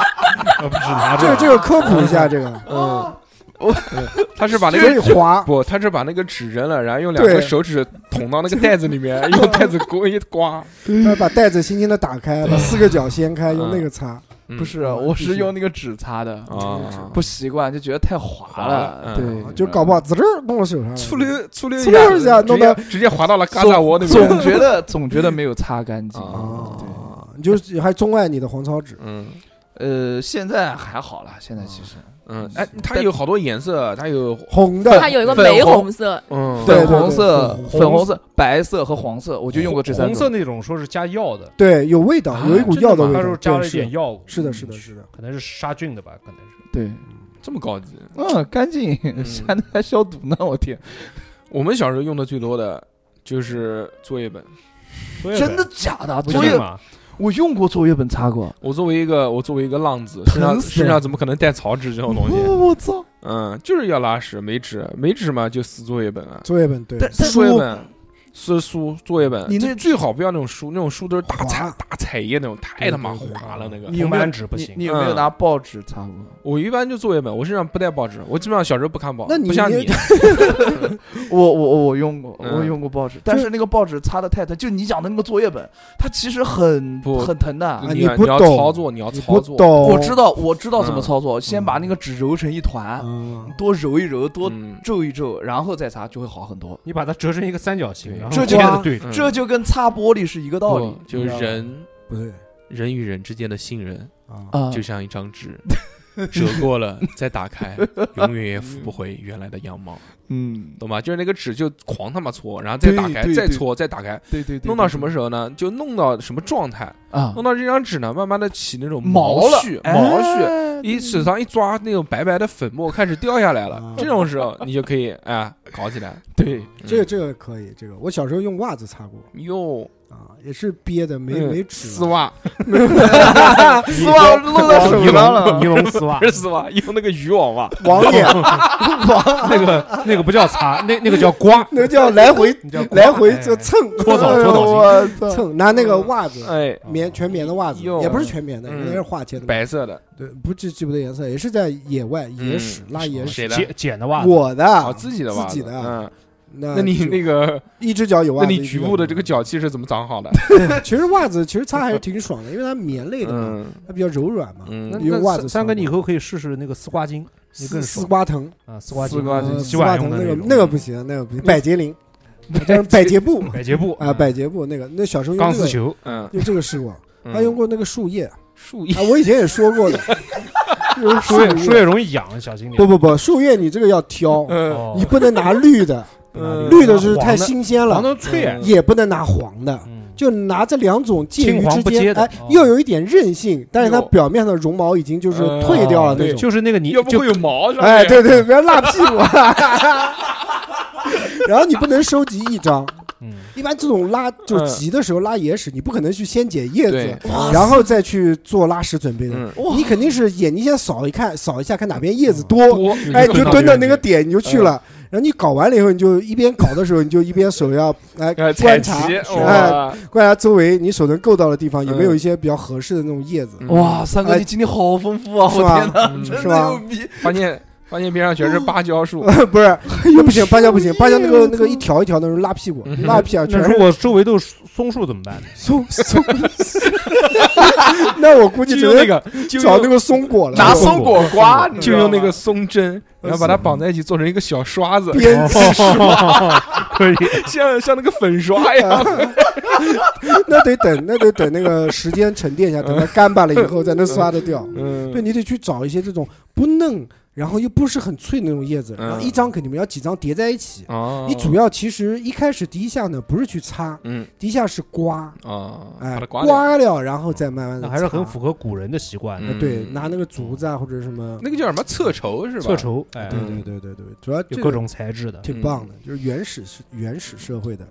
Speaker 5: 呃不只 拿
Speaker 3: 这个
Speaker 5: 着
Speaker 3: 这个科普一下，这个
Speaker 5: 啊
Speaker 4: 嗯，
Speaker 2: 他是把那
Speaker 3: 所以
Speaker 2: 个
Speaker 3: 滑，
Speaker 2: 不，他是把那个纸扔了，然后用两个
Speaker 3: 对
Speaker 2: 手指捅到那个袋子里面，用袋子刮一刮。
Speaker 5: 嗯
Speaker 3: 要把袋子轻轻的打开，把四个角掀开，用那个擦。
Speaker 2: 嗯
Speaker 4: 不是，啊我是用那个纸擦的，
Speaker 2: 啊，
Speaker 4: 不习惯就觉得太滑
Speaker 2: 滑了
Speaker 4: 了，
Speaker 2: 嗯
Speaker 4: 对，
Speaker 3: 就搞不好滋儿弄到手上了。
Speaker 2: 粗溜粗溜
Speaker 3: 粗溜
Speaker 2: 一
Speaker 3: 一下
Speaker 2: 嗯直
Speaker 3: 弄
Speaker 2: 接
Speaker 3: 到
Speaker 2: 直接滑到了嘎达窝那边。
Speaker 4: 总觉 得总觉得没有擦干净。
Speaker 2: 啊
Speaker 4: 对
Speaker 3: 啊，你就是还钟爱你的黄草纸，
Speaker 2: 嗯
Speaker 4: 呃，现在还好了，现在其实
Speaker 2: 嗯，哎，它有好多颜色，它有
Speaker 3: 红的，
Speaker 6: 它有一个
Speaker 4: 粉
Speaker 6: 玫
Speaker 4: 红
Speaker 6: 红色，
Speaker 2: 嗯
Speaker 3: 对
Speaker 4: 粉红色、
Speaker 3: 对对
Speaker 4: 粉红色、白色和黄色，我就用过这三
Speaker 5: 红色
Speaker 4: 种。
Speaker 5: 那种说是加药的，
Speaker 3: 对，有味道，有一股
Speaker 5: 啊真
Speaker 3: 药
Speaker 5: 的
Speaker 3: 味
Speaker 5: 吗
Speaker 3: 道
Speaker 5: 它是，加
Speaker 3: 对
Speaker 5: 了一点，嗯药物，
Speaker 3: 是的是的，是的，是的。
Speaker 5: 可能是杀菌的吧，可能是。
Speaker 4: 对，
Speaker 2: 这么高级。
Speaker 4: 嗯，干净，还能还消毒呢，我天，
Speaker 2: 我们小时候用的最多的就是作业本。
Speaker 5: 对
Speaker 4: 真的假的？
Speaker 5: 不
Speaker 4: 作
Speaker 5: 是
Speaker 4: 业
Speaker 5: 嘛？
Speaker 4: 我用过作业本擦过，
Speaker 2: 我作为一个我作为一个浪子，身上
Speaker 4: 疼死
Speaker 2: 身上怎么可能带草纸这种东西？
Speaker 4: 我操！
Speaker 2: 嗯，就是要拉屎，没纸，没纸嘛就撕作业本啊，
Speaker 3: 作业本对，
Speaker 4: 但但是
Speaker 2: 作业
Speaker 4: 我
Speaker 2: 本。撕书作业本，
Speaker 4: 你那
Speaker 2: 这最好不要那种书，那种书都是大彩
Speaker 3: 滑
Speaker 2: 大彩页那种，太他妈
Speaker 3: 对对对
Speaker 2: 滑了那个。
Speaker 5: 红
Speaker 4: 没有
Speaker 5: 板纸不
Speaker 4: 你
Speaker 5: 行，
Speaker 4: 你有没有
Speaker 2: 嗯
Speaker 4: 拿报纸擦过？
Speaker 2: 我一般就作业本，我身上不带报纸，我基本上小时候不看报，
Speaker 3: 那你
Speaker 2: 不像你
Speaker 3: 你，
Speaker 4: 我我我用过，
Speaker 2: 嗯
Speaker 4: 我用过报纸，但是那个报纸擦的太疼，就你讲的那个作业本，它其实很
Speaker 2: 不
Speaker 4: 很疼的。
Speaker 3: 啊
Speaker 2: 你
Speaker 3: 你
Speaker 2: 要
Speaker 3: 不
Speaker 2: 你要
Speaker 3: 懂
Speaker 2: 操作，你要
Speaker 3: 你
Speaker 2: 操
Speaker 3: 不
Speaker 2: 作，
Speaker 3: 懂，
Speaker 4: 我知道，我知道怎么
Speaker 2: 嗯
Speaker 4: 操作，先把那个纸揉成一团，
Speaker 3: 嗯，
Speaker 4: 多揉一揉，多
Speaker 2: 嗯
Speaker 4: 皱一皱，然后再擦就会好很多。
Speaker 5: 你把它折成一个三角形，然后
Speaker 4: 这就
Speaker 5: 面对着，
Speaker 2: 嗯
Speaker 4: 这就跟擦玻璃是一个道理
Speaker 2: 不，就是人
Speaker 3: 不对
Speaker 4: 嗯
Speaker 2: 人与人之间的信任，
Speaker 3: 啊，
Speaker 4: 啊，
Speaker 2: 就像一张纸，折过了再打开，永 远也复不回原来的样貌，
Speaker 4: 嗯，
Speaker 2: 懂吗？就是那个纸就狂他妈搓，然后再打
Speaker 4: 对
Speaker 2: 开，
Speaker 4: 对
Speaker 2: 再
Speaker 4: 对
Speaker 2: 搓，再打开，
Speaker 4: 对对对，
Speaker 2: 弄到什么时候呢？就弄到什么状态？
Speaker 4: 啊
Speaker 2: 弄到这张纸呢，慢慢的起那种
Speaker 4: 毛了
Speaker 2: 絮，
Speaker 4: 哎
Speaker 2: 毛絮。一手上一抓，那种白白的粉末开始掉下来了
Speaker 3: 啊。
Speaker 2: 这种时候，你就可以哎搞起来。 嗯
Speaker 4: 对，
Speaker 3: 这个这个可以，这个我小时候用袜子擦过
Speaker 2: 哟，
Speaker 3: 啊，也是憋的，没
Speaker 2: 嗯
Speaker 3: 没纸
Speaker 2: 丝，袜
Speaker 4: 丝袜弄到手
Speaker 5: 尼
Speaker 4: 上
Speaker 5: 龙尼
Speaker 4: 了，
Speaker 5: 龙丝 袜
Speaker 2: 不，是丝袜，用那个渔网袜。
Speaker 3: 网眼
Speaker 5: 那个那个不叫擦，那那个叫刮，
Speaker 3: 那叫来回
Speaker 5: 你叫刮
Speaker 3: 来回
Speaker 5: 哎
Speaker 3: 就蹭哎
Speaker 5: 搓澡搓澡
Speaker 4: 我操！
Speaker 3: 蹭，拿那个袜子
Speaker 2: 哎，
Speaker 3: 棉全棉的袜子，
Speaker 2: 哟
Speaker 3: 也不是全棉的，
Speaker 2: 嗯
Speaker 3: 应该是化纤的，
Speaker 2: 白嗯色的，
Speaker 3: 对，不记记不得颜色，也是在野外野屎拉野屎，
Speaker 2: 谁的？
Speaker 5: 剪剪的袜子，
Speaker 3: 我
Speaker 2: 哦，
Speaker 3: 的
Speaker 2: 自己的袜
Speaker 3: 啊自己
Speaker 2: 子。
Speaker 3: 的
Speaker 2: 嗯，
Speaker 3: 那
Speaker 2: 那你
Speaker 3: 就
Speaker 2: 那个，
Speaker 3: 一只脚有袜
Speaker 2: 那
Speaker 3: 子，
Speaker 2: 你
Speaker 3: 一只嗯
Speaker 2: 局
Speaker 3: 脚
Speaker 2: 部的
Speaker 3: 没
Speaker 2: 这个脚气是怎么长好的？
Speaker 3: 有其实袜子其实擦还是挺爽的，因为它棉类的嘛，
Speaker 2: 嗯
Speaker 3: 它比较柔软嘛，
Speaker 2: 嗯
Speaker 5: 那
Speaker 3: 用袜子
Speaker 5: 那三哥，
Speaker 3: 搓
Speaker 5: 你以后可以试试那个丝瓜巾，那
Speaker 3: 丝
Speaker 5: 更
Speaker 3: 丝
Speaker 5: 爽
Speaker 3: 瓜藤，
Speaker 5: 啊，丝瓜
Speaker 2: 丝瓜
Speaker 5: 巾，
Speaker 2: 巾
Speaker 3: 呃
Speaker 5: 洗
Speaker 3: 丝
Speaker 5: 碗
Speaker 3: 瓜
Speaker 5: 用
Speaker 3: 藤
Speaker 5: 的
Speaker 3: 那个
Speaker 5: 种
Speaker 3: 那个不行，那个不行，百洁 灵，叫百洁布
Speaker 5: 百洁布 嗯
Speaker 3: 啊，百洁布那个，那小时候用
Speaker 5: 钢
Speaker 3: 这
Speaker 5: 丝
Speaker 3: 个
Speaker 5: 球，
Speaker 2: 嗯，
Speaker 3: 用这个试过，
Speaker 2: 嗯
Speaker 3: 还用过那个树叶啊，
Speaker 2: 树叶，
Speaker 3: 我以前也说过 的，就是
Speaker 5: 树叶树
Speaker 3: 树
Speaker 5: 叶
Speaker 3: 叶，
Speaker 5: 容易痒，小心点。
Speaker 3: 不不不，树叶你这个要挑，
Speaker 2: 嗯，
Speaker 5: 哦，
Speaker 3: 你不能拿绿 的，
Speaker 5: 不拿绿
Speaker 3: 呃绿的就是
Speaker 5: 拿
Speaker 3: 太
Speaker 5: 黄的
Speaker 3: 新鲜
Speaker 5: 黄
Speaker 3: 了，
Speaker 5: 的脆，啊
Speaker 2: 嗯
Speaker 3: 也不能拿黄的。
Speaker 5: 嗯，
Speaker 3: 就拿这两种介于
Speaker 5: 青黄
Speaker 3: 之
Speaker 5: 不接
Speaker 3: 间，
Speaker 5: 的
Speaker 3: 哎
Speaker 5: 哦，
Speaker 3: 又有一点韧性，但是它
Speaker 2: 哟
Speaker 3: 表面上的绒毛已经就是退掉了
Speaker 5: 哦
Speaker 3: 那种。
Speaker 5: 就是那个你
Speaker 2: 要不
Speaker 5: 就
Speaker 2: 会有毛是吧？
Speaker 3: 哎，对对，不要辣屁股。啊 然后你不能收集一张，
Speaker 5: 嗯，
Speaker 3: 一般这种拉就
Speaker 2: 嗯
Speaker 3: 急的时候拉野屎，你不可能去先捡叶
Speaker 2: 对
Speaker 3: 子，然后再去做拉屎准备的。
Speaker 2: 嗯，
Speaker 3: 你肯定是眼睛先扫一看，扫一下看哪边叶子多，
Speaker 2: 多，
Speaker 3: 哎，你就蹲到那个
Speaker 5: 地
Speaker 3: 点你就去了。
Speaker 2: 嗯
Speaker 3: 然后你搞完了以后，你就一边搞的时候，你就一边手要 哎
Speaker 2: 呃，
Speaker 3: 观察
Speaker 2: 齐，，
Speaker 3: 哎
Speaker 2: 哇，
Speaker 3: 观察周围你手能够到的地方有没
Speaker 2: 嗯
Speaker 3: 有一些比较合适的那种叶子，
Speaker 2: 嗯
Speaker 4: 哇，，三哥，你经历好丰富啊！我
Speaker 3: 是吧
Speaker 4: 天哪，
Speaker 2: 嗯
Speaker 4: 真
Speaker 3: 是
Speaker 4: 的
Speaker 3: 吧
Speaker 4: 牛逼！
Speaker 2: 发现发现边上全是芭蕉树，
Speaker 3: 不是 又不 行，芭蕉不行，芭蕉那
Speaker 2: 嗯
Speaker 3: 个那个一条一条的拉屁股，拉屁股
Speaker 5: 那
Speaker 3: 全
Speaker 5: 如
Speaker 3: 是
Speaker 5: 果周围都是松树怎么办？
Speaker 3: 松松。 那我估计
Speaker 2: 就
Speaker 3: 只
Speaker 2: 用那
Speaker 3: 能
Speaker 2: 个，就
Speaker 3: 找那
Speaker 2: 用
Speaker 3: 个松果了，
Speaker 4: 拿
Speaker 5: 松
Speaker 4: 松果刮，你知
Speaker 2: 就
Speaker 4: 道
Speaker 2: 用那
Speaker 4: 吗
Speaker 2: 个松针，然后把它绑在一起做成一个小刷子，
Speaker 5: 哦
Speaker 3: 编织，
Speaker 5: 可 以，
Speaker 2: 像像那个粉
Speaker 3: 啊
Speaker 2: 刷一样。
Speaker 3: 那得等，那得等那个时间沉淀一下，等它干巴 了以后才能刷得掉。
Speaker 2: 嗯
Speaker 3: 对，你得去找一些这种不嫩，然后又不是很脆的那种叶子，
Speaker 2: 嗯
Speaker 3: 然后一张肯定没有，要几张叠在一起。
Speaker 2: 哦，
Speaker 3: 你主要其实一开始第一下呢，不是去擦，
Speaker 2: 嗯
Speaker 3: 第一下是刮，
Speaker 2: 啊，
Speaker 3: 哎
Speaker 2: 把它，刮掉，
Speaker 3: 刮了，然后再慢慢
Speaker 5: 那
Speaker 3: 的，
Speaker 5: 还是很符。合古人的习惯的，
Speaker 2: 嗯
Speaker 3: 对，拿那个竹子啊或者什么，
Speaker 2: 那个叫什么侧绸是吧？
Speaker 5: 侧，绸，哎
Speaker 3: 对，
Speaker 2: 嗯
Speaker 3: 对对对对，主要这
Speaker 5: 有
Speaker 3: 个啊
Speaker 5: 各种材质的，
Speaker 3: 挺棒的，就是原始是原始社会的，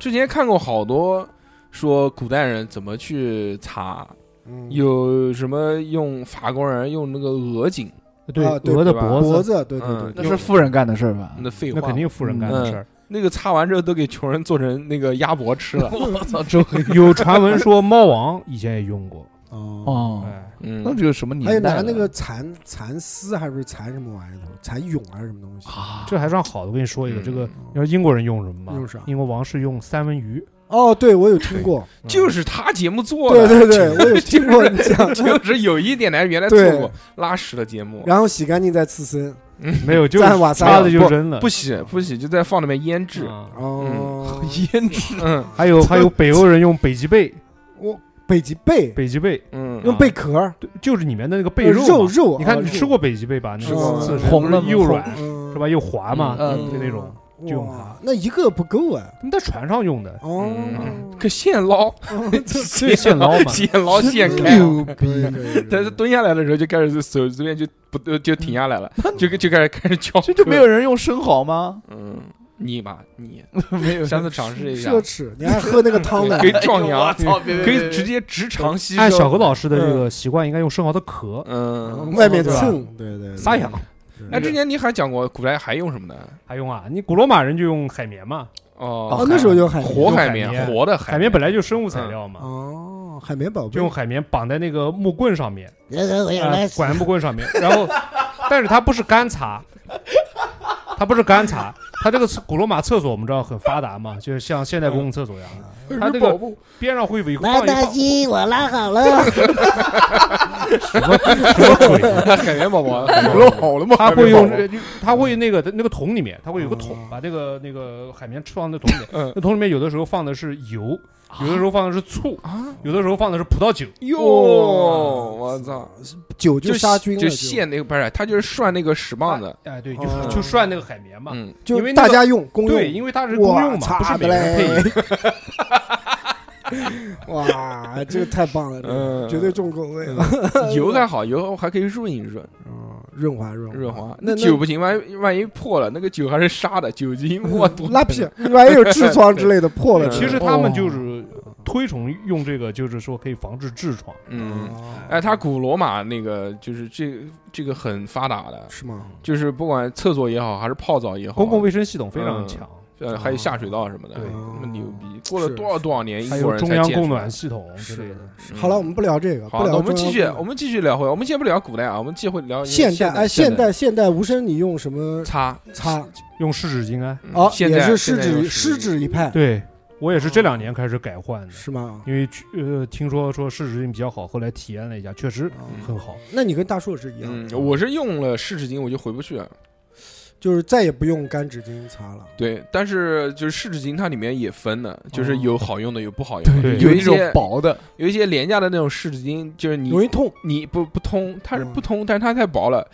Speaker 2: 之前看过好多说古代人怎么去擦，
Speaker 3: 嗯
Speaker 2: 有什么用法国人用那个鹅颈，
Speaker 5: 对
Speaker 3: 啊对
Speaker 5: 鹅的
Speaker 2: 对吧
Speaker 5: 脖
Speaker 3: 脖
Speaker 5: 子，
Speaker 3: 子，对对
Speaker 2: 嗯
Speaker 3: 对
Speaker 4: 那
Speaker 3: 对，哦
Speaker 4: 是富人干的事儿吧？
Speaker 2: 那废话，
Speaker 3: 嗯
Speaker 5: 那肯定富人干的事儿，
Speaker 2: 那个擦完之后都给穷人做成那个鸭脖 吃了。
Speaker 4: 我操，周黑
Speaker 5: 有传闻说猫王以前也用过，
Speaker 3: 哦，
Speaker 4: 哦，
Speaker 5: 哎，
Speaker 4: 那
Speaker 2: 嗯，
Speaker 4: 这个什么
Speaker 3: 还有
Speaker 4: 年代
Speaker 3: 拿
Speaker 4: 了？
Speaker 3: 那个蚕蚕丝还是蚕什么玩意儿的，蚕蛹还是什么东西？
Speaker 4: 啊，
Speaker 5: 这还算好的。我跟你说一个，
Speaker 2: 嗯
Speaker 5: 这个你知道英国人用什么吗？
Speaker 3: 用啥
Speaker 5: 英国王室用三文鱼，
Speaker 3: 哦，对我有听 过，
Speaker 2: 就是他节目做
Speaker 3: 对
Speaker 2: 的，。
Speaker 3: 对对，我有听过你讲
Speaker 2: 就是有一点来原来做
Speaker 3: 对
Speaker 2: 过拉屎的节目，
Speaker 3: 然后洗干净再刺身，
Speaker 5: 嗯没有就
Speaker 3: 蘸瓦萨
Speaker 5: 擦了就扔了，
Speaker 2: 不洗不洗就在放里面腌制。
Speaker 5: 啊
Speaker 3: 哦，
Speaker 4: 腌制
Speaker 2: 嗯
Speaker 5: 还有还有北欧人用北极贝，
Speaker 3: 我北极贝
Speaker 5: 北极贝
Speaker 2: 嗯，
Speaker 3: 用贝壳儿，
Speaker 5: 对就是里面的那个啊贝
Speaker 3: 呃肉
Speaker 5: 肉嘛。
Speaker 3: 肉，嗯
Speaker 5: 你看
Speaker 3: 啊
Speaker 5: 你吃，过北极贝吧？那
Speaker 3: 吃过啊
Speaker 5: 个刺身
Speaker 4: 红的
Speaker 5: 不是又
Speaker 4: 红
Speaker 5: 软
Speaker 3: 是
Speaker 5: 是吧？？又滑嘛，
Speaker 4: 嗯
Speaker 5: 就那种。
Speaker 3: 嗯
Speaker 5: 就
Speaker 3: 哇，那一个不够啊！
Speaker 5: 他们在船上用的，
Speaker 3: 哦，
Speaker 2: 嗯可现捞，
Speaker 5: 这现捞嘛。
Speaker 2: 现捞现开。
Speaker 3: 牛
Speaker 4: 啊
Speaker 3: 逼！
Speaker 2: 但是蹲下来的时候就开始手随便就不呃就停下来了，就就开始开始敲。
Speaker 4: 这就没有人用生蚝吗？
Speaker 2: 嗯，你嘛你，
Speaker 4: 没有，
Speaker 2: 下次尝试一下
Speaker 3: 奢，侈，你还喝那个汤呢
Speaker 2: 可？以壮阳，
Speaker 4: 哎操，别
Speaker 2: 可以直。接直肠吸收。
Speaker 5: 按哎小何老师的这个习惯，应该用生蚝的壳
Speaker 2: 嗯，
Speaker 3: 外面
Speaker 5: 对吧
Speaker 3: 蹭，对对，对
Speaker 5: 撒养。。
Speaker 2: 哎，
Speaker 3: 哎，
Speaker 2: 之前你还讲过古代还用什么呢？
Speaker 5: 还用啊？你古罗马人就用海绵嘛，
Speaker 2: 哦
Speaker 3: 哦，，那时候有海绵
Speaker 2: 活
Speaker 5: 海
Speaker 2: 海
Speaker 5: 绵
Speaker 2: 绵，活的
Speaker 5: 海绵本来就生物材料嘛，
Speaker 3: 哦，海绵宝贝
Speaker 5: 就用海绵绑在那个木棍上面，
Speaker 3: 来
Speaker 5: 呃管木棍上面，然后，但是它不是干擦，它不是干擦，它这个厕古罗马厕所我们知道很发达嘛，就是像现代公共厕所一样，它这个边上会有一个
Speaker 7: 来
Speaker 5: 放一
Speaker 7: 大
Speaker 5: 个
Speaker 7: 西，我拉好了。
Speaker 5: 什么鬼？
Speaker 2: 海绵宝宝，海绵宝宝
Speaker 3: 好了吗？
Speaker 5: 他会用，他会那个那个桶里面，他会
Speaker 3: 哦
Speaker 5: 有个桶，把那个那个海绵吃放在桶里面
Speaker 2: 嗯。
Speaker 5: 那桶里面有的时候放的是油，有的时候放的是醋，
Speaker 2: 啊，
Speaker 5: 有的时候放的是葡萄酒。
Speaker 2: 哟，我操，
Speaker 3: 哦酒就
Speaker 2: 就
Speaker 3: 杀菌了，
Speaker 2: 就现那个不是，他就是涮那个屎棒子，
Speaker 5: 哎，对，就
Speaker 3: 哦
Speaker 5: 就涮那个海绵嘛。
Speaker 2: 嗯，
Speaker 3: 就
Speaker 5: 因为那
Speaker 3: 大
Speaker 5: 个
Speaker 3: 家用公用，
Speaker 5: 对，因为它是公用嘛，
Speaker 3: 哇
Speaker 5: 不是
Speaker 3: 擦的
Speaker 5: 每个人配
Speaker 3: 嘞
Speaker 5: 饮。！
Speaker 3: 哇，这个太棒了，这个
Speaker 2: 嗯
Speaker 3: 绝对重口味了，
Speaker 2: 油还好，油还可以润一润，
Speaker 3: 嗯，润滑润
Speaker 2: 润滑。那
Speaker 3: 那那嗯
Speaker 2: 酒不行，万一万一破了，那个酒还是沙的，酒精我多
Speaker 3: 拉屁，万一有痔疮之类的哦破 了，
Speaker 2: 嗯
Speaker 5: 其实他们就是推崇用这个，就是说可以防治痔疮。
Speaker 2: 嗯，
Speaker 3: 哦
Speaker 2: 哎，他古罗马那个就是这这个很发达的，
Speaker 3: 是吗？
Speaker 2: 就是不管厕所也好，还是泡澡也好，
Speaker 5: 公共卫生系统非常
Speaker 2: 嗯
Speaker 5: 强，
Speaker 2: 呃还有下水道什么的，
Speaker 5: 对
Speaker 2: 那么牛逼。过了
Speaker 3: 哦是
Speaker 2: 多少多少年，英
Speaker 5: 还
Speaker 2: 国
Speaker 5: 有
Speaker 2: 人
Speaker 5: 中
Speaker 2: 才
Speaker 5: 央
Speaker 2: 建
Speaker 5: 供
Speaker 2: 出来
Speaker 5: 暖系统之类的。
Speaker 2: 嗯
Speaker 3: 好了，我们不聊这个，不
Speaker 2: 好，那
Speaker 3: 聊
Speaker 2: 我们继续，
Speaker 3: 中央
Speaker 2: 我们继续聊回，我们先不聊古代啊，我们继续聊
Speaker 3: 现代
Speaker 2: 代，
Speaker 3: 哎，现代现代无声，你用什么
Speaker 2: 擦
Speaker 3: 擦？
Speaker 5: 用湿纸巾啊，
Speaker 2: 嗯
Speaker 3: 哦，
Speaker 2: 现
Speaker 3: 也
Speaker 2: 代
Speaker 3: 是
Speaker 2: 现
Speaker 3: 湿
Speaker 2: 代用
Speaker 3: 纸湿纸一派，
Speaker 5: 对我也是这两年开始改换的。
Speaker 3: 是吗？
Speaker 5: 因为去呃，听说说湿纸巾比较好，后来体验了一下，确实很好。
Speaker 3: 那你跟大硕是一样
Speaker 2: 嗯，
Speaker 3: 的，
Speaker 2: 我是用了湿纸巾，我就回不去了。
Speaker 3: 就是再也不用干纸巾擦了。
Speaker 2: 对，但是就是湿纸巾它里面也分的，就是
Speaker 3: 哦
Speaker 2: 有好用的，有不好用的，
Speaker 5: 对
Speaker 2: 有
Speaker 4: 有
Speaker 2: 一
Speaker 4: 一种
Speaker 2: 些
Speaker 4: 薄的，
Speaker 2: 有一些廉价的那种湿纸巾，就是你
Speaker 3: 容 易痛，
Speaker 2: 你不不通，它是
Speaker 3: 嗯
Speaker 2: 不通，但是它太薄了，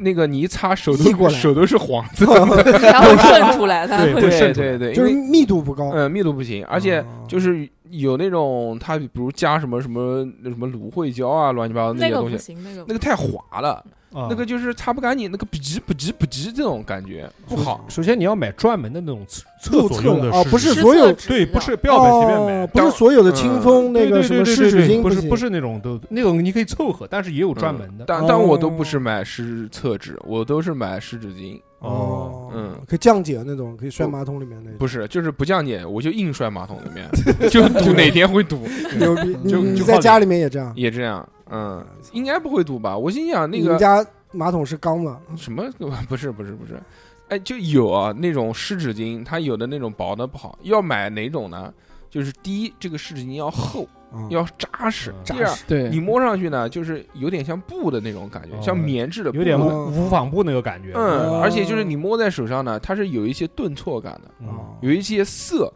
Speaker 2: 那个你一擦手
Speaker 3: 溢过
Speaker 2: 都
Speaker 3: 来
Speaker 2: 手都是黄色的，
Speaker 6: 然后渗出来，它
Speaker 5: 对
Speaker 6: 会
Speaker 5: 会
Speaker 2: 对
Speaker 5: 渗出来
Speaker 2: 对对，因
Speaker 3: 就是
Speaker 2: 为
Speaker 3: 密度不高，
Speaker 2: 嗯密度不行，而且
Speaker 3: 哦
Speaker 2: 就是有那种它比如加什么什么那什么芦荟胶啊乱七八糟那
Speaker 6: 那
Speaker 2: 些
Speaker 6: 个
Speaker 2: 东
Speaker 6: 不
Speaker 2: 西，
Speaker 6: 行，那个
Speaker 2: 那个太滑了，
Speaker 5: 啊
Speaker 2: 那个就是擦不干净，那个不急不急不急这种感觉不好。
Speaker 5: 首先你要买专门的那种厕
Speaker 3: 路
Speaker 5: 厕所
Speaker 3: 侧
Speaker 5: 用
Speaker 3: 的
Speaker 5: 的
Speaker 3: 哦
Speaker 5: 湿，
Speaker 3: 不
Speaker 5: 纸
Speaker 3: 是
Speaker 5: 巾啊
Speaker 3: 所有
Speaker 5: 对，不是不要买随便
Speaker 3: 哦
Speaker 5: 买，，
Speaker 3: 不是所有的清风
Speaker 5: 对
Speaker 3: 那个
Speaker 5: 对
Speaker 3: 什
Speaker 5: 对
Speaker 3: 么
Speaker 5: 对
Speaker 3: 湿
Speaker 5: 对
Speaker 3: 纸巾
Speaker 5: 不是
Speaker 3: 行
Speaker 5: 不是那种都那种你可以凑合，但是也有专门的。
Speaker 2: 但但我都不是买湿厕纸，我都是买湿纸巾。
Speaker 5: 哦，
Speaker 3: 哦，
Speaker 2: 嗯，
Speaker 3: 可以降解那种，可以摔马桶里面那种，
Speaker 2: 不是，就是不降解，我就硬摔马桶里面，就赌哪天会堵，
Speaker 3: 牛逼！你
Speaker 2: 就
Speaker 3: 你
Speaker 2: 就
Speaker 3: 在
Speaker 2: 靠
Speaker 3: 家里面也这样？
Speaker 2: 也这样。嗯，应该不会堵吧？我心想那
Speaker 3: 你们
Speaker 2: 个
Speaker 3: 家马桶是钢的，
Speaker 2: 什么 不是不是不是，哎，就有啊那种湿纸巾，它有的那种薄的不好，要买哪种呢？就是第一，这个湿纸巾要厚，
Speaker 3: 嗯
Speaker 2: 要扎实；
Speaker 5: 嗯
Speaker 2: 第二，
Speaker 4: 对
Speaker 2: 你摸上去呢，就是有点像布的那种感觉，
Speaker 5: 哦
Speaker 2: 像棉质的布，
Speaker 5: 有点
Speaker 3: 哦
Speaker 5: 无无纺布那个感觉。
Speaker 2: 嗯，
Speaker 3: 哦
Speaker 2: 而且就是你摸在手上呢，它是有一些顿挫感的，
Speaker 5: 嗯，
Speaker 3: 哦
Speaker 2: 有一些涩，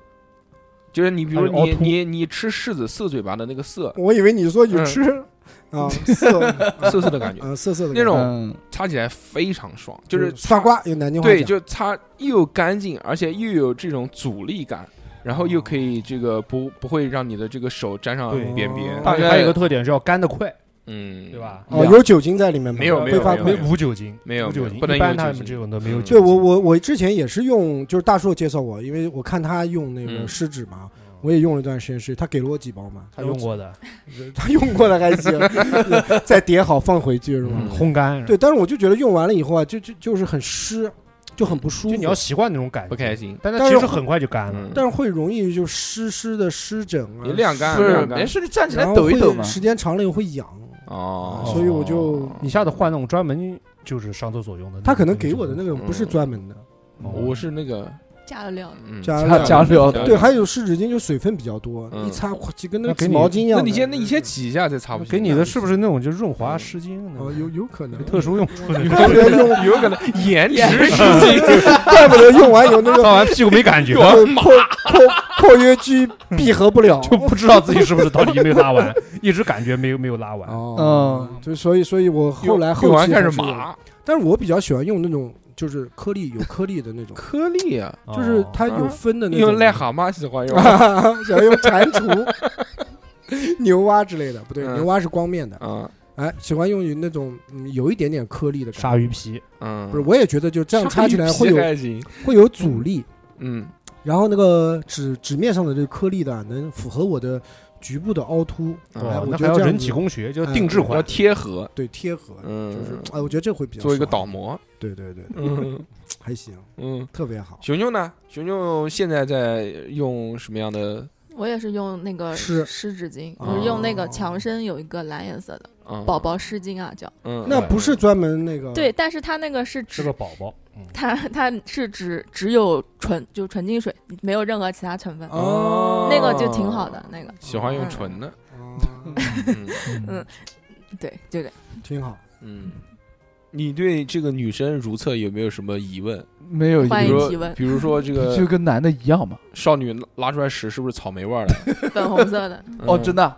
Speaker 2: 就是你比如
Speaker 5: 还有凹
Speaker 2: 你
Speaker 5: 凸
Speaker 2: 你你吃柿子涩嘴巴的那个 涩，
Speaker 3: 我以为你说你
Speaker 2: 嗯
Speaker 3: 吃啊涩
Speaker 2: 涩涩的感觉，
Speaker 3: 啊涩涩的
Speaker 2: 那种
Speaker 4: 嗯，
Speaker 2: 擦起来非常爽，就是
Speaker 3: 傻瓜，有南京话
Speaker 2: 对，
Speaker 3: 讲
Speaker 2: 就擦又干净，而且又有这种阻力感。然后又可以这个不不会让你的这个手沾上
Speaker 5: 对
Speaker 2: 便便，
Speaker 5: 大
Speaker 2: 大
Speaker 5: 概
Speaker 2: 概
Speaker 5: 还有一个特点是要干得快，
Speaker 2: 嗯，
Speaker 5: 对吧？
Speaker 3: 哦有酒精在里面吗？
Speaker 2: 没有没有
Speaker 3: 挥发
Speaker 5: 没
Speaker 2: 没
Speaker 3: 快
Speaker 2: 有。
Speaker 5: 无酒精，
Speaker 2: 没有
Speaker 5: 无酒
Speaker 2: 没
Speaker 5: 精，
Speaker 2: 有不能
Speaker 5: 一般
Speaker 2: 有酒
Speaker 5: 他
Speaker 2: 精
Speaker 5: 们这种都没有
Speaker 2: 嗯
Speaker 5: 酒
Speaker 3: 对
Speaker 5: 精。
Speaker 3: 我我我之前也是用，就是大硕介绍我，因为我看他用那个
Speaker 2: 嗯
Speaker 3: 湿纸嘛，我也用了一段时间湿，他给了我几包嘛，
Speaker 5: 他用过的
Speaker 3: 他用过了还行， 再叠好放回去是吧？
Speaker 2: 嗯
Speaker 5: 烘干，
Speaker 3: 对，但是我就觉得用完了以后啊，就就就是很湿，就很不舒
Speaker 5: 就
Speaker 3: 服。
Speaker 5: 你要习惯那种感
Speaker 2: 不
Speaker 5: 觉，
Speaker 2: 开心。
Speaker 5: 但它
Speaker 3: 但
Speaker 5: 其
Speaker 3: 是
Speaker 5: 实很快就干了。
Speaker 2: 嗯，
Speaker 3: 但是会容易就湿湿的湿疹啊，
Speaker 2: 你晾干
Speaker 4: 不是
Speaker 2: 晾干
Speaker 4: 没事，你站起来
Speaker 3: 然后
Speaker 4: 抖一抖
Speaker 3: 会
Speaker 4: 嘛。
Speaker 3: 时间长了也会痒。
Speaker 2: 哦，
Speaker 3: 所以我就
Speaker 5: 你下次换那种专门就是上厕所用的那种，
Speaker 3: 他可能给我的那个不是
Speaker 2: 嗯
Speaker 3: 专门的，
Speaker 5: 哦
Speaker 2: 我是那个
Speaker 6: 加了料，
Speaker 2: 嗯
Speaker 3: 加
Speaker 4: 加加料
Speaker 3: 对，还有湿纸巾就水分比较多，
Speaker 2: 嗯
Speaker 3: 一擦就跟那
Speaker 5: 那
Speaker 3: 个
Speaker 5: 给
Speaker 3: 挤
Speaker 5: 你
Speaker 3: 毛巾一样
Speaker 2: 那
Speaker 3: 的。
Speaker 2: 你先，那你先挤一下再擦不行？
Speaker 5: 给你的是不是那种就润滑湿巾那
Speaker 3: 哦，
Speaker 5: 种
Speaker 3: 有有可能，
Speaker 5: 特殊用处的？
Speaker 3: 怪不得用，
Speaker 2: 有可能 颜值是
Speaker 3: 怪不得用完有 那个
Speaker 5: 擦完屁股没感觉，
Speaker 2: 啊
Speaker 3: 括括括约肌闭合不了。
Speaker 5: 就不知道自己是不是到底没有拉完，一直感觉没有没有拉完。
Speaker 3: 哦，
Speaker 4: 嗯，
Speaker 3: 就所以所以我后来后
Speaker 2: 用完
Speaker 3: 期
Speaker 2: 开
Speaker 3: 还
Speaker 2: 始
Speaker 3: 是有
Speaker 2: 麻，
Speaker 3: 但是我比较喜欢用那种就是颗粒有颗粒的那种，
Speaker 2: 颗粒啊，
Speaker 3: 就是它
Speaker 2: 哦
Speaker 3: 有分的那
Speaker 2: 因为
Speaker 3: 种。
Speaker 2: 癞蛤蟆喜欢用。
Speaker 3: 啊， 想用蟾蜍、 牛蛙之类的，不对，
Speaker 2: 嗯
Speaker 3: 牛蛙是光面的。
Speaker 2: 啊，
Speaker 3: 哎，喜欢用于那种嗯有一点点颗粒的感觉。
Speaker 5: 鲨鱼皮，
Speaker 2: 嗯，
Speaker 3: 不是，我也觉得就这样擦起来会
Speaker 2: 鲨鱼皮
Speaker 3: 有
Speaker 2: 还行，
Speaker 3: 会有阻力，
Speaker 2: 嗯，
Speaker 3: 然后那个纸纸面上的这个颗粒的啊能符合我的局部的凹凸，哎，
Speaker 5: 哦
Speaker 3: 我
Speaker 5: 那
Speaker 3: 觉得
Speaker 5: 还要
Speaker 3: 这样
Speaker 5: 人体
Speaker 3: 子
Speaker 5: 工学，就是
Speaker 3: 哎
Speaker 5: 定制
Speaker 2: 啊要
Speaker 5: 款。
Speaker 2: 贴合，
Speaker 3: 对贴合，
Speaker 2: 嗯，
Speaker 3: 就是哎，我觉得这会比较
Speaker 2: 做一个
Speaker 3: 爽
Speaker 2: 倒，模，
Speaker 3: 对对对，
Speaker 2: 嗯
Speaker 3: 还行，
Speaker 2: 嗯。
Speaker 3: 特别好。
Speaker 2: 熊熊呢？熊熊现在在用什么样的
Speaker 6: 我也是用那个
Speaker 3: 湿
Speaker 6: 湿纸巾，
Speaker 3: 哦
Speaker 6: 我是用那个强生有一个蓝颜色的
Speaker 2: 嗯
Speaker 6: 宝？宝湿巾啊，叫
Speaker 2: 嗯，
Speaker 3: 那不是专门那个
Speaker 6: 对，但是它那个是
Speaker 5: 是
Speaker 6: 只
Speaker 5: 个宝宝，嗯，
Speaker 6: 它它是只只有纯就纯净水，没有任何其他成分，
Speaker 3: 哦，
Speaker 6: 那个就挺好的。那个
Speaker 2: 嗯喜欢用纯的，
Speaker 3: 哦，
Speaker 2: 嗯
Speaker 6: 嗯对对对，
Speaker 3: 挺 好。
Speaker 2: 嗯。你对这个女生如厕有没有什么疑问？
Speaker 4: 没有一
Speaker 6: 欢
Speaker 2: 比
Speaker 6: 迎
Speaker 2: 如
Speaker 4: 个，
Speaker 6: 提问
Speaker 2: 说，比如说这
Speaker 4: 就
Speaker 2: 个
Speaker 4: 跟男的一样嘛。
Speaker 2: 少女拉出来屎是不是草莓味儿嗯的？
Speaker 6: 粉红色的，
Speaker 4: 哦，真的
Speaker 6: 啊，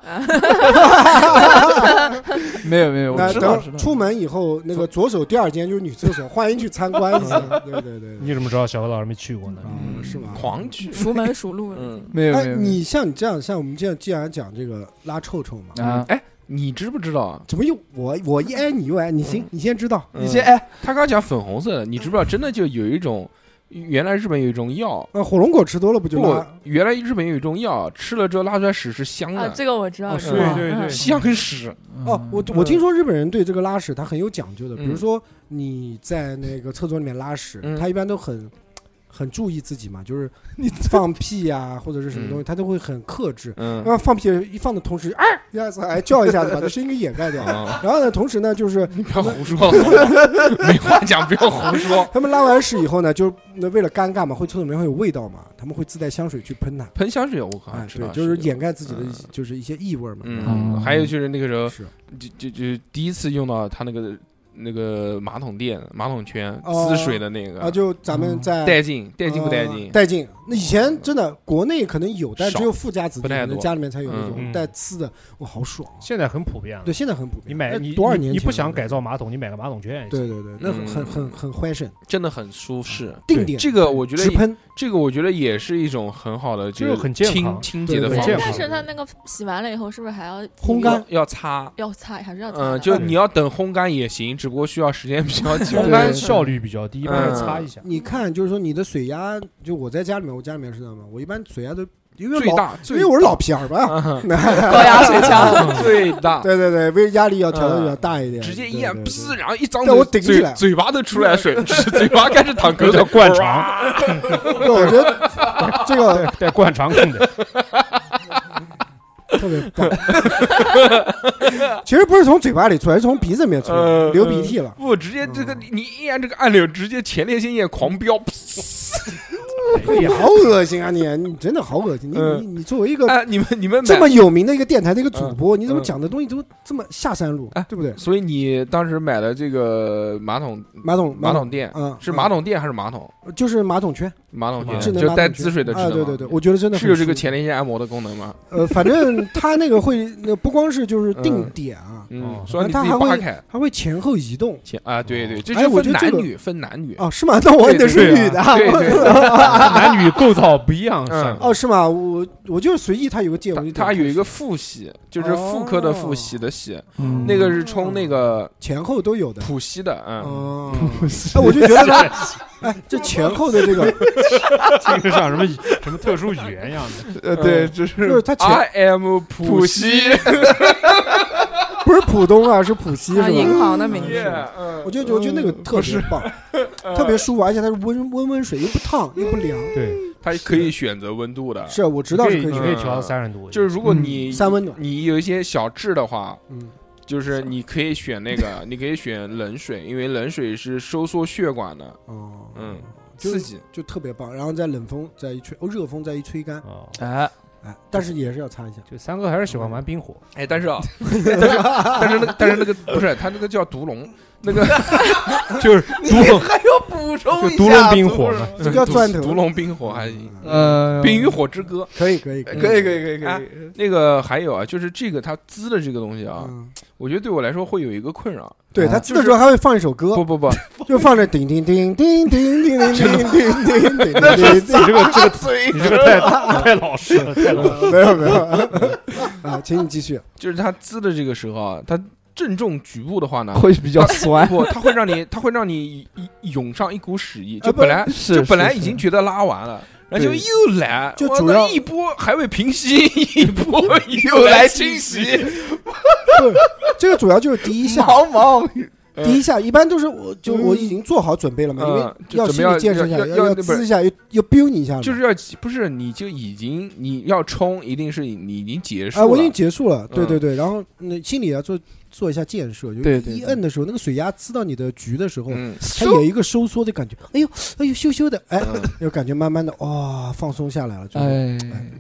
Speaker 4: 没有没有，我
Speaker 3: 那
Speaker 4: 知道
Speaker 3: 等
Speaker 4: 知
Speaker 3: 出
Speaker 4: 道。
Speaker 3: 门以后，那个左手第二间就是女厕所，欢迎去参观一 下。对对对，
Speaker 5: 你怎么知道小何老师没去过
Speaker 2: 嗯
Speaker 5: 呢？
Speaker 3: 啊是吗？
Speaker 2: 狂举，
Speaker 6: 熟门熟路了。
Speaker 2: 嗯，
Speaker 4: 没有没
Speaker 3: 哎，
Speaker 4: 有，
Speaker 3: 你像你这样，像我们这样，既然讲这个拉臭臭嘛，
Speaker 4: 啊，
Speaker 2: 哎，你知不知道啊？
Speaker 3: 怎么又我我一挨你又挨你？
Speaker 4: 嗯
Speaker 3: 行，你先知道。
Speaker 4: 你先
Speaker 2: 嗯
Speaker 4: 哎，
Speaker 2: 他刚讲粉红色的，你知不知
Speaker 3: 嗯
Speaker 2: 道？真的就有一种，原来日本有一种药，
Speaker 3: 那啊火龙果吃多了不就
Speaker 2: 不
Speaker 3: 拉？，哦
Speaker 2: 原来日本有一种药，吃了之后拉出来屎是香
Speaker 6: 啊，
Speaker 2: 的，
Speaker 6: 这个我知道，
Speaker 3: 哦
Speaker 6: 是嗯
Speaker 3: 对
Speaker 6: 吗
Speaker 5: 对对
Speaker 2: 香屎。
Speaker 4: 嗯
Speaker 3: 哦，我我听说日本人对这个拉屎他很有讲究的，比
Speaker 2: 嗯
Speaker 3: 如说你在那个厕所里面拉屎
Speaker 2: 嗯，
Speaker 3: 他一般都很很注意自己嘛， 就是你放屁呀或者是什么东
Speaker 4: 嗯
Speaker 3: 西，他都会很克制。
Speaker 2: 嗯
Speaker 3: 然，后放屁一放的同时，啊，一下子哎叫一下子把这声音给掩盖掉。
Speaker 2: 啊，
Speaker 3: 然后呢，同时呢，就是
Speaker 2: 你不要胡 说了，没话讲，不要胡说。
Speaker 3: 他们拉完屎以后呢，就是那为了尴尬嘛，会厕所里面会有味道嘛，他们会自带香水去喷它，
Speaker 2: 喷香水，我靠，
Speaker 3: 哎，
Speaker 2: 啊知
Speaker 3: 对
Speaker 2: 道，
Speaker 3: 就是
Speaker 2: 有
Speaker 3: 掩盖自己的
Speaker 2: 嗯
Speaker 3: 就是一些异味嘛。啊
Speaker 2: 嗯，
Speaker 4: 嗯
Speaker 2: 还有就是那个时候，
Speaker 3: 是
Speaker 2: 就就就第一次用到他那个那个马桶垫、马桶圈
Speaker 3: 哦
Speaker 2: 滋水的那个，
Speaker 3: 啊，就咱们在
Speaker 2: 嗯带劲，带劲不带
Speaker 3: 呃
Speaker 2: 劲？嗯
Speaker 3: 带劲。那以前真的国内可能有，但
Speaker 2: 少
Speaker 3: 只有富家子弟，
Speaker 2: 不太
Speaker 3: 可能
Speaker 2: 多
Speaker 3: 家里面才有那
Speaker 5: 嗯
Speaker 3: 种带刺的，哇，好爽啊！
Speaker 5: 现在很普遍了
Speaker 3: 对，。现在很普遍。
Speaker 5: 你买
Speaker 3: 哎
Speaker 5: 你
Speaker 3: 多少
Speaker 5: 你
Speaker 3: 年前
Speaker 5: 你不
Speaker 3: 了
Speaker 5: 想改？造马桶，你买个马桶圈也行。
Speaker 3: 对对对，那很很很很欢神，
Speaker 2: 真的很舒适。
Speaker 3: 定点
Speaker 2: 嗯这个我觉
Speaker 3: 直
Speaker 2: 得，
Speaker 3: 啊喷，
Speaker 2: 这个我觉得也是一种很好的，
Speaker 5: 这
Speaker 2: 是
Speaker 5: 个很健
Speaker 2: 清
Speaker 5: 康
Speaker 2: 清洁的
Speaker 3: 对
Speaker 2: 方
Speaker 5: 健
Speaker 2: 式
Speaker 5: 康。
Speaker 6: 但是它那个洗完了以后，是不是还要
Speaker 3: 烘干
Speaker 2: 要要擦，
Speaker 6: 要擦，还是要擦的？啊
Speaker 2: 嗯，就你要等烘干也行，只不过需要时间比较久。
Speaker 5: 烘干效率比较低，一
Speaker 2: 嗯
Speaker 5: 般是擦一下。
Speaker 3: 你看，就是说你的水压，就我在家里面，我家里面是这样嘛，我一般水压都因为
Speaker 2: 最
Speaker 3: 老，
Speaker 2: 大，
Speaker 3: 因
Speaker 2: 最
Speaker 3: 为我是老皮儿嘛，
Speaker 2: 嗯
Speaker 6: 高压 水枪，
Speaker 2: 最大，
Speaker 3: 对对对，为压力要调的比较大一点，
Speaker 2: 嗯直接
Speaker 3: 对
Speaker 2: 一按，
Speaker 3: 对对
Speaker 2: 噗，然后一张
Speaker 3: 但我
Speaker 2: 嘴，
Speaker 3: 顶起
Speaker 2: 嘴
Speaker 3: 来
Speaker 2: 嘴巴都出来水，嘴巴开 始淌口水
Speaker 5: 叫，灌肠，
Speaker 3: 对我觉得这个
Speaker 5: 带灌肠用的，
Speaker 3: 特别 棒。其实不是从嘴巴里出来，是从鼻子里面出来，
Speaker 2: 呃
Speaker 3: 流鼻涕了。
Speaker 2: 不，直接这
Speaker 3: 嗯
Speaker 2: 个你一按这个按钮，直接前列腺液狂飙，
Speaker 5: 哎
Speaker 3: 你
Speaker 5: 呀
Speaker 3: 好恶心啊你！你真的好恶心！你
Speaker 2: 嗯
Speaker 3: 你你作为一个
Speaker 2: 哎，你们你们
Speaker 3: 这
Speaker 2: 买，
Speaker 3: 么有名的一个电台的一个主播，你怎么
Speaker 2: 嗯
Speaker 3: 讲的东西都这么下三路
Speaker 2: 哎，
Speaker 3: 对不对？
Speaker 2: 所以你当时买的这个马桶
Speaker 3: 马桶
Speaker 2: 马
Speaker 3: 桶
Speaker 2: 桶垫
Speaker 3: 嗯
Speaker 2: 是马桶垫还是马桶？
Speaker 3: 嗯就是马桶圈，
Speaker 2: 马桶垫
Speaker 5: 智
Speaker 3: 能
Speaker 2: 就
Speaker 3: 马
Speaker 2: 带
Speaker 3: 桶圈
Speaker 2: 滋水的智
Speaker 3: 啊，
Speaker 2: 能吗，
Speaker 3: 对对对，我觉得真的
Speaker 2: 是有
Speaker 3: 很
Speaker 2: 这个
Speaker 3: 舒服
Speaker 2: 前列腺按摩的功能吗？
Speaker 3: 呃，反正它那 个会，那不光是就是定
Speaker 2: 嗯
Speaker 3: 点啊，
Speaker 2: 嗯，
Speaker 5: 哦
Speaker 2: 所以你自
Speaker 3: 它
Speaker 2: 己
Speaker 3: 还
Speaker 2: 扒
Speaker 3: 会
Speaker 2: 开
Speaker 3: 它会前后移动
Speaker 2: 前啊，对对，这
Speaker 3: 哎
Speaker 2: 就
Speaker 3: 我
Speaker 2: 分
Speaker 3: 觉得这
Speaker 2: 男
Speaker 3: 个
Speaker 2: 女分男女，
Speaker 3: 哦，是吗？那我
Speaker 2: 对
Speaker 3: 也得是
Speaker 5: 对啊
Speaker 3: 女的啊，
Speaker 2: 对对，
Speaker 5: 男女构造不一样，
Speaker 2: 嗯
Speaker 5: 是吧
Speaker 3: 哦，是吗？我我就是随意，它有个界，我
Speaker 2: 它
Speaker 3: 就点
Speaker 2: 它有
Speaker 3: 开哦
Speaker 2: 一个复洗，就是妇科的复洗的洗，
Speaker 4: 嗯
Speaker 2: 那个是冲那个
Speaker 3: 前后都有的。
Speaker 2: 普西的，嗯，
Speaker 3: 哦，哎，我就觉得 它，哎，这前后的这个，
Speaker 5: 这个像什么什么特殊语言一样的。
Speaker 4: 呃对，就是
Speaker 3: 就 是它前
Speaker 2: I am 普西，
Speaker 3: 不是浦东啊，是浦西是
Speaker 6: 啊，银
Speaker 3: 吧？
Speaker 6: 行的名
Speaker 3: 嗯
Speaker 6: 字。
Speaker 2: Yeah，嗯嗯
Speaker 3: 我就觉得我觉得那个特别棒，特别舒服，而且它是温温温水，又不烫又不凉。
Speaker 2: 嗯
Speaker 5: 对，
Speaker 2: 它可以选择温度的，
Speaker 3: 是啊我知道
Speaker 5: 可
Speaker 3: 是
Speaker 5: 以
Speaker 3: 可以
Speaker 5: 你
Speaker 3: 选
Speaker 5: 可以
Speaker 3: 的，
Speaker 5: 调到三十度，
Speaker 2: 就是如果你
Speaker 3: 三温暖，
Speaker 2: 你有一些小智的话，
Speaker 3: 嗯，
Speaker 2: 就是你可以选那个，你可以选冷水，因为冷水是收缩血管的，
Speaker 3: 哦，
Speaker 2: 嗯，
Speaker 3: 就
Speaker 2: 刺
Speaker 3: 是
Speaker 2: 激。
Speaker 3: 就特别棒。然后再冷风再一吹，哦，热风再一吹干，
Speaker 5: 哦，
Speaker 4: 哎，
Speaker 3: 哎，但是也是要擦一下。
Speaker 5: 就三哥还是喜欢玩冰火，
Speaker 2: 哎，但是啊， 但是但是那个但是那个不是，它那个叫毒 龙，那个
Speaker 5: 就是独龙
Speaker 4: 还要补充
Speaker 5: 就独龙冰火 嘛，
Speaker 3: 这个叫钻头
Speaker 2: 毒龙冰火还行，
Speaker 4: 呃，
Speaker 2: 冰与火之歌。
Speaker 3: 可以可以可以
Speaker 4: 可以可以可以可
Speaker 2: 哎
Speaker 4: 以，
Speaker 2: 那个还有啊，就是这个它滋的这个东西啊，
Speaker 3: 嗯
Speaker 2: 我觉得对我来说会有一个困扰。
Speaker 3: 对
Speaker 4: 啊
Speaker 3: 他这时候还会放一首歌
Speaker 2: 不，不不，
Speaker 3: 就放着叮叮叮叮叮叮叮叮叮叮叮叮叮，
Speaker 5: 你这个这个你这个太太老实了，太老实了。
Speaker 3: 没有没有啊，请你继续。
Speaker 2: 就是它滋的这个时候啊，它正中局部的话呢，
Speaker 4: 会比较酸，
Speaker 2: 不，它会让你，它会让你涌上一股屎意，就
Speaker 3: 啊不
Speaker 2: 本来
Speaker 4: 是
Speaker 2: 就本来已经觉得拉完了。然后就
Speaker 4: 对
Speaker 2: 又来，
Speaker 3: 就
Speaker 2: 我
Speaker 3: 主
Speaker 2: 那
Speaker 3: 要
Speaker 2: 一波还未平 息，一波又
Speaker 4: 又来
Speaker 2: 来侵
Speaker 4: 侵
Speaker 2: 袭。
Speaker 3: 对，这个主要就是第一下，
Speaker 4: 毛毛
Speaker 2: 嗯
Speaker 3: 第一下一般都是我就
Speaker 2: 嗯
Speaker 3: 我已经做好准备了嘛，因为
Speaker 2: 嗯就怎么
Speaker 3: 心理
Speaker 2: 样
Speaker 3: 建设一下，
Speaker 2: 要要
Speaker 3: 要
Speaker 2: 要不是
Speaker 3: 滋一下，又又 biu 你一下嘛，
Speaker 2: 就是要不是你就已经你要冲，一定是你已经结束
Speaker 3: 啊，
Speaker 2: 了。
Speaker 3: 我已经结束了，对
Speaker 2: 嗯
Speaker 3: 对对，然后那心里要做做一下建设，就
Speaker 4: 对
Speaker 3: 是
Speaker 4: 对
Speaker 3: 一
Speaker 4: 对
Speaker 3: 摁的时候，那个水压滋到你的局的时候，
Speaker 2: 嗯，
Speaker 3: 它有一个收缩的感觉，哎呦哎呦羞羞的，哎
Speaker 2: 嗯，
Speaker 3: 有感觉慢慢的哇放松下来了，就是
Speaker 4: 哎，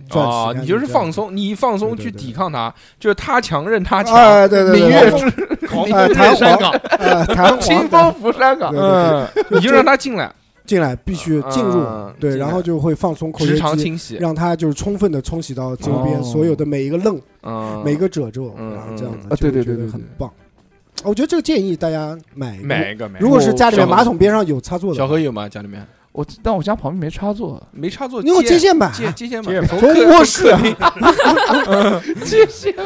Speaker 3: 钻石
Speaker 2: 哦，
Speaker 3: 感
Speaker 2: 你
Speaker 3: 觉
Speaker 2: 就是
Speaker 3: 这样
Speaker 2: 放松，你一放松
Speaker 3: 对
Speaker 2: 去
Speaker 3: 对
Speaker 2: 抵
Speaker 3: 对
Speaker 2: 抗它，就是它强任它强，
Speaker 3: 哎对对对
Speaker 2: 闽越
Speaker 3: 对对
Speaker 2: 之
Speaker 3: 哎
Speaker 2: 越之
Speaker 3: 弹
Speaker 2: 山
Speaker 3: 簧
Speaker 2: 岗，
Speaker 3: 啊，弹簧
Speaker 4: 清
Speaker 3: 的
Speaker 4: 风拂山岗
Speaker 3: 对，对
Speaker 2: 嗯，你就让它进来，
Speaker 3: 进来必须进入
Speaker 2: 嗯，
Speaker 3: 对，
Speaker 2: 进来
Speaker 3: 然后就会放松括
Speaker 2: 直
Speaker 3: 约
Speaker 2: 肠
Speaker 3: 肌。
Speaker 2: 清洗，
Speaker 3: 让它就是充分的冲洗到周边
Speaker 4: 哦
Speaker 3: 所有的每一个棱
Speaker 2: 嗯，
Speaker 3: 每个褶皱，
Speaker 2: 嗯
Speaker 3: 啊
Speaker 2: 嗯，
Speaker 3: 这样
Speaker 2: 嗯
Speaker 3: 子
Speaker 4: 啊
Speaker 3: 就
Speaker 4: 对对
Speaker 3: 会
Speaker 4: 对
Speaker 3: 觉得
Speaker 4: 对
Speaker 3: 很
Speaker 4: 对
Speaker 3: 棒。啊我觉得这个建议大家买一个
Speaker 2: 买一个买一
Speaker 3: 如
Speaker 2: 个。
Speaker 3: 果是家里面
Speaker 2: 小何
Speaker 3: 马桶边上有插座
Speaker 2: 小
Speaker 3: 的，
Speaker 2: 何有吗？家里面
Speaker 4: 我但我家旁边没插座，
Speaker 2: 没插座，
Speaker 3: 你有
Speaker 2: 接
Speaker 3: 接线板啊，
Speaker 2: 接接线
Speaker 5: 接
Speaker 2: 板，从
Speaker 5: 线
Speaker 3: 从
Speaker 2: 客
Speaker 3: 卧室啊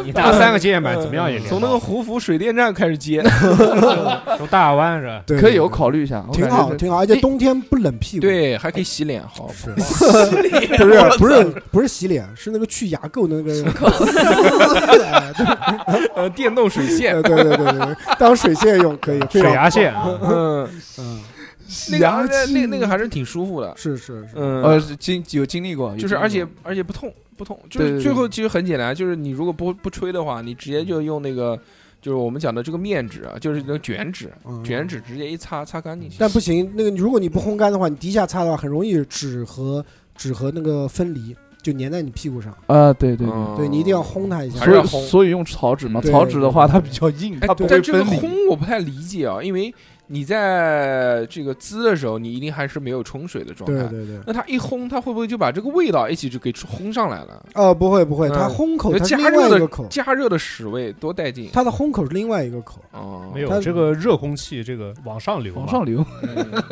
Speaker 5: 你搭三个接线板怎么样也连
Speaker 2: 从那个胡府水电站开始接，
Speaker 5: 个从大亚湾是吧？
Speaker 3: 对
Speaker 4: 可以，我考虑一下，我
Speaker 3: 挺
Speaker 4: 感觉
Speaker 3: 好，
Speaker 4: 这
Speaker 3: 挺好，而且冬天不冷屁股。，
Speaker 2: 对，还可以洗脸，好，
Speaker 3: 是，不是不是不是洗脸，是那个去牙垢那个哎对
Speaker 2: 呃，电动水线，
Speaker 3: 对对对对对，当水线用可以，非
Speaker 4: 啊
Speaker 5: 水
Speaker 3: 常
Speaker 5: 牙线，
Speaker 4: 哦
Speaker 2: 嗯，
Speaker 3: 嗯，
Speaker 2: 那个还是那那个还是挺舒服的，
Speaker 3: 是是是，
Speaker 2: 嗯，
Speaker 4: 呃经有经历过，有
Speaker 2: 就是
Speaker 4: 经历
Speaker 2: 而且
Speaker 4: 过
Speaker 2: 而且不痛不痛，就
Speaker 4: 对
Speaker 2: 是
Speaker 4: 对对
Speaker 2: 最后其实很简单，就是你如果不不吹的话，你直接就用那个就是我们讲的这个面纸啊，就是那个卷纸，
Speaker 3: 嗯
Speaker 2: 卷。纸直接一擦擦干净。
Speaker 3: 但不行，那个如果你不烘干的话，你第一下擦的话，很容易纸和纸和那个分离，就粘在你屁股上。
Speaker 4: 啊对对对。
Speaker 2: 嗯
Speaker 3: 对你一定要烘它一下
Speaker 2: 还。是要
Speaker 4: 所以
Speaker 2: 烘
Speaker 4: 所以用草纸嘛，
Speaker 3: 对
Speaker 4: 草纸的话它比较硬，
Speaker 2: 哎
Speaker 4: 它不，会
Speaker 2: 但这个
Speaker 4: 分离。
Speaker 2: 烘我不太理解啊，因为你在这个滋的时候，你一定还是没有冲水的状
Speaker 3: 对
Speaker 2: 态。
Speaker 3: 对对。
Speaker 2: 那它一烘，它会不会就把这个味道一起就给烘上来了？
Speaker 3: 哦，不会不会，
Speaker 2: 嗯
Speaker 3: 它烘口
Speaker 2: 有
Speaker 3: 它是
Speaker 2: 加
Speaker 3: 另
Speaker 2: 热
Speaker 3: 外一
Speaker 2: 的
Speaker 3: 个口，
Speaker 2: 加热的屎味多带劲！
Speaker 3: 嗯它的烘口是另外一个口。
Speaker 2: 哦，
Speaker 5: 没
Speaker 3: 它
Speaker 5: 有这个热空气这个往上流嘛，
Speaker 4: 往上流，
Speaker 2: 嗯，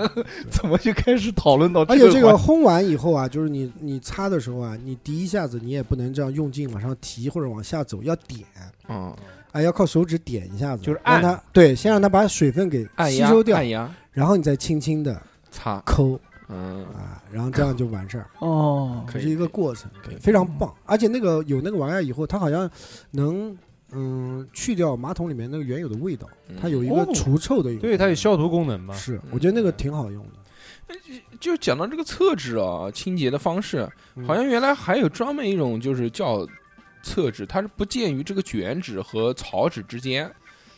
Speaker 4: 怎么就开始讨 论到
Speaker 3: 而哎且这个
Speaker 4: 呃个
Speaker 3: 烘完以后啊，就是你你擦的时候啊，你第一下子你也不能这样用劲往上提或者往下走，要点，
Speaker 2: 嗯，
Speaker 3: 啊，要靠手指点一下子，
Speaker 5: 就是
Speaker 3: 让
Speaker 5: 按
Speaker 3: 它对，先让它把水分给
Speaker 2: 按
Speaker 3: 吸
Speaker 2: 压
Speaker 3: 收掉
Speaker 2: 按，压
Speaker 3: 然后你再轻轻的
Speaker 2: 擦，
Speaker 3: 抠
Speaker 2: 嗯，
Speaker 3: 啊，然后这样就完事儿，
Speaker 4: 哦，
Speaker 2: 可
Speaker 3: 这
Speaker 2: 以
Speaker 3: 是一个过程，
Speaker 2: 可以
Speaker 3: 非常棒。而且那个有那个玩意儿以后，它好像能嗯去掉马桶里面那个原有的味道，它有一个
Speaker 5: 哦
Speaker 3: 除臭的一个，
Speaker 5: 对它有消毒功能嘛。
Speaker 3: 是，我觉得那个挺好用的。
Speaker 2: 就讲到这个厕纸啊，清洁的方式，
Speaker 3: 嗯
Speaker 2: 好像原来还有专门一种，就是叫厕纸，它是不介于这个卷纸和草纸之间，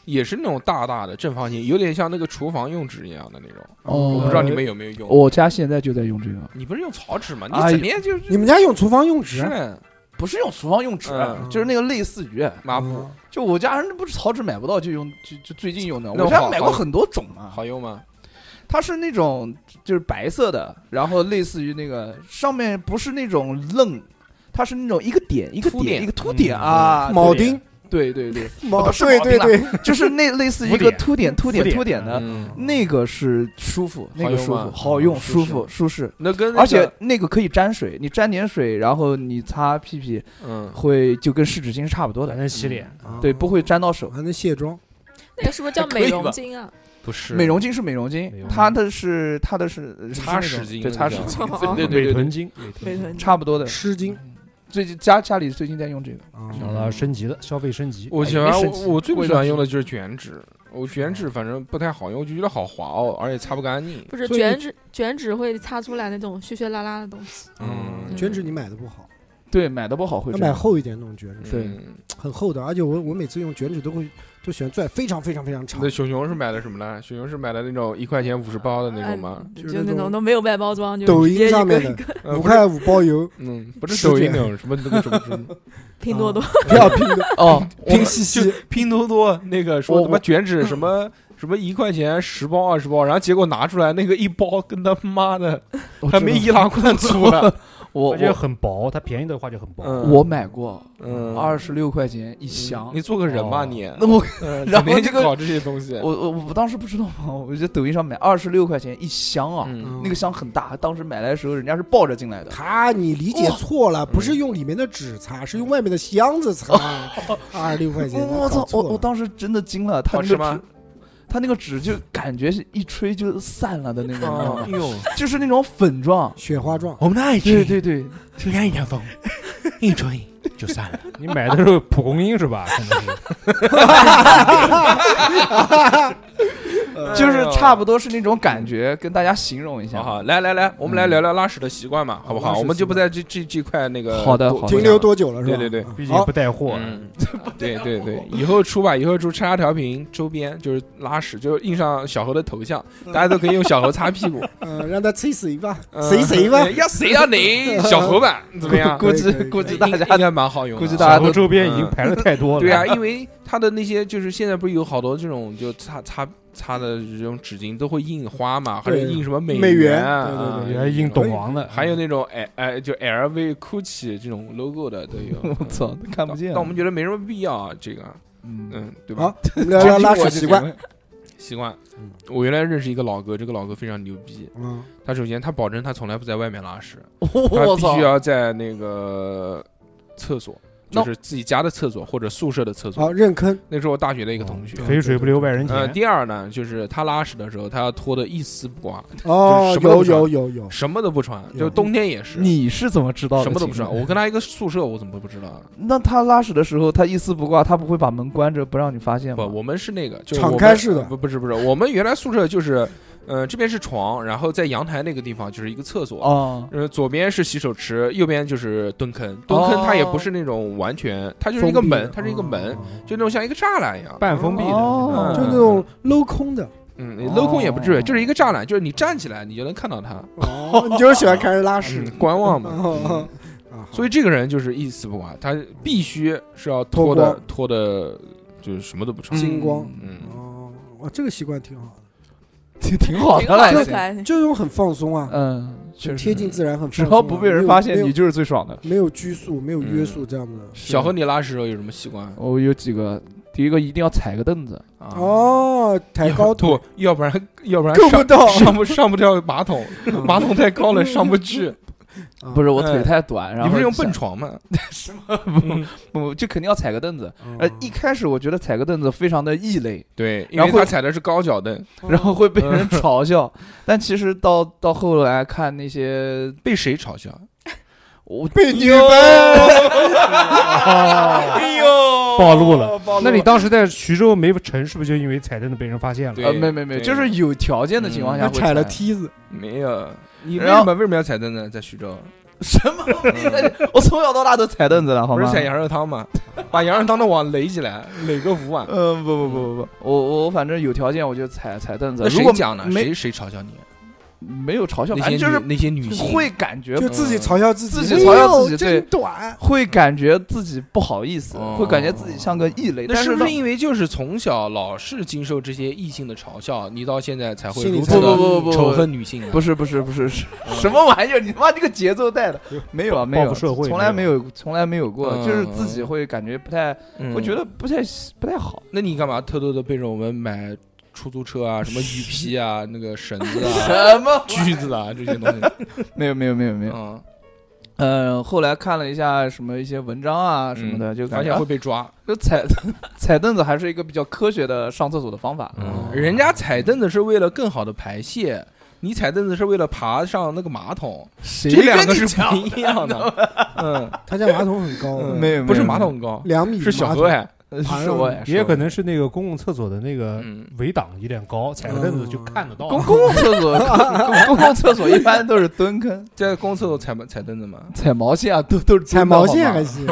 Speaker 2: 也是那种大大的正方形，有点像那个厨房用纸一样的那种。
Speaker 4: 哦
Speaker 2: 我不知道你们有没有用，
Speaker 4: 我家现在就在用这个，
Speaker 2: 你不是用草纸吗？
Speaker 4: 哦
Speaker 2: 你
Speaker 4: 哎
Speaker 2: 整天就是
Speaker 3: 你们家用厨房用纸
Speaker 2: 是
Speaker 3: 啊
Speaker 4: 不是用厨房用纸啊
Speaker 2: 嗯，
Speaker 4: 就是那个类似于，
Speaker 2: 抹布，
Speaker 3: 嗯
Speaker 4: 就我家人不是草纸买不到，就用就就最近用的。
Speaker 2: 那
Speaker 4: 我家
Speaker 2: 好
Speaker 4: 买过
Speaker 2: 好
Speaker 4: 很多种啊嘛，
Speaker 2: 好用吗？
Speaker 4: 它是那种就是白色的，然后类似于那个上面不是那种愣，它是那种一个点一个
Speaker 2: 凸点
Speaker 4: 一个凸点
Speaker 5: 嗯
Speaker 4: 啊，
Speaker 3: 铆钉，
Speaker 4: 对对对，
Speaker 3: 铆
Speaker 4: 不是
Speaker 3: 对
Speaker 4: 铆
Speaker 3: 对
Speaker 4: 钉
Speaker 3: 对，
Speaker 4: 就是那类似于一
Speaker 5: 凸
Speaker 4: 个
Speaker 5: 点
Speaker 4: 凸点凸点
Speaker 5: 凸点
Speaker 4: 凸点的
Speaker 2: 嗯，
Speaker 4: 那个是舒服，那个舒
Speaker 2: 好用吗
Speaker 4: 服好用
Speaker 2: 嗯
Speaker 4: 舒
Speaker 2: 舒
Speaker 4: 服舒适，
Speaker 2: 那跟那个
Speaker 4: 而且那个可以沾水，你沾点水，然后你擦屁屁
Speaker 2: 嗯，
Speaker 4: 会就跟湿纸巾是差不多
Speaker 5: 还
Speaker 4: 的，
Speaker 5: 能洗脸，
Speaker 3: 啊
Speaker 4: 对，不会沾到手。
Speaker 3: 还能卸妆。
Speaker 6: 那个是不是叫
Speaker 2: 可以
Speaker 6: 美
Speaker 2: 吧
Speaker 6: 容巾啊？
Speaker 2: 不是
Speaker 4: 美容巾是美容
Speaker 5: 美
Speaker 4: 巾，
Speaker 5: 容
Speaker 4: 它的是它的是呃
Speaker 2: 擦
Speaker 4: 是那
Speaker 2: 屎
Speaker 4: 种
Speaker 2: 巾那
Speaker 4: 对擦
Speaker 2: 叫
Speaker 4: 屎巾，
Speaker 2: 对对对
Speaker 5: 美
Speaker 2: 对
Speaker 5: 臀巾，
Speaker 6: 美
Speaker 3: 嗯
Speaker 6: 容巾。
Speaker 4: 差不多的。
Speaker 3: 湿巾
Speaker 4: 最近家家里最近在用这个，
Speaker 3: 啊，
Speaker 2: 嗯
Speaker 5: 然后升级了，消费升级。
Speaker 2: 我喜
Speaker 4: 哎
Speaker 2: 欢
Speaker 4: 没神
Speaker 2: 我
Speaker 4: 奇
Speaker 2: 我最不
Speaker 4: 味
Speaker 2: 喜
Speaker 4: 道
Speaker 2: 欢
Speaker 4: 是
Speaker 2: 用的就是卷纸，我卷纸反正不太好用，我就觉得好滑哦，而且擦不干净。
Speaker 6: 不是
Speaker 3: 所以
Speaker 6: 卷纸，卷纸会擦出来那种血血拉拉的东西。
Speaker 2: 嗯，
Speaker 3: 卷纸你买的不好，
Speaker 4: 对，买的不好会
Speaker 3: 要
Speaker 4: 这
Speaker 3: 买
Speaker 4: 样。
Speaker 3: 厚一点那种卷纸，
Speaker 4: 对
Speaker 2: 嗯
Speaker 3: 很厚的。而且我我每次用卷纸都会都喜欢拽非常非常非常长
Speaker 2: 那，熊熊是买的什么呢？熊熊是买的那种一块钱五十包的那种吗？
Speaker 3: 就是
Speaker 6: 就
Speaker 3: 那
Speaker 6: 那
Speaker 3: 种
Speaker 6: 种都没有外包装，就
Speaker 3: 抖
Speaker 6: 直
Speaker 3: 音
Speaker 6: 接一
Speaker 3: 上
Speaker 6: 个
Speaker 3: 面
Speaker 6: 一
Speaker 3: 的
Speaker 6: 个
Speaker 2: 呃
Speaker 3: 五，块五 包邮，
Speaker 2: 不是嗯，不是
Speaker 3: 十
Speaker 2: 抖音
Speaker 3: 卷
Speaker 2: 那种什么那个什么什么，
Speaker 6: 拼多多，
Speaker 3: 不要拼的，
Speaker 4: 哦，
Speaker 3: 拼夕夕
Speaker 2: 就拼多多那个说
Speaker 4: 我
Speaker 2: 什么卷纸什 么什么一块钱十包二十包，然后结果拿出来那个一包跟他妈的
Speaker 4: 我
Speaker 2: 还没
Speaker 4: 知
Speaker 2: 易拉罐粗呢。
Speaker 4: 道我
Speaker 5: 而且
Speaker 4: 我
Speaker 5: 很薄，它便宜的话就很薄。
Speaker 2: 嗯
Speaker 4: 我买过，
Speaker 2: 嗯
Speaker 4: 二十六块钱一箱。
Speaker 2: 你做个人吧
Speaker 5: 哦
Speaker 2: 你。
Speaker 4: 那我
Speaker 2: 嗯
Speaker 4: 然
Speaker 2: 整
Speaker 4: 后
Speaker 2: 天就
Speaker 4: 这个
Speaker 2: 搞这些东西，
Speaker 4: 我我我当时不知道嘛，我在抖音上买二十六块钱一箱啊，
Speaker 2: 嗯
Speaker 4: 那个箱很大，当时买来的时候人家是抱着进来的。
Speaker 3: 他你理解错了，不
Speaker 2: 嗯
Speaker 3: 是用里面的纸擦，是用外面的箱 子擦，二十六块钱，
Speaker 4: 我
Speaker 3: 搞
Speaker 4: 我操！
Speaker 3: 错
Speaker 4: 我
Speaker 3: 了
Speaker 4: 我当时真的惊了，他
Speaker 2: 好
Speaker 4: 那
Speaker 2: 吃
Speaker 4: 个纸
Speaker 2: 吗，
Speaker 4: 他那个纸就感觉是一吹就散了的那种，你知道吗
Speaker 2: 呦，
Speaker 4: 就是那种粉状。
Speaker 3: 雪花
Speaker 2: 哦
Speaker 3: 状，
Speaker 5: 我们的爱
Speaker 4: 对对对，
Speaker 5: 吹干一天风，一吹就散了。你买的是蒲公英 是吧？可能是
Speaker 2: 哎
Speaker 4: 就是差不
Speaker 2: 多。
Speaker 4: 多是那种感觉，跟大家形容一
Speaker 2: 好
Speaker 4: 下。
Speaker 2: 好，来来来，我们
Speaker 4: 嗯
Speaker 2: 来聊聊拉屎的习惯嘛，好不
Speaker 3: 拉
Speaker 2: 好？
Speaker 3: 屎
Speaker 2: 我们就
Speaker 3: 习
Speaker 2: 不在这这这块那个
Speaker 4: 好的
Speaker 2: 多
Speaker 4: 好的
Speaker 3: 停留多久了是吧？
Speaker 2: 对对对
Speaker 5: 毕竟
Speaker 3: 好
Speaker 5: 不带货，
Speaker 2: 嗯，对对对，以后出吧，以后出叉叉调频周边就是拉屎，就是印上小何的头像，
Speaker 4: 嗯
Speaker 2: 大家都可以用小何擦屁 股，
Speaker 3: 嗯，让他气死 一吧，
Speaker 2: 嗯
Speaker 3: 谁谁吧，
Speaker 2: 要谁要 你小何版怎么样？
Speaker 4: 估
Speaker 3: 可
Speaker 4: 计
Speaker 3: 以可以
Speaker 4: 估
Speaker 3: 可
Speaker 4: 计大
Speaker 2: 应
Speaker 4: 家
Speaker 2: 应该蛮好用的，
Speaker 4: 估计大家
Speaker 5: 小
Speaker 4: 都
Speaker 5: 红周边已经
Speaker 2: 嗯
Speaker 5: 排了太多了。
Speaker 2: 对 啊，因为它的那些就是现在不是有好多这种就擦擦擦的这种纸巾都会印花嘛，还
Speaker 3: 对
Speaker 2: 是印什么美
Speaker 3: 美元
Speaker 2: 啊
Speaker 3: 对对
Speaker 5: 原来印懂王的，
Speaker 2: 还有那种哎哎，就 LV、GUCCI 这种 logo 的都有。 嗯
Speaker 4: 我操，都看不见。
Speaker 2: 但我们觉得没什么必要啊，这个，
Speaker 4: 嗯，
Speaker 2: 嗯，对吧？
Speaker 3: 好，我们聊聊拉屎习惯，
Speaker 2: 习惯
Speaker 3: 嗯。
Speaker 2: 我原来认识一个老哥，这个老哥非常牛逼。
Speaker 3: 嗯，
Speaker 2: 他首先他保证他从来不在外面拉屎，他
Speaker 4: 我
Speaker 2: 必
Speaker 4: 操
Speaker 2: 须，要在那个厕所，
Speaker 4: 那
Speaker 2: 就是自己家的厕所或者宿舍的厕所。
Speaker 3: 好认坑，
Speaker 2: 那是我大学的一个同
Speaker 3: 哦
Speaker 2: 学。
Speaker 5: 嗯肥水不流外人
Speaker 2: 呃，
Speaker 3: 嗯
Speaker 5: 田。
Speaker 2: 第二呢，就是他拉屎的时候，他要脱的一丝不挂，
Speaker 3: 哦
Speaker 2: 就，
Speaker 3: 嗯
Speaker 2: 是什么都
Speaker 3: 有
Speaker 2: 不穿
Speaker 3: 有有有，
Speaker 2: 什么都不穿，
Speaker 3: 有
Speaker 2: 就冬天也是，
Speaker 4: 你是怎么知道的？
Speaker 2: 什么都不
Speaker 4: 请
Speaker 2: 穿。
Speaker 4: 问
Speaker 2: 我跟他一个宿舍，我怎么不知道
Speaker 3: 嗯
Speaker 2: 啊？
Speaker 4: 那他拉屎的时候，他一丝不挂，他不会把门关着不让你发现
Speaker 2: 不，
Speaker 4: 吗？
Speaker 2: 我们是那个就
Speaker 3: 敞
Speaker 2: 我
Speaker 3: 开
Speaker 2: 们呃
Speaker 3: 式的
Speaker 2: 不不是不是，我们原来宿舍就是，呃，这边是床，然后在阳台那个地方就是一个厕所。
Speaker 4: 哦，
Speaker 2: 呃，左边是洗手池，右边就是蹲坑。蹲坑它也不是那种完全，它就是一个
Speaker 3: 封闭的
Speaker 2: 门，它是一个门，
Speaker 3: 哦嗯
Speaker 2: 就嗯那种像一个栅栏一样，
Speaker 5: 半封闭的
Speaker 4: 哦
Speaker 3: 就那种镂空的，
Speaker 2: 嗯，镂空也不至于，
Speaker 4: 哦
Speaker 2: 就是一个栅栏，就是你站起来你就能看到它，
Speaker 3: 哦，你就是喜欢看人拉屎
Speaker 2: 嗯，观望嘛。
Speaker 3: 哦
Speaker 4: 嗯
Speaker 3: 啊，
Speaker 2: 所以
Speaker 3: 以
Speaker 2: 这个人就是一丝不挂，他必须是要
Speaker 3: 脱
Speaker 2: 脱的
Speaker 3: 光
Speaker 2: 脱的，就是什么都不穿。
Speaker 3: 精光，
Speaker 2: 嗯，
Speaker 3: 哦，哇，这个习惯挺好的，
Speaker 4: 挺挺好
Speaker 6: 挺
Speaker 4: 的
Speaker 6: 好
Speaker 4: 了
Speaker 6: 的
Speaker 4: 已
Speaker 6: 可
Speaker 4: 经。
Speaker 6: 爱
Speaker 3: 这种很放松啊，
Speaker 4: 嗯，确实，
Speaker 3: 贴近自然很放
Speaker 4: 只
Speaker 3: 松啊，
Speaker 4: 要不被人发现，
Speaker 3: 没有
Speaker 4: 你就是最爽的。
Speaker 3: 没有拘束，没有约
Speaker 2: 嗯
Speaker 3: 束这样的。
Speaker 2: 小何，你拉屎时候有什么习惯
Speaker 4: 我有几个，第一个一定要踩个凳子，
Speaker 2: 啊？
Speaker 3: 哦，抬高 腿
Speaker 2: 不，要不然要不然
Speaker 3: 够不
Speaker 2: 上
Speaker 3: 到
Speaker 2: 上不上不掉马桶，
Speaker 3: 嗯
Speaker 2: 马桶太高了上不去。
Speaker 3: 啊
Speaker 4: 不是我
Speaker 2: 哎
Speaker 4: 腿太短，然后
Speaker 2: 你不是用
Speaker 4: 想
Speaker 2: 蹦床吗？
Speaker 4: 什么不不，就肯定要踩个凳子。
Speaker 3: 哦
Speaker 2: 嗯
Speaker 4: 呃，一开始我觉得踩个凳子非常的异类，
Speaker 2: 对，因
Speaker 4: 然
Speaker 2: 为
Speaker 4: 后
Speaker 2: 他踩的是高脚凳，
Speaker 4: 然后会被
Speaker 2: 嗯
Speaker 4: 人嘲笑。但其实到到后来看那些
Speaker 2: 被谁嘲 笑？
Speaker 4: 我呃
Speaker 3: 被女们
Speaker 5: 哦，
Speaker 4: 哎呦
Speaker 5: 暴露了，
Speaker 4: 哦暴
Speaker 5: 那你当时在徐州没成，是不是就因为踩凳子被人发现了？
Speaker 2: 对
Speaker 4: 呃没没没，
Speaker 2: 对嗯
Speaker 4: 就是有条件的情况下
Speaker 3: 就
Speaker 4: 会
Speaker 3: 踩了
Speaker 4: 踢。
Speaker 3: 梯子，
Speaker 2: 没有，你为
Speaker 4: 然后
Speaker 2: 什么为什么要踩凳呢？在徐州， 嗯
Speaker 4: 什么玩意儿？我从小到大都踩凳子了，好
Speaker 2: 不
Speaker 4: 吗
Speaker 2: 是？踩羊肉汤吗？ 把羊肉汤的碗垒起来，垒个五碗。
Speaker 4: 呃，不不不不不，我我反正有条件我就踩踩凳子。
Speaker 2: 那
Speaker 4: 如
Speaker 2: 谁
Speaker 4: 果
Speaker 2: 讲呢？
Speaker 4: 没
Speaker 2: 谁谁嘲笑你？
Speaker 4: 没有嘲笑，
Speaker 2: 那
Speaker 4: 反
Speaker 2: 些
Speaker 4: 正就是
Speaker 2: 女那些女性
Speaker 4: 会感觉
Speaker 3: 就自己嘲笑自己，
Speaker 4: 自己嘲笑自己
Speaker 3: 哎呦
Speaker 4: 对
Speaker 3: 真短。
Speaker 4: 会感觉自己不好意思，
Speaker 2: 哦
Speaker 4: 会感觉自己像个异类。
Speaker 2: 那
Speaker 4: 但
Speaker 2: 是不
Speaker 4: 到
Speaker 2: 是因为就是从小老是经受这些异性的嘲笑，你到现在才会
Speaker 3: 心里
Speaker 2: 如此
Speaker 3: 才
Speaker 4: 不不
Speaker 2: 的
Speaker 4: 不不不
Speaker 2: 仇恨女性呢？啊
Speaker 4: 不是不是不是是
Speaker 2: 嗯
Speaker 4: 什么玩意儿？你他妈这个节奏带的，没有啊，没有，
Speaker 5: 报复社会
Speaker 4: 从来没有，从来没有过，
Speaker 2: 嗯
Speaker 4: 就是自己会感觉不太，
Speaker 2: 嗯
Speaker 4: 会觉得不太不太好。
Speaker 2: 那你干嘛偷偷的背着我们买出租车啊，什么雨披啊，那个绳子 啊、
Speaker 4: 什么？
Speaker 2: 锯子啊这些东西？
Speaker 4: 没有没有没有没有。
Speaker 2: 嗯，
Speaker 4: 呃，后来看了一下什么一些文章啊什么的，就
Speaker 2: 发
Speaker 4: 感觉
Speaker 2: 嗯现会
Speaker 4: 啊
Speaker 2: 被抓。
Speaker 4: 就踩 踩凳子还是一个比较科学的上厕所的方法。
Speaker 2: 嗯，人家踩凳子是为了更好的排泄，你踩凳子是为了爬上那个马桶，
Speaker 4: 谁
Speaker 2: 这两
Speaker 4: 跟
Speaker 2: 个
Speaker 4: 你
Speaker 2: 是
Speaker 4: 讲
Speaker 2: 不一样的。嗯，
Speaker 3: 他家马桶很高，啊
Speaker 2: 嗯
Speaker 4: 没有没有
Speaker 2: 不是马桶高，
Speaker 3: 两米，
Speaker 2: 是小何，哎，
Speaker 4: 呃
Speaker 3: 盘
Speaker 4: 是
Speaker 3: 上
Speaker 4: 我
Speaker 3: 的
Speaker 4: 是
Speaker 5: 也
Speaker 4: 我
Speaker 5: 可能是那个公共厕所的那个
Speaker 2: 嗯，
Speaker 5: 围挡有点高，踩个凳子
Speaker 4: 嗯
Speaker 5: 就看得 到。
Speaker 4: 公公共厕所，公公共厕所一般都是蹲坑，
Speaker 2: 在公厕所踩门踩凳子 嘛，
Speaker 4: 踩毛线啊，都都是
Speaker 3: 踩
Speaker 4: 蹲的
Speaker 3: 毛线
Speaker 4: 好吗
Speaker 3: 还行，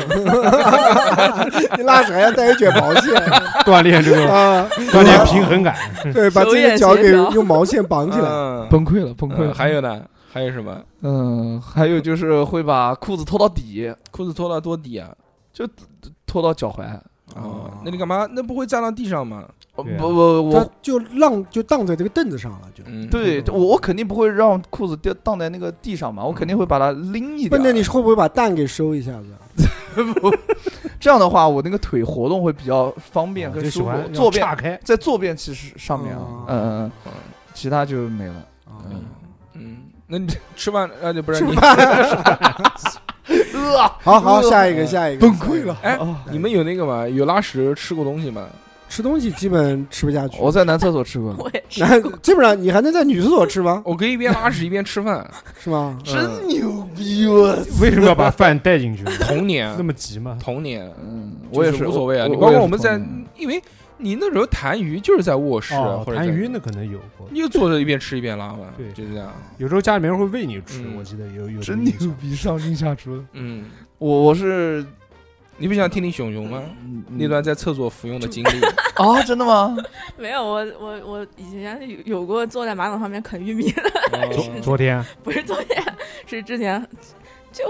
Speaker 3: 你拉屎还要带一卷毛线
Speaker 5: 锻炼这 个
Speaker 3: 啊？
Speaker 5: 锻炼平衡感，
Speaker 3: 对，把自己的脚给用毛线绑起来。
Speaker 2: 嗯
Speaker 4: 崩溃了，崩溃了。
Speaker 2: 嗯还有呢，还有什么？
Speaker 4: 嗯，还有就是会把裤子脱到底，
Speaker 2: 裤子脱到多底啊？
Speaker 4: 脱到脚踝。
Speaker 2: 哦，那你干嘛？那不会站到地上吗？
Speaker 4: 呃
Speaker 5: 对啊
Speaker 4: 不不，
Speaker 3: 他
Speaker 4: 我
Speaker 3: 就浪就荡在这个凳子上了，就。
Speaker 2: 嗯，嗯
Speaker 4: 对我我肯定不会让裤子掉荡在那个地上嘛，我肯定会把它拎一
Speaker 3: 不，
Speaker 4: 点。
Speaker 3: 那你会不会把蛋给收一下子？
Speaker 4: 这样的话，我那个腿活动会比较方便
Speaker 5: 啊
Speaker 4: 跟
Speaker 5: 就喜
Speaker 4: 舒服。
Speaker 5: 欢
Speaker 4: 坐便
Speaker 5: 岔开。
Speaker 4: 在坐便其实上面啊
Speaker 3: 哦，
Speaker 4: 嗯嗯嗯，其他就没了。
Speaker 3: 啊
Speaker 2: 嗯，那你吃饭啊？就不是
Speaker 3: 吃
Speaker 2: 你，
Speaker 4: 呃
Speaker 3: 好好，下一个，下一个，崩溃了。
Speaker 2: 哎，
Speaker 4: 哦
Speaker 2: 你们有那个吗？有拉屎吃过东西吗？
Speaker 3: 吃东西基本吃不下去，
Speaker 4: 我在男厕所吃过，
Speaker 6: 我也是
Speaker 3: 然。后基本上你还能在女厕所吃吗？
Speaker 2: 我可以一边拉屎一边吃饭。
Speaker 3: 是吗？
Speaker 2: 嗯
Speaker 4: 牛 逼我
Speaker 5: 为什么要把饭带进去？
Speaker 2: 童年
Speaker 5: 那么急吗？
Speaker 2: 童年，
Speaker 4: 嗯，
Speaker 2: 就
Speaker 4: 我也
Speaker 2: 是无所谓啊。
Speaker 4: 我
Speaker 2: 你包括
Speaker 4: 也是
Speaker 2: 我们在
Speaker 4: 同意，
Speaker 2: 因为你那时候痰盂 就是在卧室
Speaker 5: 哦
Speaker 2: 或者
Speaker 5: 痰
Speaker 2: 在
Speaker 5: 盂那可能有过，
Speaker 2: 你就坐着一边吃一边拉 嘛，
Speaker 5: 对
Speaker 2: 就这样。
Speaker 5: 有时候家里面会喂你吃，
Speaker 2: 嗯
Speaker 5: 我记得有有
Speaker 4: 真
Speaker 5: 这
Speaker 4: 牛
Speaker 5: 个印象
Speaker 4: 逼，上进下出。
Speaker 2: 嗯，
Speaker 4: 我我是
Speaker 2: 你不想听听熊熊吗？那段在厕所服用的经历，
Speaker 4: 嗯啊，真的吗？
Speaker 6: 没有，我我我以前有有过坐在马桶上面啃玉米的，
Speaker 5: 昨
Speaker 2: 哦
Speaker 6: 嗯
Speaker 5: 昨天啊
Speaker 6: 不是昨天，是之前。就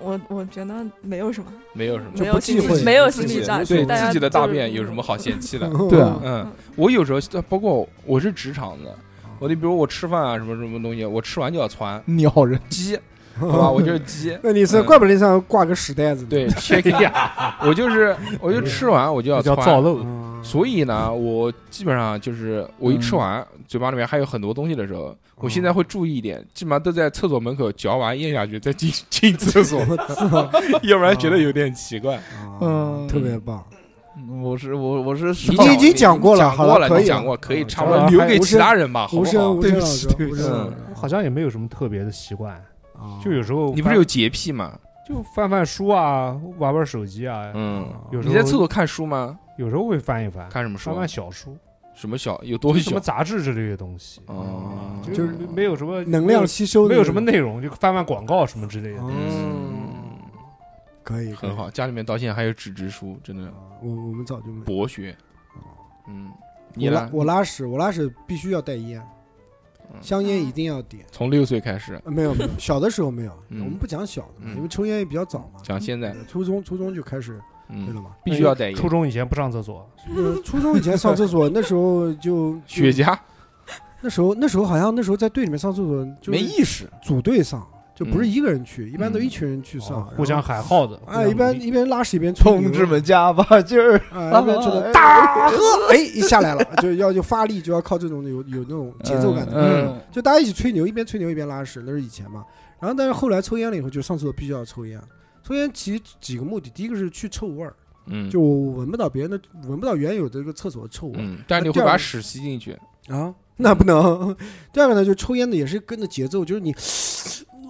Speaker 6: 我我觉得没有什么，
Speaker 2: 没有什么
Speaker 3: 就
Speaker 6: 没。
Speaker 3: 不
Speaker 6: 有心
Speaker 3: 忌讳
Speaker 6: 理，没有
Speaker 3: 自
Speaker 6: 心
Speaker 3: 己
Speaker 6: 理障碍，
Speaker 2: 对
Speaker 6: 大家
Speaker 2: 自己的
Speaker 6: 都
Speaker 2: 大
Speaker 6: 是
Speaker 2: 便有什么好嫌弃 的？
Speaker 3: 哦
Speaker 4: 对啊
Speaker 2: 嗯，我有时候包括我是职场的，我就比如我吃饭啊什么什么东西，我吃完就要窜
Speaker 4: 鸟人，
Speaker 2: 鸡，好吧，我就是鸡。
Speaker 3: 那你是怪不得身上挂个屎袋子呢。
Speaker 2: 对 check in，我就是我就吃完 我就要
Speaker 5: 叫
Speaker 2: 窜
Speaker 5: 造漏，
Speaker 3: 嗯，
Speaker 2: 所以呢，我基本上就是我一吃完，嘴巴里面还有很多东西的时候，我现在会注意一点，基本上都在厕所门口嚼完咽下去，再进进厕所， 要不然觉得有点奇怪。
Speaker 3: 嗯，
Speaker 4: 嗯
Speaker 3: 特别棒。
Speaker 4: 我是我我是上
Speaker 2: 你
Speaker 3: 已经讲过了
Speaker 2: 讲
Speaker 3: 好
Speaker 2: 过了，
Speaker 3: 了可以
Speaker 2: 你讲
Speaker 3: 了
Speaker 2: 过，可以，
Speaker 3: 嗯
Speaker 2: 差不多
Speaker 5: 讲
Speaker 2: 留
Speaker 3: 了
Speaker 2: 给
Speaker 3: 无
Speaker 2: 其他人吧，好
Speaker 3: 无
Speaker 2: 不
Speaker 3: 声
Speaker 2: 好？
Speaker 3: 无
Speaker 4: 对
Speaker 3: 声
Speaker 4: 不
Speaker 3: 老
Speaker 4: 起
Speaker 3: 师，
Speaker 4: 对不
Speaker 3: 无
Speaker 4: 起
Speaker 3: 声老
Speaker 2: 嗯
Speaker 3: 师
Speaker 5: 好像也没有什么特别的习惯，
Speaker 3: 啊
Speaker 5: 就有时候
Speaker 2: 你不是有洁癖吗？
Speaker 5: 就翻翻书啊，玩玩手机啊，
Speaker 2: 嗯，
Speaker 5: 有时
Speaker 2: 你
Speaker 5: 候
Speaker 2: 在厕所看书吗？
Speaker 5: 有时候会翻一翻，
Speaker 2: 看什么书啊
Speaker 5: 翻？翻小书，
Speaker 2: 什么小？有多
Speaker 5: 什么
Speaker 2: 小？
Speaker 5: 杂志之类的东西，
Speaker 2: 哦，
Speaker 5: 就是没有什么
Speaker 3: 啊能量吸收的啊
Speaker 5: 没有什么内容，就翻翻广告什么之类的。
Speaker 3: 嗯，
Speaker 2: 嗯，
Speaker 3: 可以，可以
Speaker 2: 很。好，家里面到现在还有纸质书，真的
Speaker 3: 我我们早就没。
Speaker 2: 博学。嗯，你
Speaker 3: 我
Speaker 2: 呢
Speaker 3: 拉？我拉屎，我拉屎必须要带烟，
Speaker 2: 嗯
Speaker 3: 香烟一定要点。
Speaker 2: 从六岁开始
Speaker 3: 呃没有没有，小的时候没有，我
Speaker 2: 嗯
Speaker 3: 们不讲小的嘛，
Speaker 2: 嗯
Speaker 3: 因为抽烟也比较早嘛。呃
Speaker 2: 讲现在，
Speaker 3: 初中初中就开始，对
Speaker 2: 嗯，
Speaker 3: 了嘛。
Speaker 2: 必须要带
Speaker 5: 初
Speaker 2: 烟。
Speaker 5: 中以前不上厕所，
Speaker 3: 呃，初中以前上厕所，那时候 就就
Speaker 2: 雪茄
Speaker 3: 那时候那时候好像那时候在队里面上厕所就
Speaker 2: 没
Speaker 3: 是
Speaker 2: 意识，嗯
Speaker 3: 组队上，就不是一个人去，一般都一群人去
Speaker 2: 哦
Speaker 3: 上，
Speaker 5: 啊互相
Speaker 3: 然后。
Speaker 5: 喊号子，
Speaker 3: 哎，一边一边拉屎一边吹牛
Speaker 4: 同志们加把劲儿，
Speaker 3: 啊，一边觉得大喝，哎，一下来了，就要就发力，就要靠这种有有那种节奏感的。
Speaker 4: 嗯，
Speaker 3: 就大家一起吹牛，一边吹牛一边拉屎，那是以前嘛。然后但是后来抽烟了以后，就上厕所必须要抽烟。抽烟其几个目的，第一个是去臭味儿，
Speaker 2: 嗯，
Speaker 3: 就我闻不到别人的，闻不到原有的这个厕所的臭味儿、
Speaker 2: 嗯，但是你会把屎吸进去，
Speaker 5: 嗯
Speaker 3: 啊，那不能。 第二个呢，就抽烟的也是跟着节奏，就是你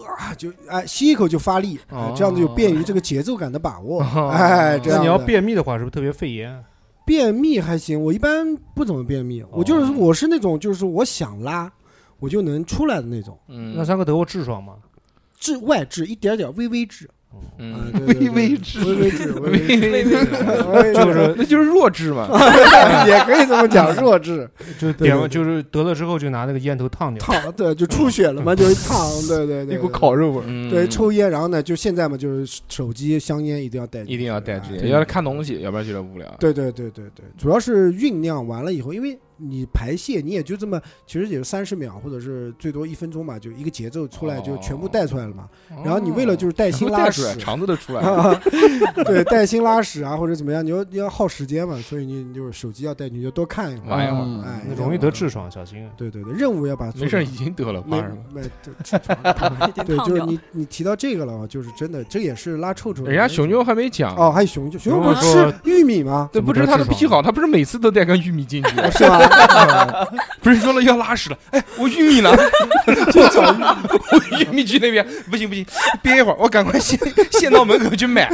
Speaker 3: 哇就哎吸一口就发力、哎这样子有便于这个节奏感的把握。
Speaker 2: 哦
Speaker 3: 哎，这
Speaker 5: 哦那
Speaker 3: 样
Speaker 5: 你要
Speaker 3: 的
Speaker 5: 便秘的话，是不是特别费烟？
Speaker 3: 便秘还行，我一般不怎么便秘，
Speaker 5: 哦
Speaker 3: 我就是我是那种就是我想拉，我就能出来的那种，
Speaker 2: 嗯，
Speaker 5: 那三个德国痔疮嘛，
Speaker 3: 治外治一点点微微治。啊
Speaker 2: 嗯，，
Speaker 3: 对对对
Speaker 4: 微微治
Speaker 3: 微微治，微微 治，
Speaker 5: 就
Speaker 3: 就是
Speaker 2: 那就是弱智嘛，
Speaker 3: 也可以这么讲，弱 智
Speaker 5: 就
Speaker 3: 对对
Speaker 5: 点就是得了之后就拿那个烟头烫掉，
Speaker 3: 烫，对，就出血 了嘛，就是烫，对对对，
Speaker 4: 一股烤肉味儿。
Speaker 2: 嗯
Speaker 3: 对，对，抽烟，然后呢，就现在嘛，就是手机、香烟一定要带进去，
Speaker 2: 一定要带这
Speaker 3: 哎
Speaker 2: 些，要是看东西，要不然觉得无聊。，
Speaker 3: 对对对对对，主要是酝酿完了以后，因为你排泄，你也就这么，其实也就三十秒，或者是最多一分钟嘛，就一个节奏出来就全部带出来了嘛。然后你为了就是带
Speaker 2: 哦全
Speaker 3: 薪
Speaker 2: 部
Speaker 3: 拉
Speaker 2: 带出
Speaker 3: 屎
Speaker 2: 来，，肠子都出来了。
Speaker 3: 啊， 对，带薪拉屎啊，或者怎么样，你要你要耗时间嘛，所以你你就是手机要带，你就多看一会
Speaker 2: 玩
Speaker 3: 儿，
Speaker 2: 一会儿
Speaker 4: 嗯
Speaker 3: 哎，
Speaker 5: 那容易得痔疮，小心。
Speaker 3: 对对对，任务要把它做
Speaker 2: 没事，
Speaker 3: 好
Speaker 2: 已经得了，
Speaker 3: 没
Speaker 2: 怕什么？
Speaker 3: 没对
Speaker 6: 已经
Speaker 3: 对，就
Speaker 6: 烫
Speaker 3: 是
Speaker 6: 掉了。
Speaker 3: 你你提到这个了，啊就是真的，这也是拉臭臭的
Speaker 2: 人
Speaker 3: 原因。
Speaker 2: 家熊熊还没讲
Speaker 3: 哦，，还有熊熊，熊熊不是
Speaker 5: 熊
Speaker 3: 吃玉米吗？
Speaker 2: 这不是他的癖好，他不是每次都带根玉米进去，
Speaker 3: 是吧？啊
Speaker 2: 不是说了要拉屎了，哎，我玉米呢？
Speaker 3: 就找玉米
Speaker 2: 我玉米去那边，不行不行，憋一会儿，我赶快先先到门口去买。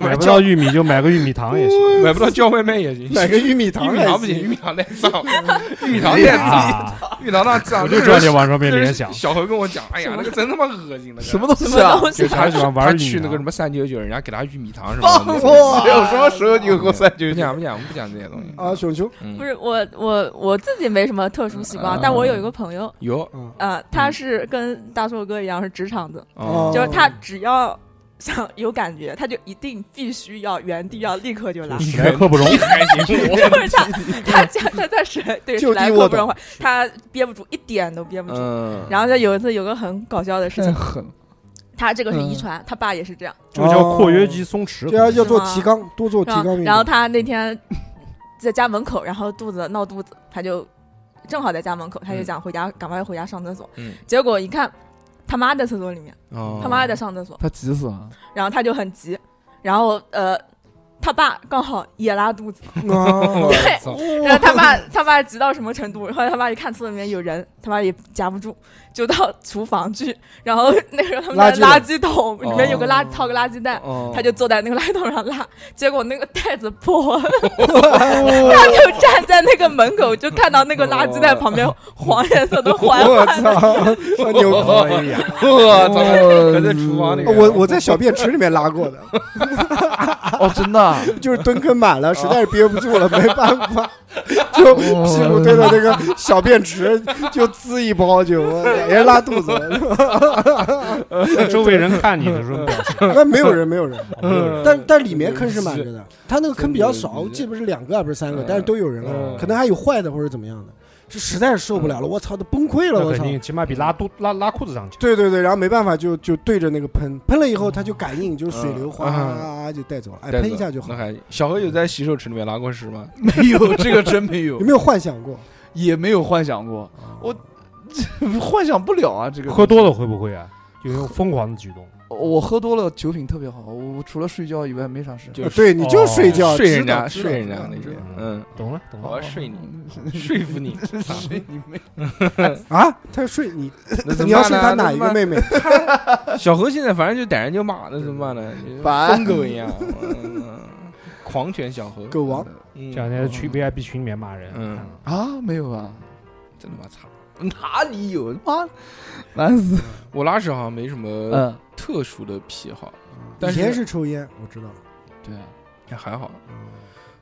Speaker 5: 买不到玉米就买个玉米糖也行。
Speaker 2: 买不到叫外卖也行，
Speaker 3: 买个玉米
Speaker 2: 玉
Speaker 3: 糖
Speaker 2: 米
Speaker 3: 也
Speaker 2: 糖不行，玉
Speaker 3: 行，
Speaker 2: 米糖耐造， 玉米糖耐造，
Speaker 5: 啊，
Speaker 2: 玉米糖耐造，
Speaker 5: 我就知 道你往这边联想。
Speaker 2: 小何跟我讲，哎呀，那个真他妈恶心，那个
Speaker 4: 什么东西
Speaker 6: 什
Speaker 4: 啊
Speaker 6: 么？东西
Speaker 5: 就他喜欢
Speaker 2: 他
Speaker 5: 玩玉米
Speaker 2: 去
Speaker 5: 糖
Speaker 2: 那个什么三九九，人家给他玉米糖什
Speaker 4: 放
Speaker 2: 么的。
Speaker 4: 我！有什么时候你有过三九
Speaker 2: 不
Speaker 4: 九？
Speaker 2: 讲不讲，我们不讲这些东西
Speaker 3: 啊，熊熊，
Speaker 2: 嗯
Speaker 6: 不是我我我自己没什么特殊习惯，但我有一个朋友
Speaker 2: 有
Speaker 3: 嗯，
Speaker 6: 啊、呃他是跟大硕哥一样是直肠子，
Speaker 2: 哦，
Speaker 6: 就是他只要想有感觉，他就一定必须要原地要立刻就拉。
Speaker 5: 史莱克不容易，
Speaker 6: 就是他，他他他在史莱对
Speaker 3: 就
Speaker 6: 史莱
Speaker 3: 地
Speaker 6: 克
Speaker 3: 卧
Speaker 6: 不容
Speaker 3: 倒
Speaker 6: 缓，他憋不住，一点都憋不住。
Speaker 2: 嗯，
Speaker 6: 然后就有一次有个很搞笑的事情，
Speaker 4: 狠！
Speaker 6: 他这个是遗
Speaker 4: 嗯
Speaker 6: 传，他爸也是这样，
Speaker 5: 这个叫括约肌松弛
Speaker 3: 就。哦要要做
Speaker 6: 是吗
Speaker 3: 提纲，多做提
Speaker 6: 然后
Speaker 3: 纲运动。
Speaker 6: 然后他那天在家门口，然后肚子闹肚子，他就正好在家门口，他就
Speaker 2: 嗯
Speaker 6: 想回家，赶快回家上厕所
Speaker 2: 嗯。
Speaker 6: 结果一看，他妈在厕所里面，
Speaker 2: 哦
Speaker 6: 他妈在上厕所，
Speaker 4: 他急死了，
Speaker 6: 然后他就很急，然后呃，他爸刚好也拉肚子，
Speaker 3: 啊，
Speaker 6: 对，然后他爸他爸急到什么程度？然后他爸一看厕所里面有人，他爸也夹不住，就到厨房去，然后那个他们的
Speaker 3: 垃
Speaker 6: 垃圾桶里面有个垃套个垃圾袋。
Speaker 2: 哦
Speaker 6: 他就坐在那个垃圾桶上拉，结果那个袋子破 了，他就站在那个门口，就看到那个垃圾袋旁边黄颜色的环
Speaker 3: 哦我操，牛逼！
Speaker 5: 呀，
Speaker 2: 我操，哦还在厨房里面，
Speaker 3: 我我在小便池里面拉过的，
Speaker 4: 哦，真的啊，
Speaker 3: 就是蹲坑满了，实在是憋不住了，没办法，就屁股对着那个小便池就滋一包就，也是拉肚子了。
Speaker 5: 周围人看你的时候表情，
Speaker 3: 那没有人，没有人，
Speaker 5: 没有人
Speaker 3: 但但里面坑是满着的，他那个坑比较
Speaker 2: 真
Speaker 3: 少，
Speaker 2: 牛逼
Speaker 3: 记不是两个不是三个，
Speaker 2: 嗯
Speaker 3: 但是都有人了
Speaker 2: 嗯，
Speaker 3: 可能还有坏的或者怎么样的，是实在是受不了了，我操，都崩溃了，
Speaker 5: 那
Speaker 3: 我
Speaker 5: 肯
Speaker 3: 操。
Speaker 5: 定起码比拉肚拉拉裤子上强。
Speaker 3: 对对对，然后没办法就就对着那个喷，喷了以后它就感应，就是水流哗
Speaker 2: 嗯
Speaker 3: 哗哗就带走了，哎，
Speaker 2: 带走
Speaker 3: 喷一下就好
Speaker 2: 那。还小何有在洗手池里面拉过屎吗？
Speaker 4: 没有这个真没有
Speaker 3: 有，没有幻想过？
Speaker 4: 也没有幻想过， 我幻想不了啊，这个
Speaker 5: 喝多
Speaker 4: 了，
Speaker 5: 了会不会啊？有那种疯狂的举动，
Speaker 4: 我喝多了酒品特别好，我除了睡觉以外没啥 事。
Speaker 2: 就
Speaker 3: 呃对，你就睡觉，
Speaker 2: 睡人
Speaker 3: 知道
Speaker 2: 家，
Speaker 3: 知道
Speaker 2: 睡人家
Speaker 3: 知道
Speaker 2: 那
Speaker 3: 知
Speaker 2: 些
Speaker 3: 道，
Speaker 2: 嗯，
Speaker 5: 懂了懂
Speaker 2: 我
Speaker 5: 了
Speaker 2: 要。睡 你，说服你，
Speaker 4: 睡你妹！
Speaker 3: 啊，他睡你，
Speaker 2: 那怎
Speaker 3: 你
Speaker 2: 么
Speaker 3: 要
Speaker 2: 办
Speaker 3: 睡
Speaker 2: 呢
Speaker 3: 他哪一个？妹妹？
Speaker 2: 那怎么 办小何现在反正就逮人就骂，那怎么办呢？
Speaker 4: 烦
Speaker 2: 疯狗一样，嗯狂犬小何，
Speaker 3: 狗王
Speaker 2: 嗯，
Speaker 5: 这两天去 VIP 群里面骂人，
Speaker 2: 嗯
Speaker 5: 看了
Speaker 4: 啊，没有啊，
Speaker 2: 真他妈惨。
Speaker 4: 哪里有妈，难死！
Speaker 2: 我拉屎好像没什么
Speaker 4: 嗯，
Speaker 2: 特殊的癖好，但
Speaker 3: 以前
Speaker 2: 是
Speaker 3: 是抽烟，我知道。
Speaker 4: 对啊，
Speaker 2: 还好，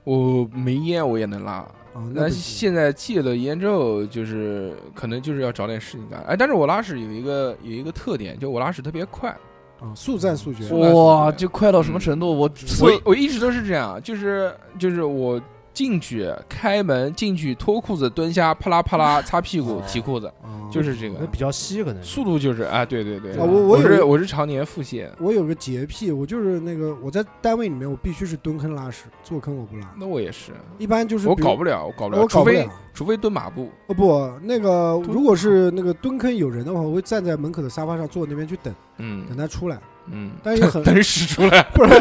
Speaker 2: 我没烟我也能拉。
Speaker 3: 哦，那
Speaker 2: 那
Speaker 3: 不行
Speaker 2: 现在戒了烟之后，就是可能就是要找点事情干。哎，但是我拉屎有一个有一个特点，就我拉屎特别快。
Speaker 3: 啊，速战速
Speaker 4: 呃
Speaker 3: 决
Speaker 2: 我。来
Speaker 4: 哇，
Speaker 2: 说
Speaker 4: 就快到什么程度？我
Speaker 2: 我我一直都是这样，就是就是我进去开门进去脱裤子蹲下啪啦啪啦擦屁股提裤子，
Speaker 3: 啊
Speaker 2: 就是这个
Speaker 5: 那比较稀可能是。
Speaker 2: 速度就是啊，对对对，
Speaker 3: 啊我我有
Speaker 2: 是
Speaker 3: 一
Speaker 2: 我是常年腹泻，
Speaker 3: 我有个洁癖，我就是那个我在单位里面我必须是蹲坑拉屎，坐坑我不拉。
Speaker 2: 那我也是，
Speaker 3: 一般就是
Speaker 2: 我
Speaker 3: 比如
Speaker 2: 搞不了，我搞不了，
Speaker 3: 我搞
Speaker 2: 除
Speaker 3: 不
Speaker 2: 非
Speaker 3: 了。
Speaker 2: 除非蹲马步，
Speaker 3: 哦不，那个
Speaker 2: 蹲
Speaker 3: 如果是那个蹲坑有人的话，我会站在门口的沙发上坐那边去等，
Speaker 2: 嗯
Speaker 3: 等他出来。
Speaker 2: 嗯，
Speaker 3: 但是也 很
Speaker 2: 等屎出来，
Speaker 3: 不是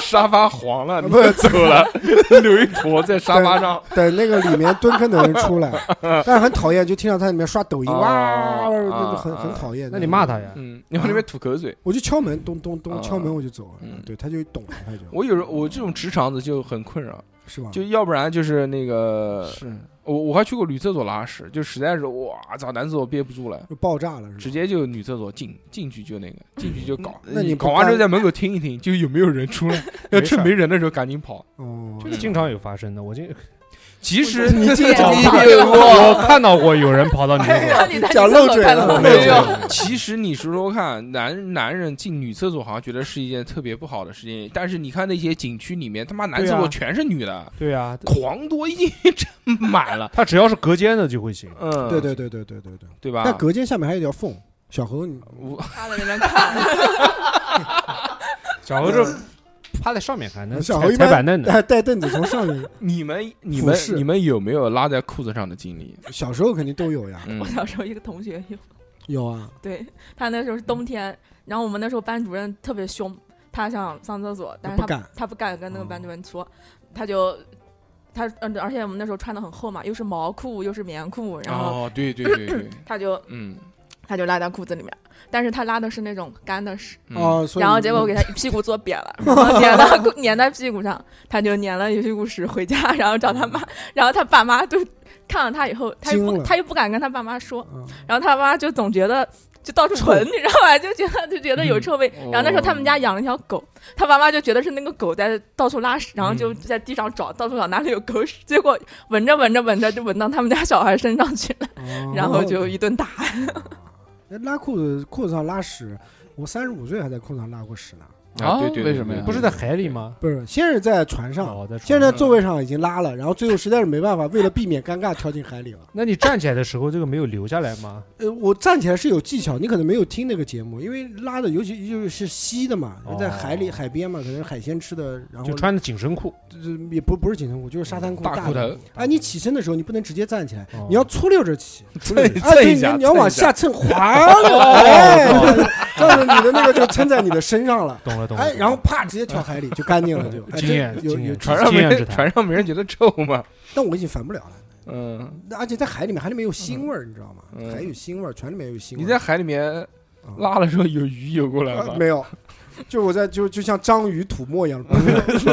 Speaker 2: 沙发黄了，你
Speaker 3: 不是
Speaker 2: 就走了，留一坨在沙发上，
Speaker 3: 等那个里面蹲坑的人出 来，但是很讨厌，就听到他在里面刷抖音，
Speaker 2: 哦
Speaker 3: 哇，那
Speaker 2: 啊
Speaker 3: 就很
Speaker 2: 啊
Speaker 3: 很讨厌。
Speaker 5: 那你骂他呀？
Speaker 2: 嗯，你往那边吐口水。
Speaker 3: 我就敲门，咚咚
Speaker 2: 啊
Speaker 3: 咚，敲门我就走
Speaker 2: 嗯
Speaker 3: 了。对，他就懂了，他就是
Speaker 2: 我有时候我这种直肠子就很困扰，
Speaker 3: 是吧？
Speaker 2: 就要不然就是那个，
Speaker 4: 是
Speaker 2: 我我还去过女厕所拉屎，就实在是哇操，男厕所憋不住了，
Speaker 3: 就爆炸了，是
Speaker 2: 直
Speaker 3: 吧？
Speaker 2: 接就女厕所进进去就那个进去就搞，
Speaker 3: 那你不
Speaker 2: 搞完之后
Speaker 3: 干
Speaker 2: 在门口听一听，就有没有人出来，要
Speaker 5: 没事
Speaker 2: 趁
Speaker 5: 儿
Speaker 2: 没人的时候赶紧跑。
Speaker 3: 哦，
Speaker 5: 这个经常有发生的，我经
Speaker 2: 其实
Speaker 6: 你
Speaker 2: 这
Speaker 6: 这
Speaker 2: 种
Speaker 6: 种
Speaker 2: 你
Speaker 6: 大
Speaker 2: 有过。
Speaker 5: 我看到过有人跑到女厕所，
Speaker 6: 你在
Speaker 3: 讲
Speaker 6: 你厕
Speaker 3: 漏
Speaker 6: 所
Speaker 3: 嘴
Speaker 6: 看
Speaker 3: 了
Speaker 6: 到
Speaker 3: 我
Speaker 6: 吗
Speaker 3: 没有
Speaker 2: 没有，其实你说说看，男男人进女厕所好像觉得是一件特别不好的事情，但是你看那些景区里面，他妈男厕
Speaker 5: 对
Speaker 2: 所
Speaker 5: 啊
Speaker 2: 全是女的，
Speaker 5: 对啊，
Speaker 2: 狂多已经占满了。
Speaker 5: 他只要是隔间的就会行。
Speaker 2: 嗯，
Speaker 3: 对对对对对对对。
Speaker 2: 对吧？
Speaker 3: 但隔间下面还有一条缝，小何你
Speaker 2: 我
Speaker 6: 趴在那边看，
Speaker 5: 小何这趴在上面看，那
Speaker 3: 小何
Speaker 5: 踩
Speaker 3: 一
Speaker 5: 踩
Speaker 3: 般哎
Speaker 5: 板凳的，
Speaker 3: 带带凳子从上面，
Speaker 2: 你们你
Speaker 3: 俯
Speaker 2: 们
Speaker 3: 视
Speaker 2: 你们有没有拉在裤子上的经历？
Speaker 3: 小时候肯定都有呀，
Speaker 2: 嗯
Speaker 6: 我，小时候一个同学有。
Speaker 3: 有啊，
Speaker 6: 对他那时候是冬天，然后我们那时候班主任特别凶，他想上厕所，但是
Speaker 3: 不
Speaker 6: 他
Speaker 3: 敢
Speaker 6: 他不敢跟那个班主任
Speaker 3: 哦
Speaker 6: 说，他就他嗯，而且我
Speaker 3: 哦
Speaker 6: 们那时候穿的很厚嘛，又是毛裤又是棉裤，然后
Speaker 2: 哦，对对对对，
Speaker 6: 他就
Speaker 2: 嗯，
Speaker 6: 他就拉到裤子里面，但是他拉的是那种干的屎，
Speaker 2: 嗯
Speaker 3: 啊，所以
Speaker 6: 然后结果我给他一屁股坐扁 了，然后粘到裤粘在屁股上，他就粘了一屁股屎回家，然后找他妈，然后他爸妈就看了他以后，他又
Speaker 3: 嗯惊
Speaker 6: 不
Speaker 3: 了
Speaker 6: 他又不敢跟他爸妈说，
Speaker 3: 嗯
Speaker 6: 然后他妈就总觉得就到处闻，你知道吧？就觉得就觉得有臭味。
Speaker 2: 嗯哦
Speaker 6: 然后那时候他们家养了一条狗，他妈妈就觉得是那个狗在到处拉屎，然后
Speaker 2: 嗯
Speaker 6: 就在地上找，到处找哪里有狗屎，结果闻着闻着闻着就闻到他们家小孩身上去了，
Speaker 3: 哦
Speaker 6: 然后就一顿打。
Speaker 3: 那拉裤子裤子上拉屎，我三十五岁还在裤子上拉过屎呢，
Speaker 2: 啊，
Speaker 4: 啊
Speaker 2: 对对，对
Speaker 4: 为什么呀
Speaker 5: 不是在海里吗？
Speaker 3: 不是，先是在船上，
Speaker 5: 哦，在
Speaker 3: 先是
Speaker 5: 船
Speaker 3: 在
Speaker 5: 上。
Speaker 3: 座位上已经拉了，然后最后实在是没办法，为了避免尴尬，跳进海里了。
Speaker 5: 那你站起来的时候，这个没有留下来吗？
Speaker 3: 呃，我站起来是有技巧，你可能没有听那个节目，因为拉的尤其就是稀的嘛，
Speaker 5: 哦
Speaker 3: 在海里海边嘛，可能是海鲜吃的，然后
Speaker 5: 就穿的紧身裤。
Speaker 3: 就是也不不是紧身裤，就是沙滩裤
Speaker 2: 嗯大
Speaker 3: 裤
Speaker 2: 裤头。
Speaker 3: 哎，你起身的时候你不能直接站起来，
Speaker 5: 哦
Speaker 3: 你要粗溜着起，
Speaker 2: 蹭
Speaker 3: 啊，
Speaker 2: 蹭
Speaker 3: 对，
Speaker 2: 一
Speaker 3: 你
Speaker 2: 下，
Speaker 3: 你要往
Speaker 2: 蹭一
Speaker 3: 下蹭，滑溜， 哎，这样子你的那个就撑在你的身上了，
Speaker 5: 懂了懂了。
Speaker 3: 哎，
Speaker 5: 懂了
Speaker 3: 然后啪直接跳海里就干净了，就哎
Speaker 5: 经验
Speaker 3: 这有
Speaker 5: 经
Speaker 3: 有
Speaker 5: 验，
Speaker 2: 船上没
Speaker 5: 经验之
Speaker 2: 人，
Speaker 5: 谈
Speaker 2: 船上没人觉得臭吗？
Speaker 3: 但我已经反不了了。
Speaker 2: 嗯，
Speaker 3: 那而且在海里面，海里面有腥味儿，你知道吗？
Speaker 2: 嗯
Speaker 3: 海有腥味儿，船里面有腥味儿。
Speaker 2: 你在海里面
Speaker 3: 嗯
Speaker 2: 拉的时候有鱼游过来
Speaker 3: 呃
Speaker 2: 吗？
Speaker 3: 没有，就我在就就像章鱼吐沫一
Speaker 2: 嗯
Speaker 3: 样，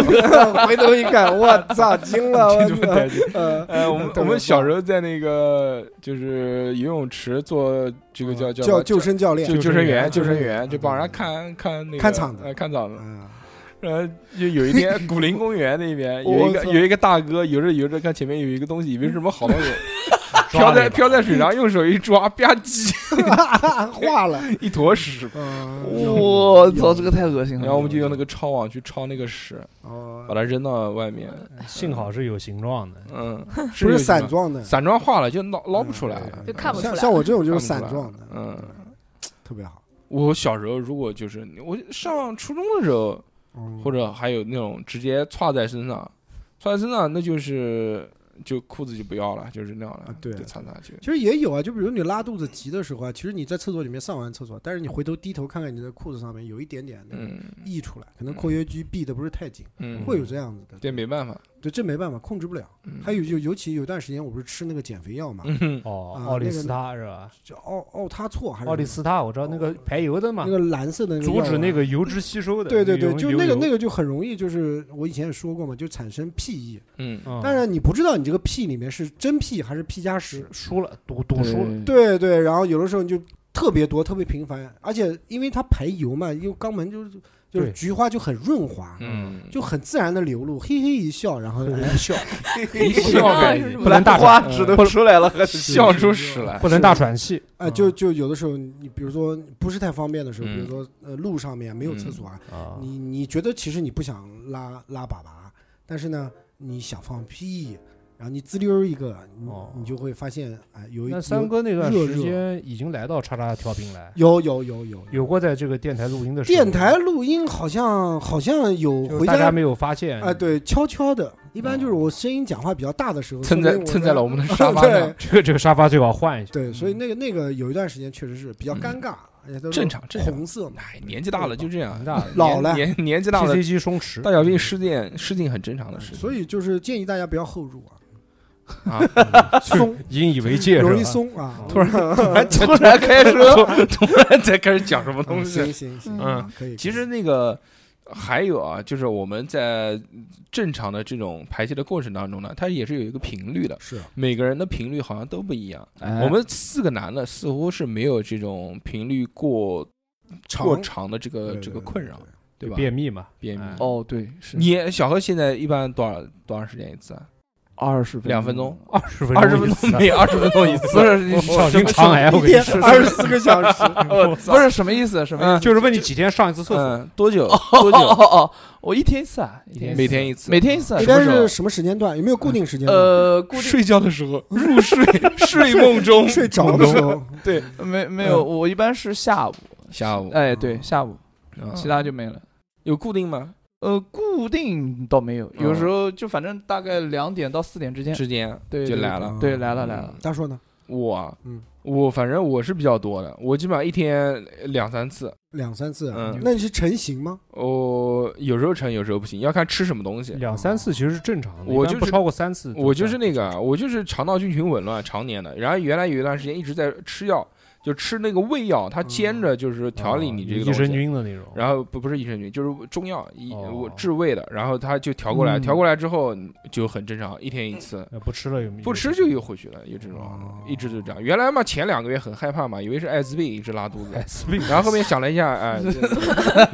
Speaker 3: 回头一看，我操，惊了，我操，呃，
Speaker 2: 呃， 我们
Speaker 3: 特别
Speaker 2: 我们
Speaker 3: 棒
Speaker 2: 小时候在那个就是游泳池做这个叫叫
Speaker 3: 嗯叫
Speaker 2: 叫
Speaker 3: 救生教练
Speaker 2: 就救生员，
Speaker 3: 救
Speaker 2: 救
Speaker 3: 生
Speaker 2: 生
Speaker 3: 员嗯
Speaker 2: 员就帮人家看看那个
Speaker 3: 看场子
Speaker 2: 呃看场子。
Speaker 3: 啊，
Speaker 2: 然后就有一 天，古林公园那边有一
Speaker 3: 我
Speaker 2: 个
Speaker 3: 操
Speaker 2: 有一个大哥游着游着，看前面有一个东西，以为是什么好东西，飘
Speaker 5: 抓了
Speaker 2: 在
Speaker 5: 一把
Speaker 2: 飘在水上，用手一抓，吧唧
Speaker 3: 化了，嗯
Speaker 2: 一坨屎。
Speaker 4: 我操，这个太恶心了。
Speaker 2: 然后我们就用那个抄网去抄那个屎，把
Speaker 3: 哦，
Speaker 2: 它扔到外面。
Speaker 5: 哎幸好是有形状的。
Speaker 2: 嗯，
Speaker 3: 不
Speaker 2: 有
Speaker 3: 是
Speaker 2: 什
Speaker 3: 散
Speaker 2: 么，
Speaker 3: 装的，
Speaker 2: 散装化了就捞捞不出来
Speaker 3: 嗯
Speaker 2: 了
Speaker 3: 对。
Speaker 6: 就看不出来
Speaker 3: 像像我这种就是
Speaker 2: 看
Speaker 3: 散
Speaker 2: 不出来
Speaker 3: 装的，
Speaker 2: 嗯，
Speaker 3: 特别好。
Speaker 2: 我小时候如果就是我上初中的时候，
Speaker 3: 哦
Speaker 2: 或者还有那种直接歘在身上，歘在身上那就是就裤子就不要了，就扔掉了
Speaker 3: 啊，对
Speaker 2: 就擦擦就。
Speaker 3: 其实也有啊，就比如你拉肚子急的时候啊，其实你在厕所里面上完厕所，但是你回头低头看看你的裤子上面有一点点那个
Speaker 2: 嗯
Speaker 3: 溢出来，可能括约肌闭的不是太紧，
Speaker 2: 嗯，
Speaker 3: 会有这样子的。
Speaker 2: 这没办法。
Speaker 3: 对，这没办法，控制不了。
Speaker 2: 嗯
Speaker 3: 还有就尤其有段时间我不是吃那个减肥药嘛，
Speaker 2: 嗯
Speaker 5: 哦，
Speaker 3: 啊
Speaker 5: 奥利
Speaker 3: 那个
Speaker 5: 司他是吧？
Speaker 3: 叫奥奥他唑还是
Speaker 5: 奥利司他，我知道那个排油的嘛
Speaker 3: 那，个蓝色的那个
Speaker 5: 阻
Speaker 3: 药
Speaker 5: 止
Speaker 3: 丸
Speaker 5: 那。个油脂吸收的。
Speaker 3: 对对对，就那个那
Speaker 5: 个，
Speaker 3: 个就很容易，就是我以前也说过嘛，就产生屁意。
Speaker 2: 嗯，
Speaker 5: 嗯
Speaker 3: 但是你不知道你这个屁里面是真屁还是屁加十。
Speaker 5: 输了，赌赌输了。
Speaker 2: 对，
Speaker 3: 对对，然后有的时候你就特别多，特别频繁，而且因为它排油嘛，因为肛门就是就是
Speaker 5: 对
Speaker 3: 菊花就很润滑，
Speaker 2: 嗯，
Speaker 3: 就很自然的流露，嘿嘿一笑，然后啊哎 笑，
Speaker 2: 一笑感
Speaker 6: 是什
Speaker 2: 觉
Speaker 6: 么
Speaker 5: 不能大
Speaker 4: 花
Speaker 5: 喘，
Speaker 4: 纸都出来了，还
Speaker 2: 笑出屎来。
Speaker 5: 不能大喘气。
Speaker 3: 啊，就就有的时候，你比如说不是太方便的时候，比如
Speaker 2: 嗯
Speaker 3: 说呃路上面没有厕所啊，
Speaker 5: 啊，
Speaker 3: 你你觉得其实你不想拉拉粑粑，但是呢你想放屁，然后你滋溜一个，你
Speaker 5: 哦
Speaker 3: 你就会发现啊、有一
Speaker 5: 那三哥那段
Speaker 3: 热
Speaker 5: 时间已经来到叉叉调频来，
Speaker 3: 有有有有有
Speaker 5: 有过在这个电台录音的时候，
Speaker 3: 电台录音好像好像有
Speaker 5: 就
Speaker 3: 回
Speaker 5: 大
Speaker 3: 家
Speaker 5: 家
Speaker 3: 啊、
Speaker 5: 没有发现
Speaker 3: 对，悄悄的，一般就是我声音讲话比较大的时候，
Speaker 2: 哦蹭在
Speaker 3: 说明
Speaker 2: 蹭在了我们 的沙发上，嗯
Speaker 5: 这个这个沙发最好换一下。
Speaker 3: 对，所以那个那个有一段时间确实是比较尴尬，而且都是
Speaker 2: 正常正常。
Speaker 3: 红色嘛，
Speaker 2: 哎，年纪大了就这样
Speaker 5: 年纪大了，
Speaker 3: 老了
Speaker 2: 年年年纪大了
Speaker 5: P C，机松弛，
Speaker 2: 大小便 失禁失禁很正常的事情。
Speaker 3: 所以就是建议大家不要后入啊。
Speaker 2: 啊，
Speaker 3: 松，
Speaker 5: 引以为戒，
Speaker 3: 容易
Speaker 5: 是吧。
Speaker 3: 松啊。
Speaker 5: 突
Speaker 3: 然
Speaker 2: 突然开始突然才开始讲什么东西。
Speaker 3: 行行行，
Speaker 2: 嗯，
Speaker 3: 可以。
Speaker 2: 其实那个还有啊，就是我们在正常的这种排泄的过程当中呢，它也是有一个频率的，
Speaker 3: 是
Speaker 2: 每个人的频率好像都不一样。
Speaker 4: 我
Speaker 2: 我们四个男的似乎是没有这种频率过过长的这个呃这个困扰，对吧？
Speaker 5: 便秘嘛，
Speaker 2: 便秘
Speaker 5: 哎
Speaker 4: 哦，对，是
Speaker 2: 你小何现在一般多少多长时间一次啊？
Speaker 4: 二十
Speaker 2: 两分钟，
Speaker 5: 二十分
Speaker 2: 二十分钟没有，嗯二十分钟一次。
Speaker 4: 不是你
Speaker 5: 小心肠癌，我
Speaker 3: 一
Speaker 5: 跟你
Speaker 3: 天
Speaker 5: 说，
Speaker 3: 二 十 四个小时，
Speaker 4: 不是什么意思？什么意
Speaker 2: 嗯
Speaker 4: 思？
Speaker 5: 就是问你几天上一次厕所，
Speaker 2: 嗯，多 久？多
Speaker 4: 哦
Speaker 2: 久？
Speaker 4: 哦哦，我一天一次啊，一天一次
Speaker 2: 每天一次，
Speaker 4: 每天一次啊，
Speaker 3: 应
Speaker 4: 什么
Speaker 3: 该
Speaker 4: 时候
Speaker 3: 是什么时间段？有没有固定时间段？
Speaker 4: 呃，固定
Speaker 2: 睡觉的时候，入睡睡梦中，
Speaker 3: 睡着的时 候，
Speaker 2: 对
Speaker 4: 没没有，我一般是下午，
Speaker 2: 下午，
Speaker 4: 哎，对，下午，
Speaker 2: 哦嗯
Speaker 4: 其他就没了。
Speaker 2: 有固定吗？
Speaker 4: 呃，固定倒没有，
Speaker 2: 嗯
Speaker 4: 有时候就反正大概两点到四点之间，
Speaker 2: 之间
Speaker 4: 对，
Speaker 2: 就
Speaker 4: 对
Speaker 2: 来了。
Speaker 4: 对，来了来了。
Speaker 3: 大硕呢？
Speaker 2: 我啊
Speaker 3: 嗯，
Speaker 2: 我反正我是比较多的，我基本上一天两三次。
Speaker 3: 两三次啊
Speaker 2: 嗯，
Speaker 3: 那你是成型吗？
Speaker 2: 哦，有时候成，有时候不行，要看吃什么东西。
Speaker 5: 两三次其实是正常的，
Speaker 2: 我
Speaker 5: 一般
Speaker 2: 就是
Speaker 5: 不超过三次。
Speaker 2: 我就是那个啊，我就是肠道菌群紊乱，常年的。然后原来有一段时间一直在吃药，就吃那个胃药，它煎着就是调理你这个
Speaker 5: 嗯哦益
Speaker 2: 东
Speaker 5: 生
Speaker 2: 西。
Speaker 5: 菌的那种，
Speaker 2: 然后不不是益生菌，就是中药，一
Speaker 5: 哦
Speaker 2: 我治胃的，然后它就调过来，
Speaker 4: 嗯
Speaker 2: 调过来之后就很正常，一天一次，
Speaker 5: 呃不吃了有没有
Speaker 2: 不吃就又回去了，有这种
Speaker 5: 哦，
Speaker 2: 一直就这样。原来嘛，前两个月很害怕嘛，以为是艾滋病，一直拉肚 子，
Speaker 5: SB
Speaker 2: 然后后面想了一下，哎，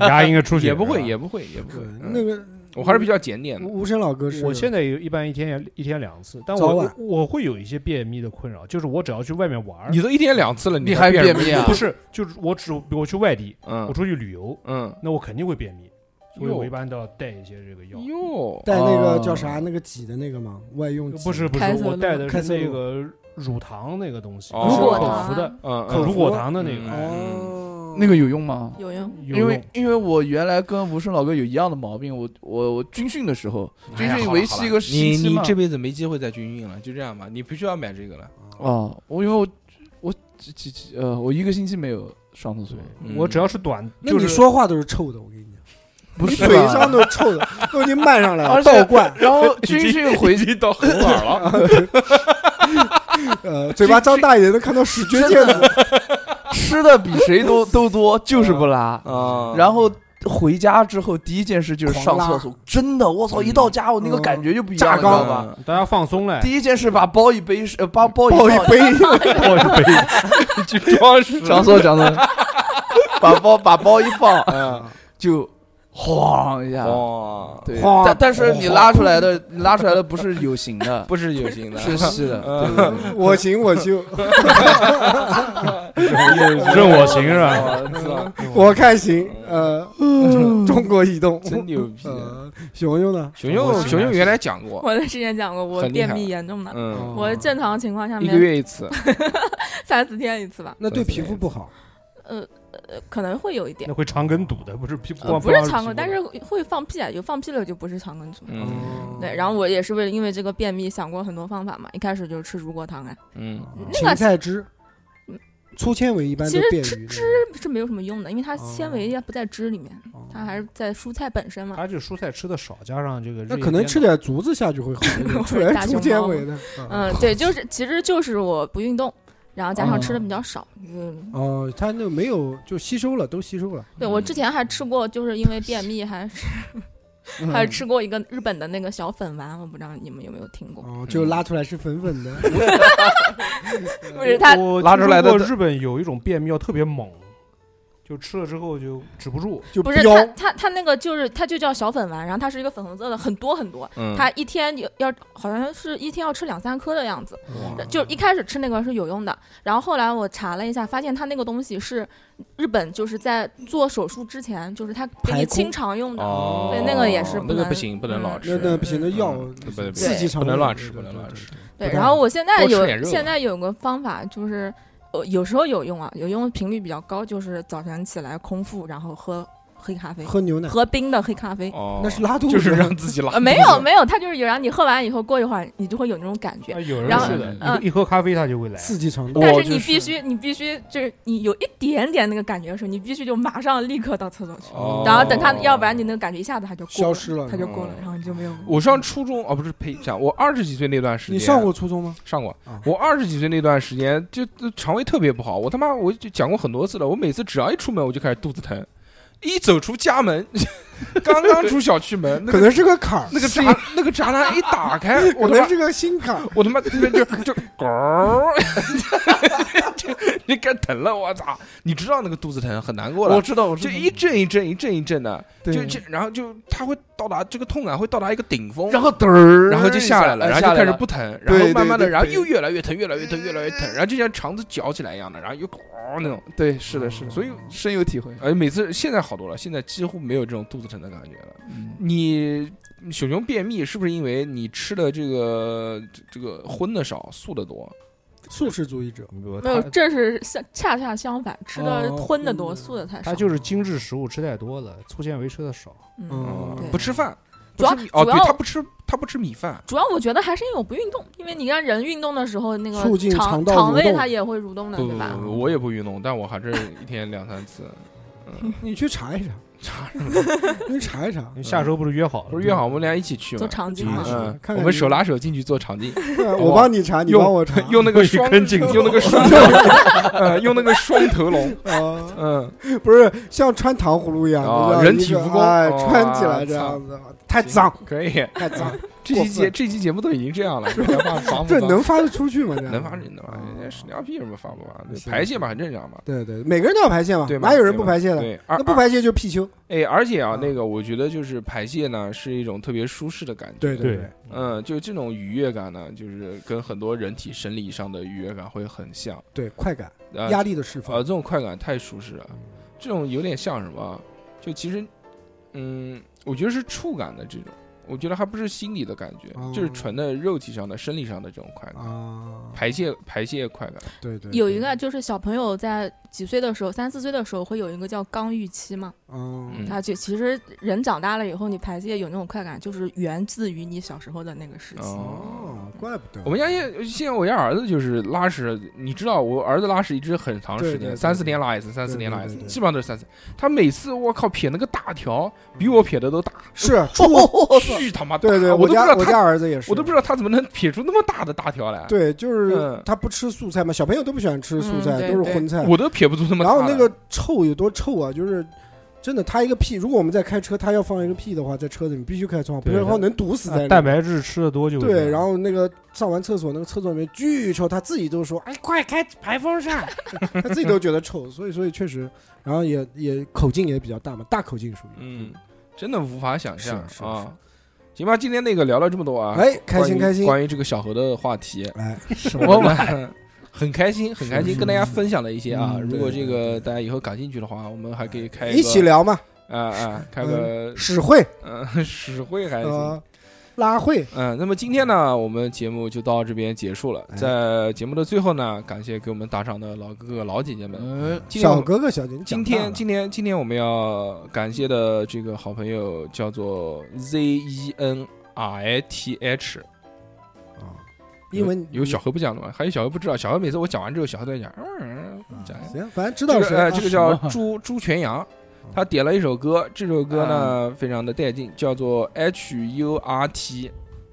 Speaker 5: 牙应该出血
Speaker 2: 也不会，
Speaker 5: 是吧
Speaker 2: 也不会，也不会。嗯
Speaker 3: 那个
Speaker 2: 我还是比较检点的。
Speaker 3: 无无声老哥是，
Speaker 5: 我现在有一般一天一天两次，但
Speaker 3: 早
Speaker 5: 我
Speaker 3: 晚
Speaker 5: 我我会有一些便秘的困扰，就是我只要去外面玩儿，
Speaker 2: 你都一天两次了，
Speaker 4: 你
Speaker 2: 还
Speaker 4: 还
Speaker 2: 变
Speaker 4: 便
Speaker 2: 秘？
Speaker 4: 秘啊
Speaker 5: 不？是，就是我只我去外地，我
Speaker 2: 嗯
Speaker 5: 出去旅游，
Speaker 2: 嗯，
Speaker 5: 那我肯定会便秘，所以
Speaker 2: 哟
Speaker 5: 我一般都要带一些这个药。
Speaker 2: 哟，
Speaker 3: 带那个叫
Speaker 4: 哦
Speaker 3: 啥那个挤的那个吗？外用
Speaker 5: 不是不
Speaker 6: 开
Speaker 5: 是，
Speaker 6: 塞
Speaker 5: 我
Speaker 6: 露
Speaker 5: 带的
Speaker 3: 开
Speaker 5: 是
Speaker 3: 塞
Speaker 5: 那
Speaker 3: 露
Speaker 5: 个乳糖那个东西，
Speaker 2: 哦
Speaker 5: 是
Speaker 2: 乳果
Speaker 5: 口
Speaker 6: 糖
Speaker 5: 服的，
Speaker 2: 嗯
Speaker 5: 口
Speaker 2: 嗯，
Speaker 5: 服果糖的那个
Speaker 2: 嗯
Speaker 3: 哦，
Speaker 4: 那个有用吗？
Speaker 6: 有用。
Speaker 5: 有
Speaker 4: 因为
Speaker 5: 用
Speaker 4: 因为我原来跟吴胜老哥有一样的毛病，我我我军训的时候，军
Speaker 5: 哎呀
Speaker 4: 训
Speaker 5: 好了
Speaker 4: 为
Speaker 5: 好
Speaker 4: 期一
Speaker 5: 了
Speaker 4: 个
Speaker 2: 你
Speaker 4: 星期
Speaker 2: 你
Speaker 4: 嘛。
Speaker 2: 这辈子没机会再军训了，就这样吧，你必须要买这个了。
Speaker 4: 啊，我因为我我几几几呃，我一个星期没有上厕所，
Speaker 2: 嗯
Speaker 5: 我只要是短，
Speaker 3: 那
Speaker 5: 就
Speaker 3: 你
Speaker 5: 是
Speaker 3: 说话都是臭的，我跟你讲，
Speaker 4: 不
Speaker 3: 你
Speaker 4: 是
Speaker 3: 嘴
Speaker 4: 吧
Speaker 3: 上 都是臭的，都已经漫上来了，
Speaker 4: 而且
Speaker 3: 倒灌，
Speaker 4: 然后军训回去
Speaker 2: 到喉咙了，
Speaker 3: 呃，嘴巴张大一点能看到屎撅溅子，
Speaker 4: 吃的比谁都都多，就是不拉。
Speaker 2: 啊，
Speaker 4: 然后回家之后第一件事就是上
Speaker 3: 狂拉
Speaker 4: 厕所，真的，我操！一到家我那个感觉就不一
Speaker 3: 炸
Speaker 4: 样，你知道
Speaker 3: 缸
Speaker 4: 吧？
Speaker 5: 大家放松了，
Speaker 4: 第一件事把包一杯，呃，把包
Speaker 3: 抱
Speaker 4: 一
Speaker 3: 一
Speaker 4: 放
Speaker 3: 杯，
Speaker 5: 我一杯，
Speaker 2: 就 装 屎
Speaker 4: 讲错讲错，把包把包一放，就晃一下。
Speaker 2: 哇，
Speaker 4: 对，
Speaker 3: 晃
Speaker 4: 但但是你拉出来的，你拉出来的不是有形的，
Speaker 2: 不是有型的，
Speaker 4: 是细的。
Speaker 2: 嗯
Speaker 3: 我行我 秀，
Speaker 5: 任我行是吧？
Speaker 2: 我操，
Speaker 3: 我看行，呃，
Speaker 6: 嗯
Speaker 3: 中国移动，
Speaker 2: 真牛逼！
Speaker 3: 呃，熊熊呢？
Speaker 2: 熊熊
Speaker 5: 我
Speaker 2: 熊熊原来讲过，
Speaker 6: 我之前讲过，我
Speaker 2: 很厉害
Speaker 6: 便秘严重的，
Speaker 2: 嗯，
Speaker 6: 我正常情况下
Speaker 2: 一个
Speaker 6: 面
Speaker 2: 月一次，
Speaker 6: 三四天一次吧，呃
Speaker 3: 那对皮肤不好，
Speaker 6: 可能会有一点
Speaker 5: 那，会肠梗堵的，不是屁股
Speaker 6: 呃
Speaker 5: 光
Speaker 6: 不是
Speaker 5: 光
Speaker 6: 肠
Speaker 5: 屁股
Speaker 6: 梗，但是会放屁啊，有放屁了就不是肠梗阻。
Speaker 3: 哦
Speaker 2: 嗯
Speaker 6: 对，然后我也是为了因为这个便秘想过很多方法嘛，一开始就是吃乳果糖啊，
Speaker 2: 嗯，
Speaker 6: 那
Speaker 3: 芹
Speaker 6: 个
Speaker 3: 菜汁
Speaker 6: 嗯，
Speaker 3: 粗纤维一般都
Speaker 6: 其实
Speaker 3: 便
Speaker 6: 吃
Speaker 3: 于那
Speaker 6: 吃
Speaker 3: 个
Speaker 6: 是没有什么用的，因为它纤维它不在汁里面，
Speaker 3: 哦
Speaker 6: 它还是在蔬菜本身嘛。
Speaker 5: 他这蔬菜吃的少，加上这个日
Speaker 3: 那
Speaker 5: 夜
Speaker 3: 可能
Speaker 5: 颠
Speaker 3: 吃
Speaker 5: 倒
Speaker 3: 点竹子下去会好一点，
Speaker 6: 我
Speaker 3: 出来
Speaker 6: 大
Speaker 3: 粗
Speaker 6: 熊
Speaker 3: 纤
Speaker 6: 猫
Speaker 3: 维的。嗯
Speaker 6: 嗯，对，就是其实就是我不运动，然后加上吃的比较少，嗯，
Speaker 3: 哦，它那没有就吸收了，都吸收了。
Speaker 6: 对我之前还吃过，就是因为便秘还是还吃过一个日本的那个小粉丸，我不知道你们有没有听过，
Speaker 3: 哦，就拉出来是粉粉的。
Speaker 6: 不是它
Speaker 5: 我
Speaker 2: 拉
Speaker 5: 听
Speaker 2: 出来的
Speaker 5: 说过日本有一种便秘药特别猛，就吃了之后就止不住，
Speaker 3: 就
Speaker 6: 不是
Speaker 3: 飙
Speaker 6: 它它它那个就是它就叫小粉丸，然后它是一个粉红色的，很多很多，
Speaker 2: 嗯，
Speaker 6: 它一天有要好像是一天要吃两三颗的样子，
Speaker 3: 哇
Speaker 6: 就一开始吃那个是有用的，然后后来我查了一下，发现它那个东西是日本就是在做手术之前，就是它给
Speaker 3: 排
Speaker 6: 你
Speaker 3: 空
Speaker 6: 清肠用的，
Speaker 2: 哦，
Speaker 6: 对那个也是不
Speaker 2: 那个
Speaker 6: 能
Speaker 2: 不行，不能老吃
Speaker 3: 那，那不行，那药
Speaker 2: 嗯不不不
Speaker 3: 刺激肠
Speaker 2: 不能
Speaker 3: 胃
Speaker 2: 乱
Speaker 3: 对
Speaker 2: 吃，不
Speaker 3: 对
Speaker 2: 能
Speaker 3: 对
Speaker 2: 乱
Speaker 3: 对
Speaker 2: 吃。
Speaker 6: 对。
Speaker 3: 不太
Speaker 6: 然后我现在
Speaker 2: 多吃点
Speaker 6: 有
Speaker 2: 肉吧
Speaker 6: 现在有个方法就是，呃，有时候有用啊，有用频率比较高，就是早晨起来空腹，然后喝黑咖啡，
Speaker 3: 喝牛奶
Speaker 6: 喝冰的黑咖啡。
Speaker 2: 哦，
Speaker 3: 那是拉肚子，
Speaker 2: 就是让自己拉
Speaker 6: 呃，没有没有，它就是有，然后你喝完以后，过一会儿你就会有那种感觉
Speaker 5: 那，哎有人
Speaker 6: 然
Speaker 4: 后
Speaker 5: 是的，一个
Speaker 6: 嗯
Speaker 5: 一喝咖啡他就会来。
Speaker 3: 刺激肠道。
Speaker 6: 但
Speaker 2: 我
Speaker 6: 是
Speaker 2: 就
Speaker 6: 你必须，你必须就是你有一点点那个感觉的时候，你必须就马上立刻到厕所去，
Speaker 2: 哦
Speaker 6: 然后等他，要不然你那个感觉一下子他就过
Speaker 3: 消
Speaker 6: 了
Speaker 3: 失了嗯
Speaker 6: 他就过了
Speaker 2: 哦，
Speaker 6: 然后你就没有。
Speaker 2: 我上初中哦，不是呸，讲我二十几岁那段时间，
Speaker 3: 你上过初中吗？
Speaker 2: 上过
Speaker 3: 啊，
Speaker 2: 我二十几岁那段时间就就肠胃特别不好，我他妈我就讲过很多次了，我每次只要一出门我就开始肚子疼，一走出家门，刚刚出小区门，那
Speaker 3: 可
Speaker 2: 个
Speaker 3: 能是个坎儿，
Speaker 2: 那个闸那个闸栏一打开，
Speaker 3: 可
Speaker 2: 我他
Speaker 3: 能
Speaker 2: 妈
Speaker 3: 是个心坎儿。
Speaker 2: 我他妈这边就就狗儿，就你该疼了，我操！你知道那个肚子疼很难过
Speaker 4: 我
Speaker 2: 的。
Speaker 4: 知道，我知
Speaker 2: 就
Speaker 4: 道。
Speaker 2: 一阵一阵一阵一阵的，
Speaker 3: 对
Speaker 2: 就就然后就它会到达这个痛感会到达一个顶峰，
Speaker 4: 然后嘚儿，
Speaker 2: 然后就下来了，然后就开始不疼，然后
Speaker 4: 对
Speaker 2: 慢慢的，
Speaker 4: 对对
Speaker 2: 然后又越来越疼，越来越疼，越来越疼，然后就像肠子绞起来一样的，然后又咣那种。
Speaker 4: 对，是的，是的，
Speaker 2: 所以，
Speaker 4: 深有体会。
Speaker 2: 哎，每次现在好多了，现在几乎没有这种肚子疼的感觉了。你熊熊便秘是不是因为你吃的这个这这个荤的少，素的多？
Speaker 3: 素食主义者，
Speaker 6: 没有，这是相恰恰相反，吃的
Speaker 3: 哦
Speaker 6: 荤的多，
Speaker 3: 荤的
Speaker 6: 素的太少
Speaker 5: 他。就是精致食物吃太多了，粗纤维吃的少。
Speaker 3: 嗯
Speaker 6: 嗯，
Speaker 2: 不
Speaker 6: 对。
Speaker 2: 吃饭，
Speaker 6: 主要
Speaker 2: 不吃米哦，对
Speaker 6: 主要
Speaker 2: 他不吃他不吃米饭，
Speaker 6: 主要我觉得还是因为我不运动，因为你看人运动的时候，那个
Speaker 3: 促进肠
Speaker 6: 肠
Speaker 3: 道
Speaker 6: 肠
Speaker 3: 蠕
Speaker 6: 胃
Speaker 3: 动
Speaker 6: 它也会蠕动的，
Speaker 2: 不
Speaker 6: 对
Speaker 2: 不
Speaker 6: 吧？
Speaker 2: 不，我也不运动，但我还是一天两三次。
Speaker 3: 你去查一查，
Speaker 2: 查
Speaker 3: 什么？你去查一查
Speaker 5: 因为，下周不是约好了，
Speaker 2: 不是约好我们俩一起去
Speaker 6: 做
Speaker 2: 吗？
Speaker 6: 场景
Speaker 3: 嗯
Speaker 6: 嘛
Speaker 3: 是，
Speaker 2: 嗯，
Speaker 3: 看看
Speaker 2: 我们手拉手进去做场 景，
Speaker 3: 对啊
Speaker 2: 好不
Speaker 3: 我
Speaker 2: 好
Speaker 3: 帮你查，你
Speaker 2: 用
Speaker 3: 帮我查，
Speaker 2: 用那个双
Speaker 5: 跟进去
Speaker 2: 用那个双头， 呃，用那个双头龙，
Speaker 3: 啊，
Speaker 2: 嗯，
Speaker 3: 不是像穿糖葫芦一样，
Speaker 2: 哦
Speaker 3: 就这样
Speaker 2: 人体
Speaker 3: 一个
Speaker 2: 蜈蚣
Speaker 3: 哎
Speaker 2: 哦
Speaker 3: 穿起来
Speaker 2: 啊
Speaker 3: 这
Speaker 2: 操
Speaker 3: 样子，太脏，
Speaker 2: 可以。
Speaker 3: 太脏，
Speaker 2: 这
Speaker 3: 过
Speaker 2: 期
Speaker 3: 分
Speaker 2: 节这期节目都已经这 样了，你还发发不
Speaker 3: 这
Speaker 2: 发
Speaker 3: 能发得出去吗？这样
Speaker 2: 能发能发，人家屎尿屁什么发不发？对
Speaker 3: 行
Speaker 2: 排泄嘛，很正常嘛，
Speaker 3: 对对，每个人都要排泄嘛，
Speaker 2: 对吗？
Speaker 3: 哪有人
Speaker 2: 对
Speaker 3: 不
Speaker 2: 吗
Speaker 3: 排泄的？
Speaker 2: 对，而
Speaker 3: 那不排泄就是屁丘。
Speaker 2: 哎，而且啊
Speaker 3: 嗯，
Speaker 2: 那个我觉得就是排泄呢，是一种特别舒适的感觉。
Speaker 3: 对
Speaker 5: 对
Speaker 3: 对，
Speaker 2: 嗯，就这种愉悦感呢，就是跟很多人体生理上的愉悦感会很像。
Speaker 3: 对，快感、
Speaker 2: 呃，
Speaker 3: 压力的释
Speaker 2: 呃，
Speaker 3: 放
Speaker 2: 这，种快感太舒适了，啊
Speaker 3: 嗯
Speaker 2: 这种有点像什么？就其实，嗯，我觉得是触感的这种，我觉得还不是心理的感觉，就是
Speaker 3: 哦
Speaker 2: 纯的肉体上的、生理上的这种快感，
Speaker 3: 啊，
Speaker 2: 排泄排泄快感。
Speaker 3: 对对，
Speaker 6: 有
Speaker 3: 对
Speaker 6: 一个，就是小朋友在几岁的时候，三四岁的时候会有一个叫刚预期嘛，
Speaker 3: 嗯，
Speaker 2: 嗯
Speaker 6: 他就其实人长大了以后，你排泄有那种快感，就是源自于你小时候的那个时期。
Speaker 2: 哦。
Speaker 3: 哦，怪不得
Speaker 2: 我们家现现在我家儿子就是拉屎，你知道我儿子拉屎一直很长时
Speaker 3: 对对
Speaker 2: 间，
Speaker 3: 对
Speaker 2: 三四天拉一次，三四
Speaker 3: 对
Speaker 2: 天拉
Speaker 3: 对
Speaker 2: 一次，
Speaker 3: 对对
Speaker 2: 基本上都是三四。他每次我靠撇那个大条，比我撇的都大，
Speaker 3: 是
Speaker 2: 哦
Speaker 3: 出，
Speaker 2: 巨他妈大，
Speaker 3: 嗯对对，
Speaker 2: 哦我都不知
Speaker 3: 家
Speaker 2: 道
Speaker 3: 我
Speaker 2: 他，
Speaker 3: 家儿子也是，
Speaker 2: 我都不知
Speaker 3: 道，
Speaker 2: 道他怎么能撇出那么大的大条来，
Speaker 3: 对，就是
Speaker 2: 嗯
Speaker 3: 他不吃素菜嘛，小朋友都不喜欢吃素菜，
Speaker 6: 嗯对
Speaker 3: 都是荤菜，
Speaker 2: 我都撇不出那么
Speaker 3: 然
Speaker 2: 大
Speaker 3: 后
Speaker 2: 的。
Speaker 3: 那个臭有多臭啊，就是。真的，他一个屁，如果我们在开车，他要放一个屁的话，在车子里必须开窗，不
Speaker 5: 对
Speaker 3: 然的话
Speaker 5: 他
Speaker 3: 能堵死在
Speaker 5: 啊
Speaker 3: 里
Speaker 5: 蛋
Speaker 3: 面。
Speaker 5: 白质吃的多就会这
Speaker 3: 对，
Speaker 5: 样
Speaker 3: 然后那个上完厕所，那个厕所里面巨臭，他自己都说：“哎， 快开排风扇！”他自己都觉得臭， 所以所以确实，然后也也口径也比较大嘛，大口径属于。
Speaker 2: 嗯，真的无法想象
Speaker 3: 是是
Speaker 2: 啊。行吧，今天那个聊了这么多啊，
Speaker 3: 哎，开
Speaker 2: 关
Speaker 3: 心
Speaker 2: 于
Speaker 3: 开心，
Speaker 2: 关于这个小何的话题，
Speaker 3: 哎，
Speaker 2: 我们 很开心，很开
Speaker 3: 是
Speaker 2: 心，
Speaker 3: 是
Speaker 2: 跟大家分享了一些啊。
Speaker 3: 嗯
Speaker 2: 如果
Speaker 3: 对
Speaker 2: 这
Speaker 3: 对
Speaker 2: 个大家以后感兴趣的话，我们还可以开
Speaker 3: 一起
Speaker 2: 聊
Speaker 3: 聊嘛，
Speaker 2: 啊啊，开个
Speaker 3: 史会
Speaker 2: 嗯 实惠还行。
Speaker 3: 呃，拉会，
Speaker 2: 嗯，那么今天呢，我们节目就到这边结束了。
Speaker 3: 哎
Speaker 2: 在节目的最后呢，感谢给我们打赏的老哥哥、老姐姐们。
Speaker 4: 嗯，
Speaker 2: 今天我
Speaker 3: 小
Speaker 2: 们
Speaker 3: 哥哥小姐，你
Speaker 2: 今
Speaker 3: 讲
Speaker 2: 天
Speaker 3: 大
Speaker 2: 今天今天我们要感谢的这个好朋友叫做 Z E N R I T H，
Speaker 3: 了啊，英文
Speaker 2: 有有小何不讲的吗？还有小何不知道，小何每次我讲完之后，小何都在讲，嗯，
Speaker 3: 啊
Speaker 2: 讲一下。
Speaker 3: 行，反正知
Speaker 2: 这
Speaker 3: 道
Speaker 2: 个
Speaker 3: 谁
Speaker 2: 呃，
Speaker 3: 啊
Speaker 2: 这个
Speaker 3: 什
Speaker 2: 叫
Speaker 3: 么嗯
Speaker 2: 朱朱全阳，他点了一首歌，这首歌呢非常的带劲，叫做 H U R T，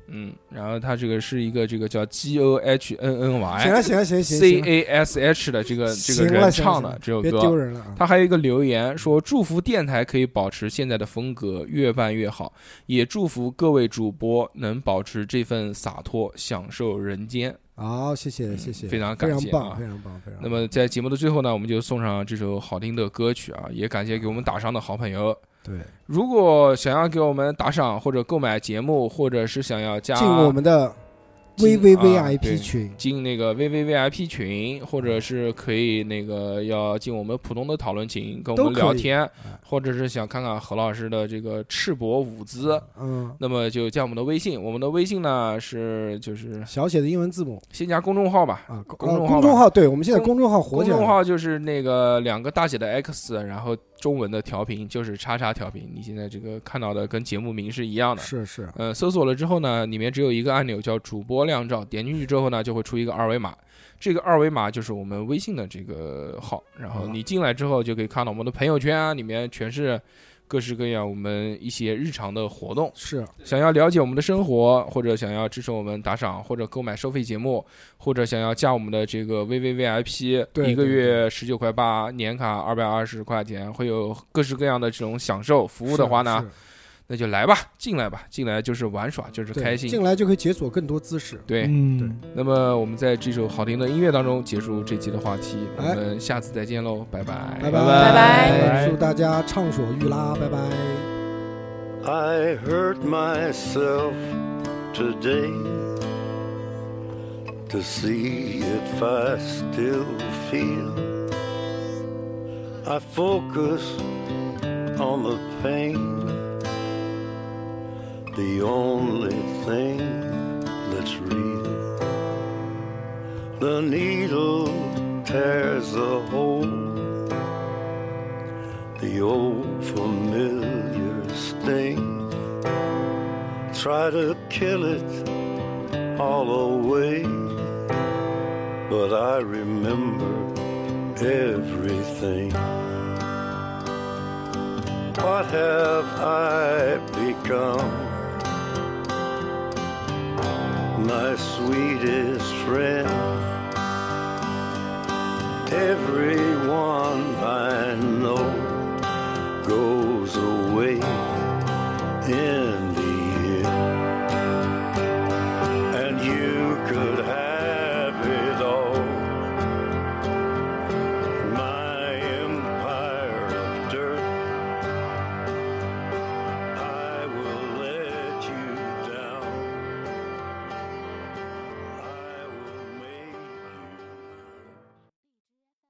Speaker 2: 嗯，然后他这个是一个这个叫 G O H N N
Speaker 3: 行
Speaker 2: Y
Speaker 3: 啊了行了行了行了
Speaker 2: C
Speaker 3: 行了，
Speaker 2: A S H 哎的这个这个
Speaker 3: 行了
Speaker 2: 人
Speaker 3: 行了
Speaker 2: 唱
Speaker 3: 行
Speaker 2: 的
Speaker 3: 了
Speaker 2: 这首
Speaker 3: 别丢
Speaker 2: 歌。
Speaker 3: 人了啊，
Speaker 2: 他还有一个留言说：“祝福电台可以保持现在的风格，越办越好，也祝福各位主播能保持这份洒脱，享受人间。
Speaker 3: 好，谢谢
Speaker 2: 嗯
Speaker 3: 谢谢，
Speaker 2: 非常
Speaker 3: 非
Speaker 2: 感
Speaker 3: 常
Speaker 2: 谢啊
Speaker 3: 棒非常棒非常棒，
Speaker 2: 那么在节目的最后呢，我们就送上这首好听的歌曲啊，也感谢给我们打赏的好朋友。
Speaker 3: 对，
Speaker 2: 如果想要给我们打赏或者购买节目，或者是想要加
Speaker 3: 进我们的
Speaker 2: 进啊
Speaker 3: V V V
Speaker 2: 对
Speaker 3: I P 群，
Speaker 2: 进那个 VVVIP 群，或者是可以那个要进我们普通的讨论群跟我们
Speaker 3: 都可
Speaker 2: 聊
Speaker 3: 以
Speaker 2: 天
Speaker 3: 哎，
Speaker 2: 或者是想看看何老师的这个赤膊舞姿，
Speaker 3: 嗯，
Speaker 2: 那么就加我们的微信。我们的微信呢是就是
Speaker 3: 小写的英文字母
Speaker 2: 先加公众号吧，
Speaker 3: 啊，
Speaker 2: 嗯公众号
Speaker 3: 呃
Speaker 2: 吧
Speaker 3: 公众号，对我们现在
Speaker 2: 公
Speaker 3: 公众号火
Speaker 2: 公
Speaker 3: 起来
Speaker 2: 众
Speaker 3: 了，
Speaker 2: 号就是那个两个大写的 X，然后中文的调频就是叉叉调频。你现在这个看到的跟节目名是一样的。
Speaker 3: 是是，
Speaker 2: 呃，搜索了之后呢，里面只有一个按钮叫主播亮照，点进去之后呢，就会出一个二维码。这个二维码就是我们微信的这个号，然后
Speaker 3: 嗯
Speaker 2: 你进来之后就可以看到我们的朋友圈啊，里面全是各式各样我们一些日常的活动。
Speaker 3: 是
Speaker 2: 想要了解我们的生活，或者想要支持我们打赏，或者购买收费节目，或者想要加我们的这个 VVVIP，
Speaker 3: 对
Speaker 2: 一个
Speaker 3: 对
Speaker 2: 月十九块八，年卡二百二十块钱，会有各式各样的这种享受服务的
Speaker 3: 是
Speaker 2: 话呢，
Speaker 3: 是
Speaker 2: 那就来吧，进来吧，进来就是玩耍，就是
Speaker 3: 对
Speaker 2: 开心
Speaker 3: 进。来就可以解锁更多姿势，
Speaker 2: 对，
Speaker 5: 嗯，
Speaker 2: 那么我们在这首好听的音乐当中结束这期的话题，我
Speaker 3: 哎
Speaker 2: 们下次再见喽，拜哎拜，
Speaker 3: 拜
Speaker 4: 拜
Speaker 5: 拜
Speaker 3: 祝大家畅所欲拉，拜拜。
Speaker 7: I hurt myself today to see if I still feel. I focus on the pain, the only thing that's real. The needle tears a hole the old familiar sting. Try to kill it all away, but I remember everything. What have I become? My sweetest friend, everyone I know goes away in the